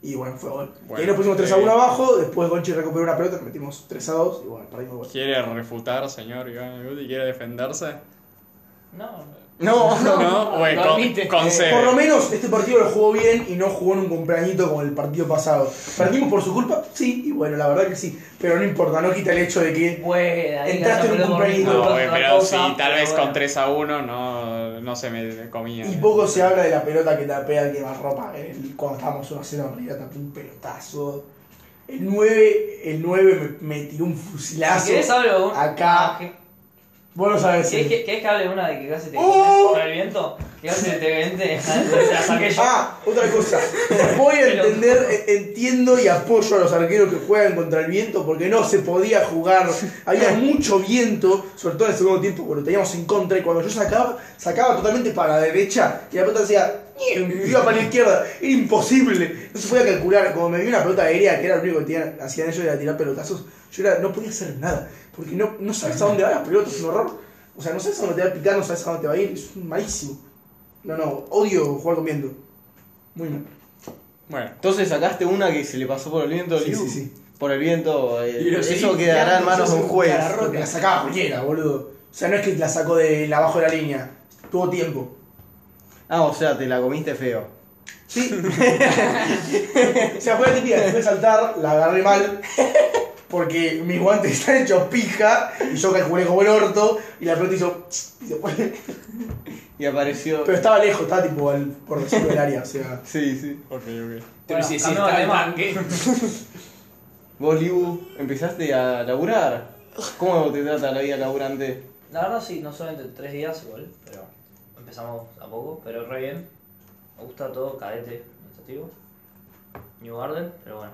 A: Y bueno, fue gol. y ahí nos pusimos 3 a 1
D: eh.
A: abajo, después Gonchi recuperó una pelota, nos metimos 3 a 2, y bueno, perdimos gol.
D: ¿Quiere refutar, señor Iván Aguti? ¿Quiere defenderse?
E: No, no.
C: No, Eh, no.
D: No, bueno,
B: no,
D: con,
B: admite.
D: concede.
A: Por lo menos este partido lo jugó bien y no jugó en un cumpleañito como el partido pasado. ¿Perdimos por su culpa? Sí, y bueno, la verdad que sí. Pero no importa, no quita el hecho de que
E: Puede, ahí
A: Entraste
E: ya
A: en un
E: perdemos
A: cumpleaños.
E: minutos,
D: No, bueno,
E: otra
D: pero sí,
E: cosa,
D: tal
E: pero
D: vez
E: bueno.
D: con 3 a 1 no, no se me comía. eh.
A: Y poco se habla de la pelota que tapea el que más ropa. eh, El- cuando estábamos 1 0 arriba, tapé un pelotazo. El 9, el 9 me, me tiró un
E: Si
A: fusilazo.
E: querés hablo de un-
A: Acá.
E: Ah, que-
A: Vos lo sabés. eh. sí.
E: ¿Querés que, querés que hable de una de que casi te
A: ¡Uh!
E: comes con el viento? Que casi te vente. La saqué yo.
A: Ah, otra cosa. Voy a entender, eh, entiendo y apoyo a los arqueros que juegan contra el viento porque no se podía jugar. Había mucho viento, sobre todo en el segundo tiempo, cuando teníamos en contra y cuando yo sacaba, sacaba totalmente para la derecha y la pelota hacía ñing, iba para la izquierda. Era imposible. No se podía calcular. Como me vi una pelota aérea, que era lo único que tenían- hacían ellos era tirar pelotazos, yo era- no podía hacer nada. Porque no, no sabes a dónde van las pelotas, es un horror. O sea, no sabes a dónde te va a picar, no sabes a dónde te va a ir, es malísimo. No, no, odio jugar con viento. Muy mal.
D: Bueno,
C: Entonces sacaste una que se le pasó por el viento.
A: Sí,
C: Liu.
A: sí, sí.
C: Por el viento. eh,
D: Y lo
C: eso
D: seguí
C: quedará en manos de un juez.
A: Porque la sacaba cualquiera, boludo. O sea, no es que la sacó de abajo de la línea. Tuvo tiempo.
C: Ah, o sea, te la comiste feo.
A: Sí. o sea, fue la típica, después de saltar, la agarré mal. porque mis guantes están hechos pija y yo calculé como el orto y la pelota hizo y se fue.
C: Y apareció.
A: Pero estaba lejos, estaba tipo al, por encima del área, o sea.
C: Sí, sí.
D: Ok, ok.
B: Pero
E: Bueno,
B: si, si
E: cambiamos
B: está
E: de
B: el
E: tema.
B: tanque.
C: Vos, Libu, empezaste a laburar. ¿Cómo te trata la vida laburante?
E: La verdad sí, no solamente tres días igual, pero empezamos a poco, pero re bien. Me gusta todo, cadete, administrativo. New Garden, pero bueno.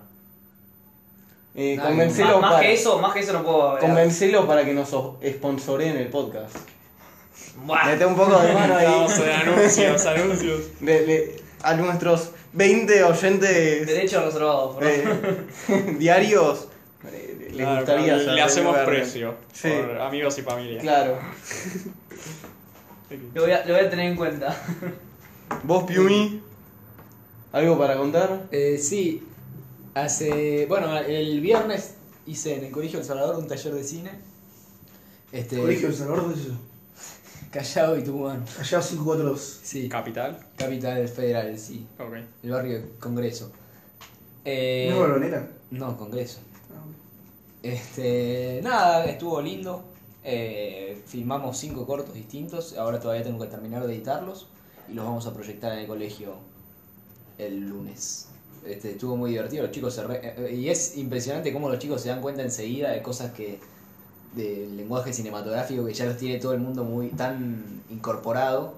C: Eh,
B: Nada,
C: convencelo,
E: más, más
C: para,
E: que eso, más que eso no puedo hablar.
C: convencelo para que nos os- sponsoreen el podcast.
E: Buah.
C: Mete un poco de mano ahí.
D: Estamos en anuncios, anuncios.
C: Le- le- a nuestros 20 oyentes
E: Derecho reservado, por favor.
C: eh, diarios eh, les
D: Claro,
C: gustaría
D: pero
C: saber
D: Ah, le
C: de
D: hacemos
C: Garden.
D: precio.
C: Sí.
D: Por amigos y familia.
C: Claro.
E: Lo voy, a, lo voy a tener en cuenta.
C: ¿Vos, Piumi? ¿Algo para contar?
B: Eh, sí, hace. Bueno, el viernes hice en el Colegio El Salvador un taller de cine. Este,
A: Colegio del Salvador, ¿qué es eso?
B: Callao y Tucumán.
A: Allá 542.
B: Sí,
D: Capital.
B: Capital Federal, sí.
D: Ok.
C: Ah.
B: El barrio de Congreso. Eh,
A: ¿No es balonera?
B: no, Congreso.
A: Ah,
B: Este, nada, estuvo lindo. Eh, filmamos cinco cortos distintos. Ahora todavía tengo que terminar de editarlos y los vamos a proyectar en el colegio el lunes. Este, estuvo muy divertido. Los chicos se re- eh, y es impresionante cómo los chicos se dan cuenta enseguida de cosas que del lenguaje cinematográfico que ya los tiene todo el mundo muy tan incorporado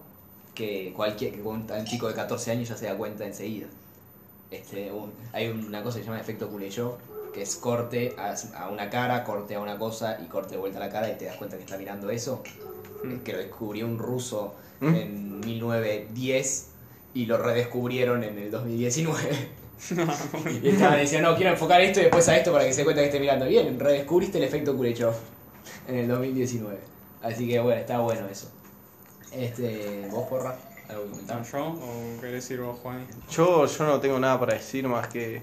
B: que cualquier que un, un chico de 14 años ya se da cuenta enseguida. Este, un- hay una cosa que se llama efecto Cunelló, que es corte a, a una cara, corte a una cosa y corte de vuelta a la cara y te das cuenta que está mirando eso. Eh, Que lo descubrió un ruso
C: Mm.
B: en 1910 y lo redescubrieron en el 2019. y estaban diciendo, no, quiero enfocar esto y después a esto para que se dé cuenta que esté mirando. Bien, redescubriste el efecto Kuleshov en el 2019. Así que bueno, está bueno eso. Este, vos porra, algo que comentar?
D: ¿Tan yo o querés ir vos, Juan?
C: Yo, yo no tengo nada para decir más que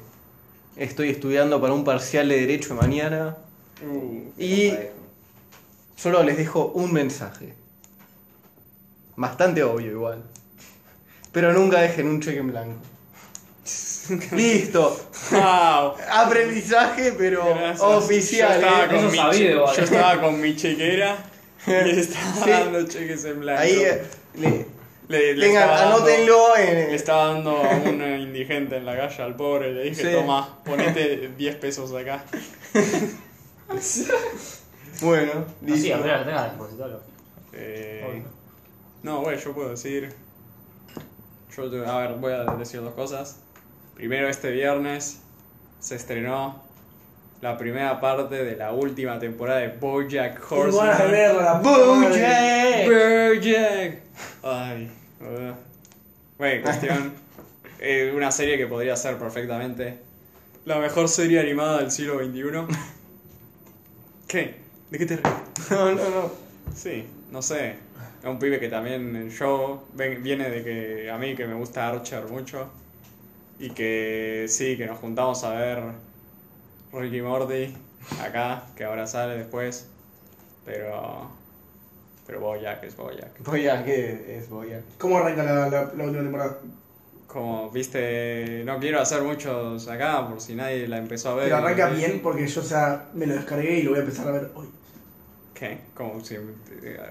C: estoy estudiando para un parcial de Derecho mañana.
D: Uh,
C: Y solo les dejo un mensaje. Bastante obvio igual. Pero nunca dejen un cheque en blanco. Listo.
D: ¡Wow!
C: Aprendizaje, pero
D: Gracias.
C: Oh, oficial.
D: Yo estaba,
C: ¿eh?
E: Eso
D: con mi,
E: sabido,
D: che-
E: igual.
D: yo estaba con mi chequera y le estaba
C: Sí.
D: dando cheques en blanco.
C: Ahí eh, le-
D: le, le
C: tengan,
D: estaba dando-
C: anótenlo en
D: le estaba dando a un eh, indigente en la calle al pobre. Le dije,
C: Sí.
D: toma, ponete 10 pesos acá.
C: Bueno,
E: No, sí,
C: listo.
E: apenas lo tengas, depositarlo.
D: Eh, no, bueno, yo puedo decir. Yo, te- a ver, voy a decir dos cosas. Primero, este viernes se estrenó la primera parte de la última temporada de Bojack
A: Tengo ganas de
D: Horseman.
A: verla, la puta madre.
C: Bojack.
D: Bojack. Ay. ugh. Bueno, cuestión. eh, una serie que podría ser perfectamente la mejor serie animada del siglo XXI. ¿Qué? ¿De qué te ríes?
C: No, no, no.
D: Sí, no sé. Es un pibe que también yo ven- viene de que a mí que me gusta Archer mucho y que sí, que nos juntamos a ver Ricky Morty acá, que ahora sale después, pero pero Boyack es Boyack.
C: Bojack eh, es Bojack.
A: ¿Cómo arranca la, la, la última temporada?
D: Como viste, no quiero hacer muchos acá por si nadie la empezó a ver.
A: Pero arranca bien porque yo, o sea, me lo descargué y lo voy a empezar a ver hoy.
D: ¿Qué? Como si eh,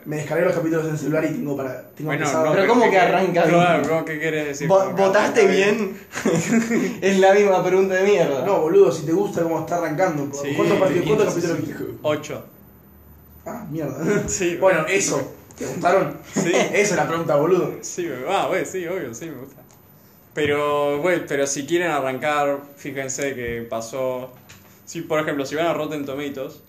A: Me descargué los capítulos en el celular y tengo para. Tengo
D: Bueno,
A: empezado-
D: no,
C: Pero ¿cómo
D: ¿qué-
C: que arranca bien?
D: Claro, ¿cómo- ¿qué quieres decir?
C: Vo-
D: ¿Cómo que
C: ¿Votaste
D: arranca
C: bien? es la misma pregunta de mierda.
A: No, boludo, si te gusta cómo está arrancando. po.
D: Sí.
A: ¿Cuántos partidos, cuántos capítulos viste?
D: Ocho.
A: Ah, mierda.
D: Sí,
A: Bueno, eso. ¿Te gustaron?
D: Sí.
A: Esa es la pregunta, boludo.
D: Sí, me- ah, güey, sí, obvio, sí, me gusta. Pero, güey, pero si quieren arrancar, fíjense que pasó. Si, por ejemplo, si van a Rotten Tomatoes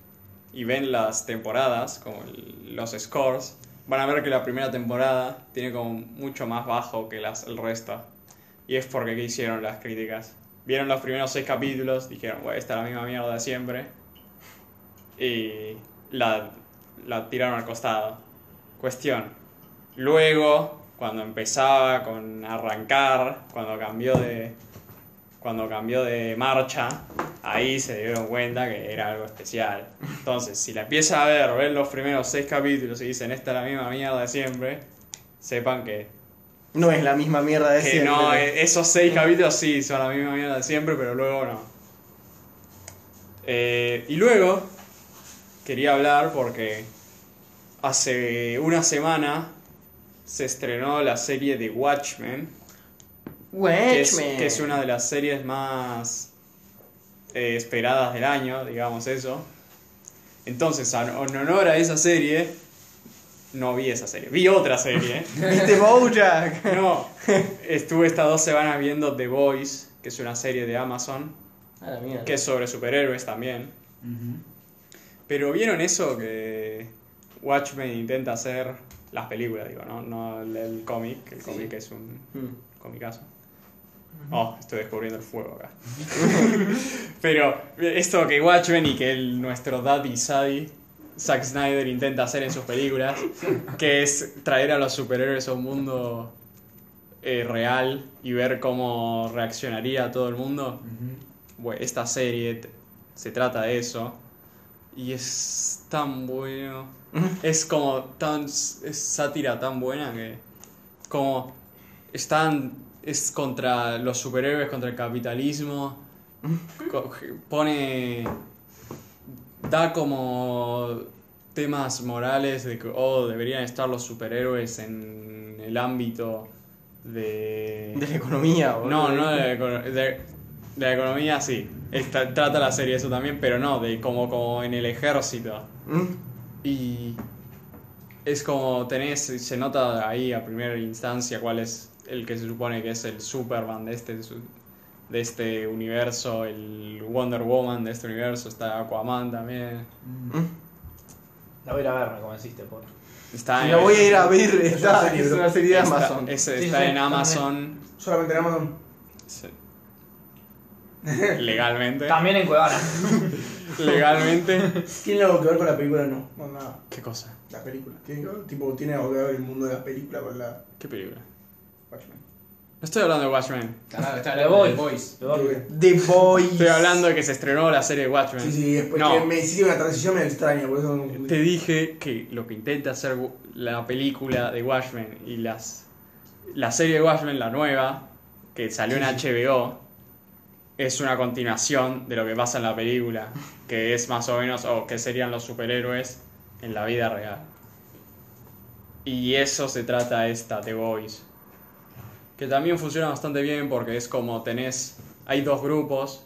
D: y ven las temporadas, como el- los scores, van a ver que la primera temporada tiene como mucho más bajo que las, el resto. Y es porque ¿qué hicieron las críticas. Vieron los primeros seis capítulos, dijeron, güey, esta es la misma mierda de siempre. Y la, la tiraron al costado. Cuestión. Luego, cuando empezaba con arrancar, cuando cambió de cuando cambió de marcha, ahí se dieron cuenta que era algo especial. Entonces, si la empiezan a ver, ven los primeros seis capítulos y dicen esta es la misma mierda de siempre, sepan que,
C: No es la misma mierda de
D: que
C: siempre.
D: eh, no, eh, esos seis capítulos sí son la misma mierda de siempre, pero luego no. Eh, y luego, quería hablar porque hace una semana se estrenó la serie de Watchmen, que es,
C: Watchmen.
D: que es una de las series más eh, esperadas del año, digamos eso. Entonces, a- en honor a esa serie, no vi esa serie, vi otra serie.
C: ¿Viste Bojack?
D: No, estuve estas dos semanas viendo The Voice, que es una serie de Amazon,
C: A la mierda.
D: que es sobre superhéroes también. Pero vieron eso que Watchmen intenta hacer las películas, digo, ¿no? No el, el cómic, que el cómic es un
C: Mm.
D: comicazo. Oh, estoy descubriendo el fuego acá. Pero esto que Watchmen y que el, nuestro daddy Saddy, Zack Snyder, intenta hacer en sus películas, que es traer a los superhéroes a un mundo eh, real y ver cómo reaccionaría todo el mundo. Bueno, esta serie t- se trata de eso. Y es tan bueno. Es como tan. Es sátira tan buena que. Como. Están. Es contra los superhéroes, contra el capitalismo. Co- Pone. Da como. Temas morales de que. Oh, deberían estar los superhéroes en el ámbito de.
C: De la economía, boludo.
D: No, no de la, econo- de- de la economía, sí. Esta- trata la serie eso también, pero no, de como, como en el ejército.
C: Mm.
D: Y es como tenés, se nota ahí a primera instancia cuál es el que se supone que es el Superman de este, su- de este universo, el Wonder Woman de este universo, está Aquaman también.
E: La voy a ir a ver, me convenciste, por.
D: Está
C: Y la voy a ir a ver,
A: Es
C: está,
A: una serie,
C: es una
A: bro.
C: serie de
D: está-
C: Amazon.
D: es-
E: sí,
D: está en
E: también.
D: Amazon
A: Solamente en Amazon.
D: se- legalmente.
E: También en Cuevana.
D: Legalmente.
A: ¿Tiene algo que ver con la película? No, no, nada.
D: ¿Qué cosa?
A: La película. ¿Tiene, que ver? tipo, ¿tiene algo que ver el mundo de la película con la
D: ¿Qué película?
A: Watchmen?
D: No estoy hablando de Watchmen.
B: Carajo, está
E: The
B: hablando de
E: Boys. The
A: Digo
E: Boys.
A: que-
C: The Boys.
D: Estoy hablando de que se estrenó la serie de Watchmen.
A: Sí, sí, después
D: No.
A: que me hiciste una transición me extraña, por eso no me
D: Te
A: confundí.
D: dije que lo que intenta hacer Wa- la película de Watchmen y las la serie de Watchmen, la nueva, que salió en HBO, es una continuación de lo que pasa en la película, que es más o menos, o que serían los superhéroes en la vida real. Y eso se trata esta The Boys. Que también funciona bastante bien porque es como tenés. Hay dos grupos.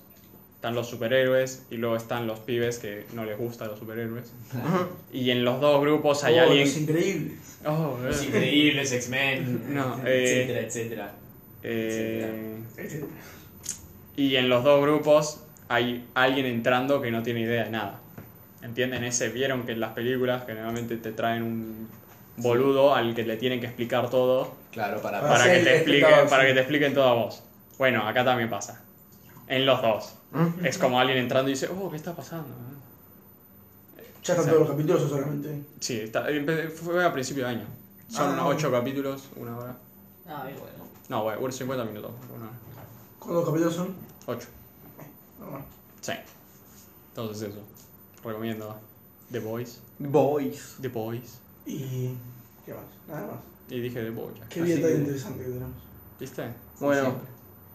D: Están los superhéroes y luego están los pibes que no les gustan los superhéroes. Y en los dos grupos hay
A: Oh,
D: alguien.
A: Es increíble.
D: Oh, eh.
B: Es increíble, es X-Men,
D: No, eh.
B: etcétera, etcétera.
D: Eh, y en los dos grupos hay alguien entrando que no tiene idea de nada. ¿Entienden? Ese vieron que en las películas generalmente te traen un boludo al que le tienen que explicar todo
B: Claro, para,
A: Ah,
D: para
A: sí,
D: que
A: el
D: te expliquen,
A: espectador,
D: para
A: sí.
D: que te expliquen todo a vos. Bueno, acá también pasa. En los dos. Es como alguien entrando y dice, oh, ¿qué está pasando?
A: Ya están todos los capítulos o solamente.
D: Sí, está- empe- fue a principio de año. Son
A: Ah.
D: ocho capítulos, una hora.
E: Ah, bien, bueno.
D: No, bueno, unos 50 minutos. Una hora.
A: ¿Cuántos capítulos son?
D: Ocho.
A: No,
D: Sí. Entonces eso. Recomiendo The Boys.
C: Boys.
D: The Boys.
A: Y. ¿Qué más? Nada más.
D: Y dije The Boys.
A: Qué
C: Así
A: vida tan
C: que-
A: interesante que tenemos.
D: ¿Viste?
C: Bueno,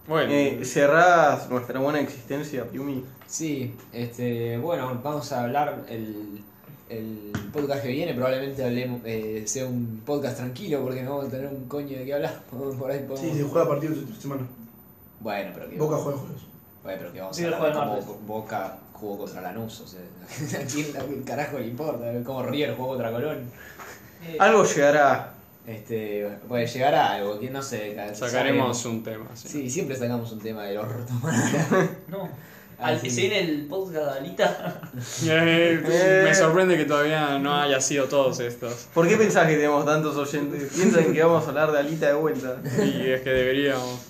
D: Bueno.
C: eh, cerrás nuestra buena existencia, Piumi.
B: Sí, este, bueno, vamos a hablar el, el podcast que viene, probablemente hablemos, eh, sea un podcast tranquilo porque no vamos a tener un coño de qué hablar, por ahí podemos...
A: Sí, se juega partidos entre semana.
B: Bueno, pero que,
A: Boca juega juegos.
B: bueno, pero que vamos
E: Sí,
B: a
E: el
B: hablar de
E: juego de
B: cómo Boca jugó contra Lanús, o sea, ¿a quién, a quién carajo le importa? Como River jugó contra Colón.
C: Algo llegará.
B: Este, puede llegar a algo, que no sé. ca-
D: Sacaremos un tema. Sí.
B: Sí, siempre sacamos un tema del orto.
E: Eh, No.
B: Al-
E: Al
B: sí.
E: que se viene el podcast de Alita.
D: Eh,
C: Eh.
D: Me sorprende que todavía no haya sido todos estos.
C: ¿Por qué pensás que tenemos tantos oyentes? Piensan que vamos a hablar de Alita de vuelta.
D: Y es que deberíamos.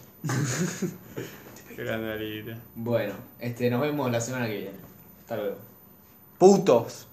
D: Grande Alita.
B: Bueno, este, nos vemos la semana que viene. Hasta luego.
C: Putos.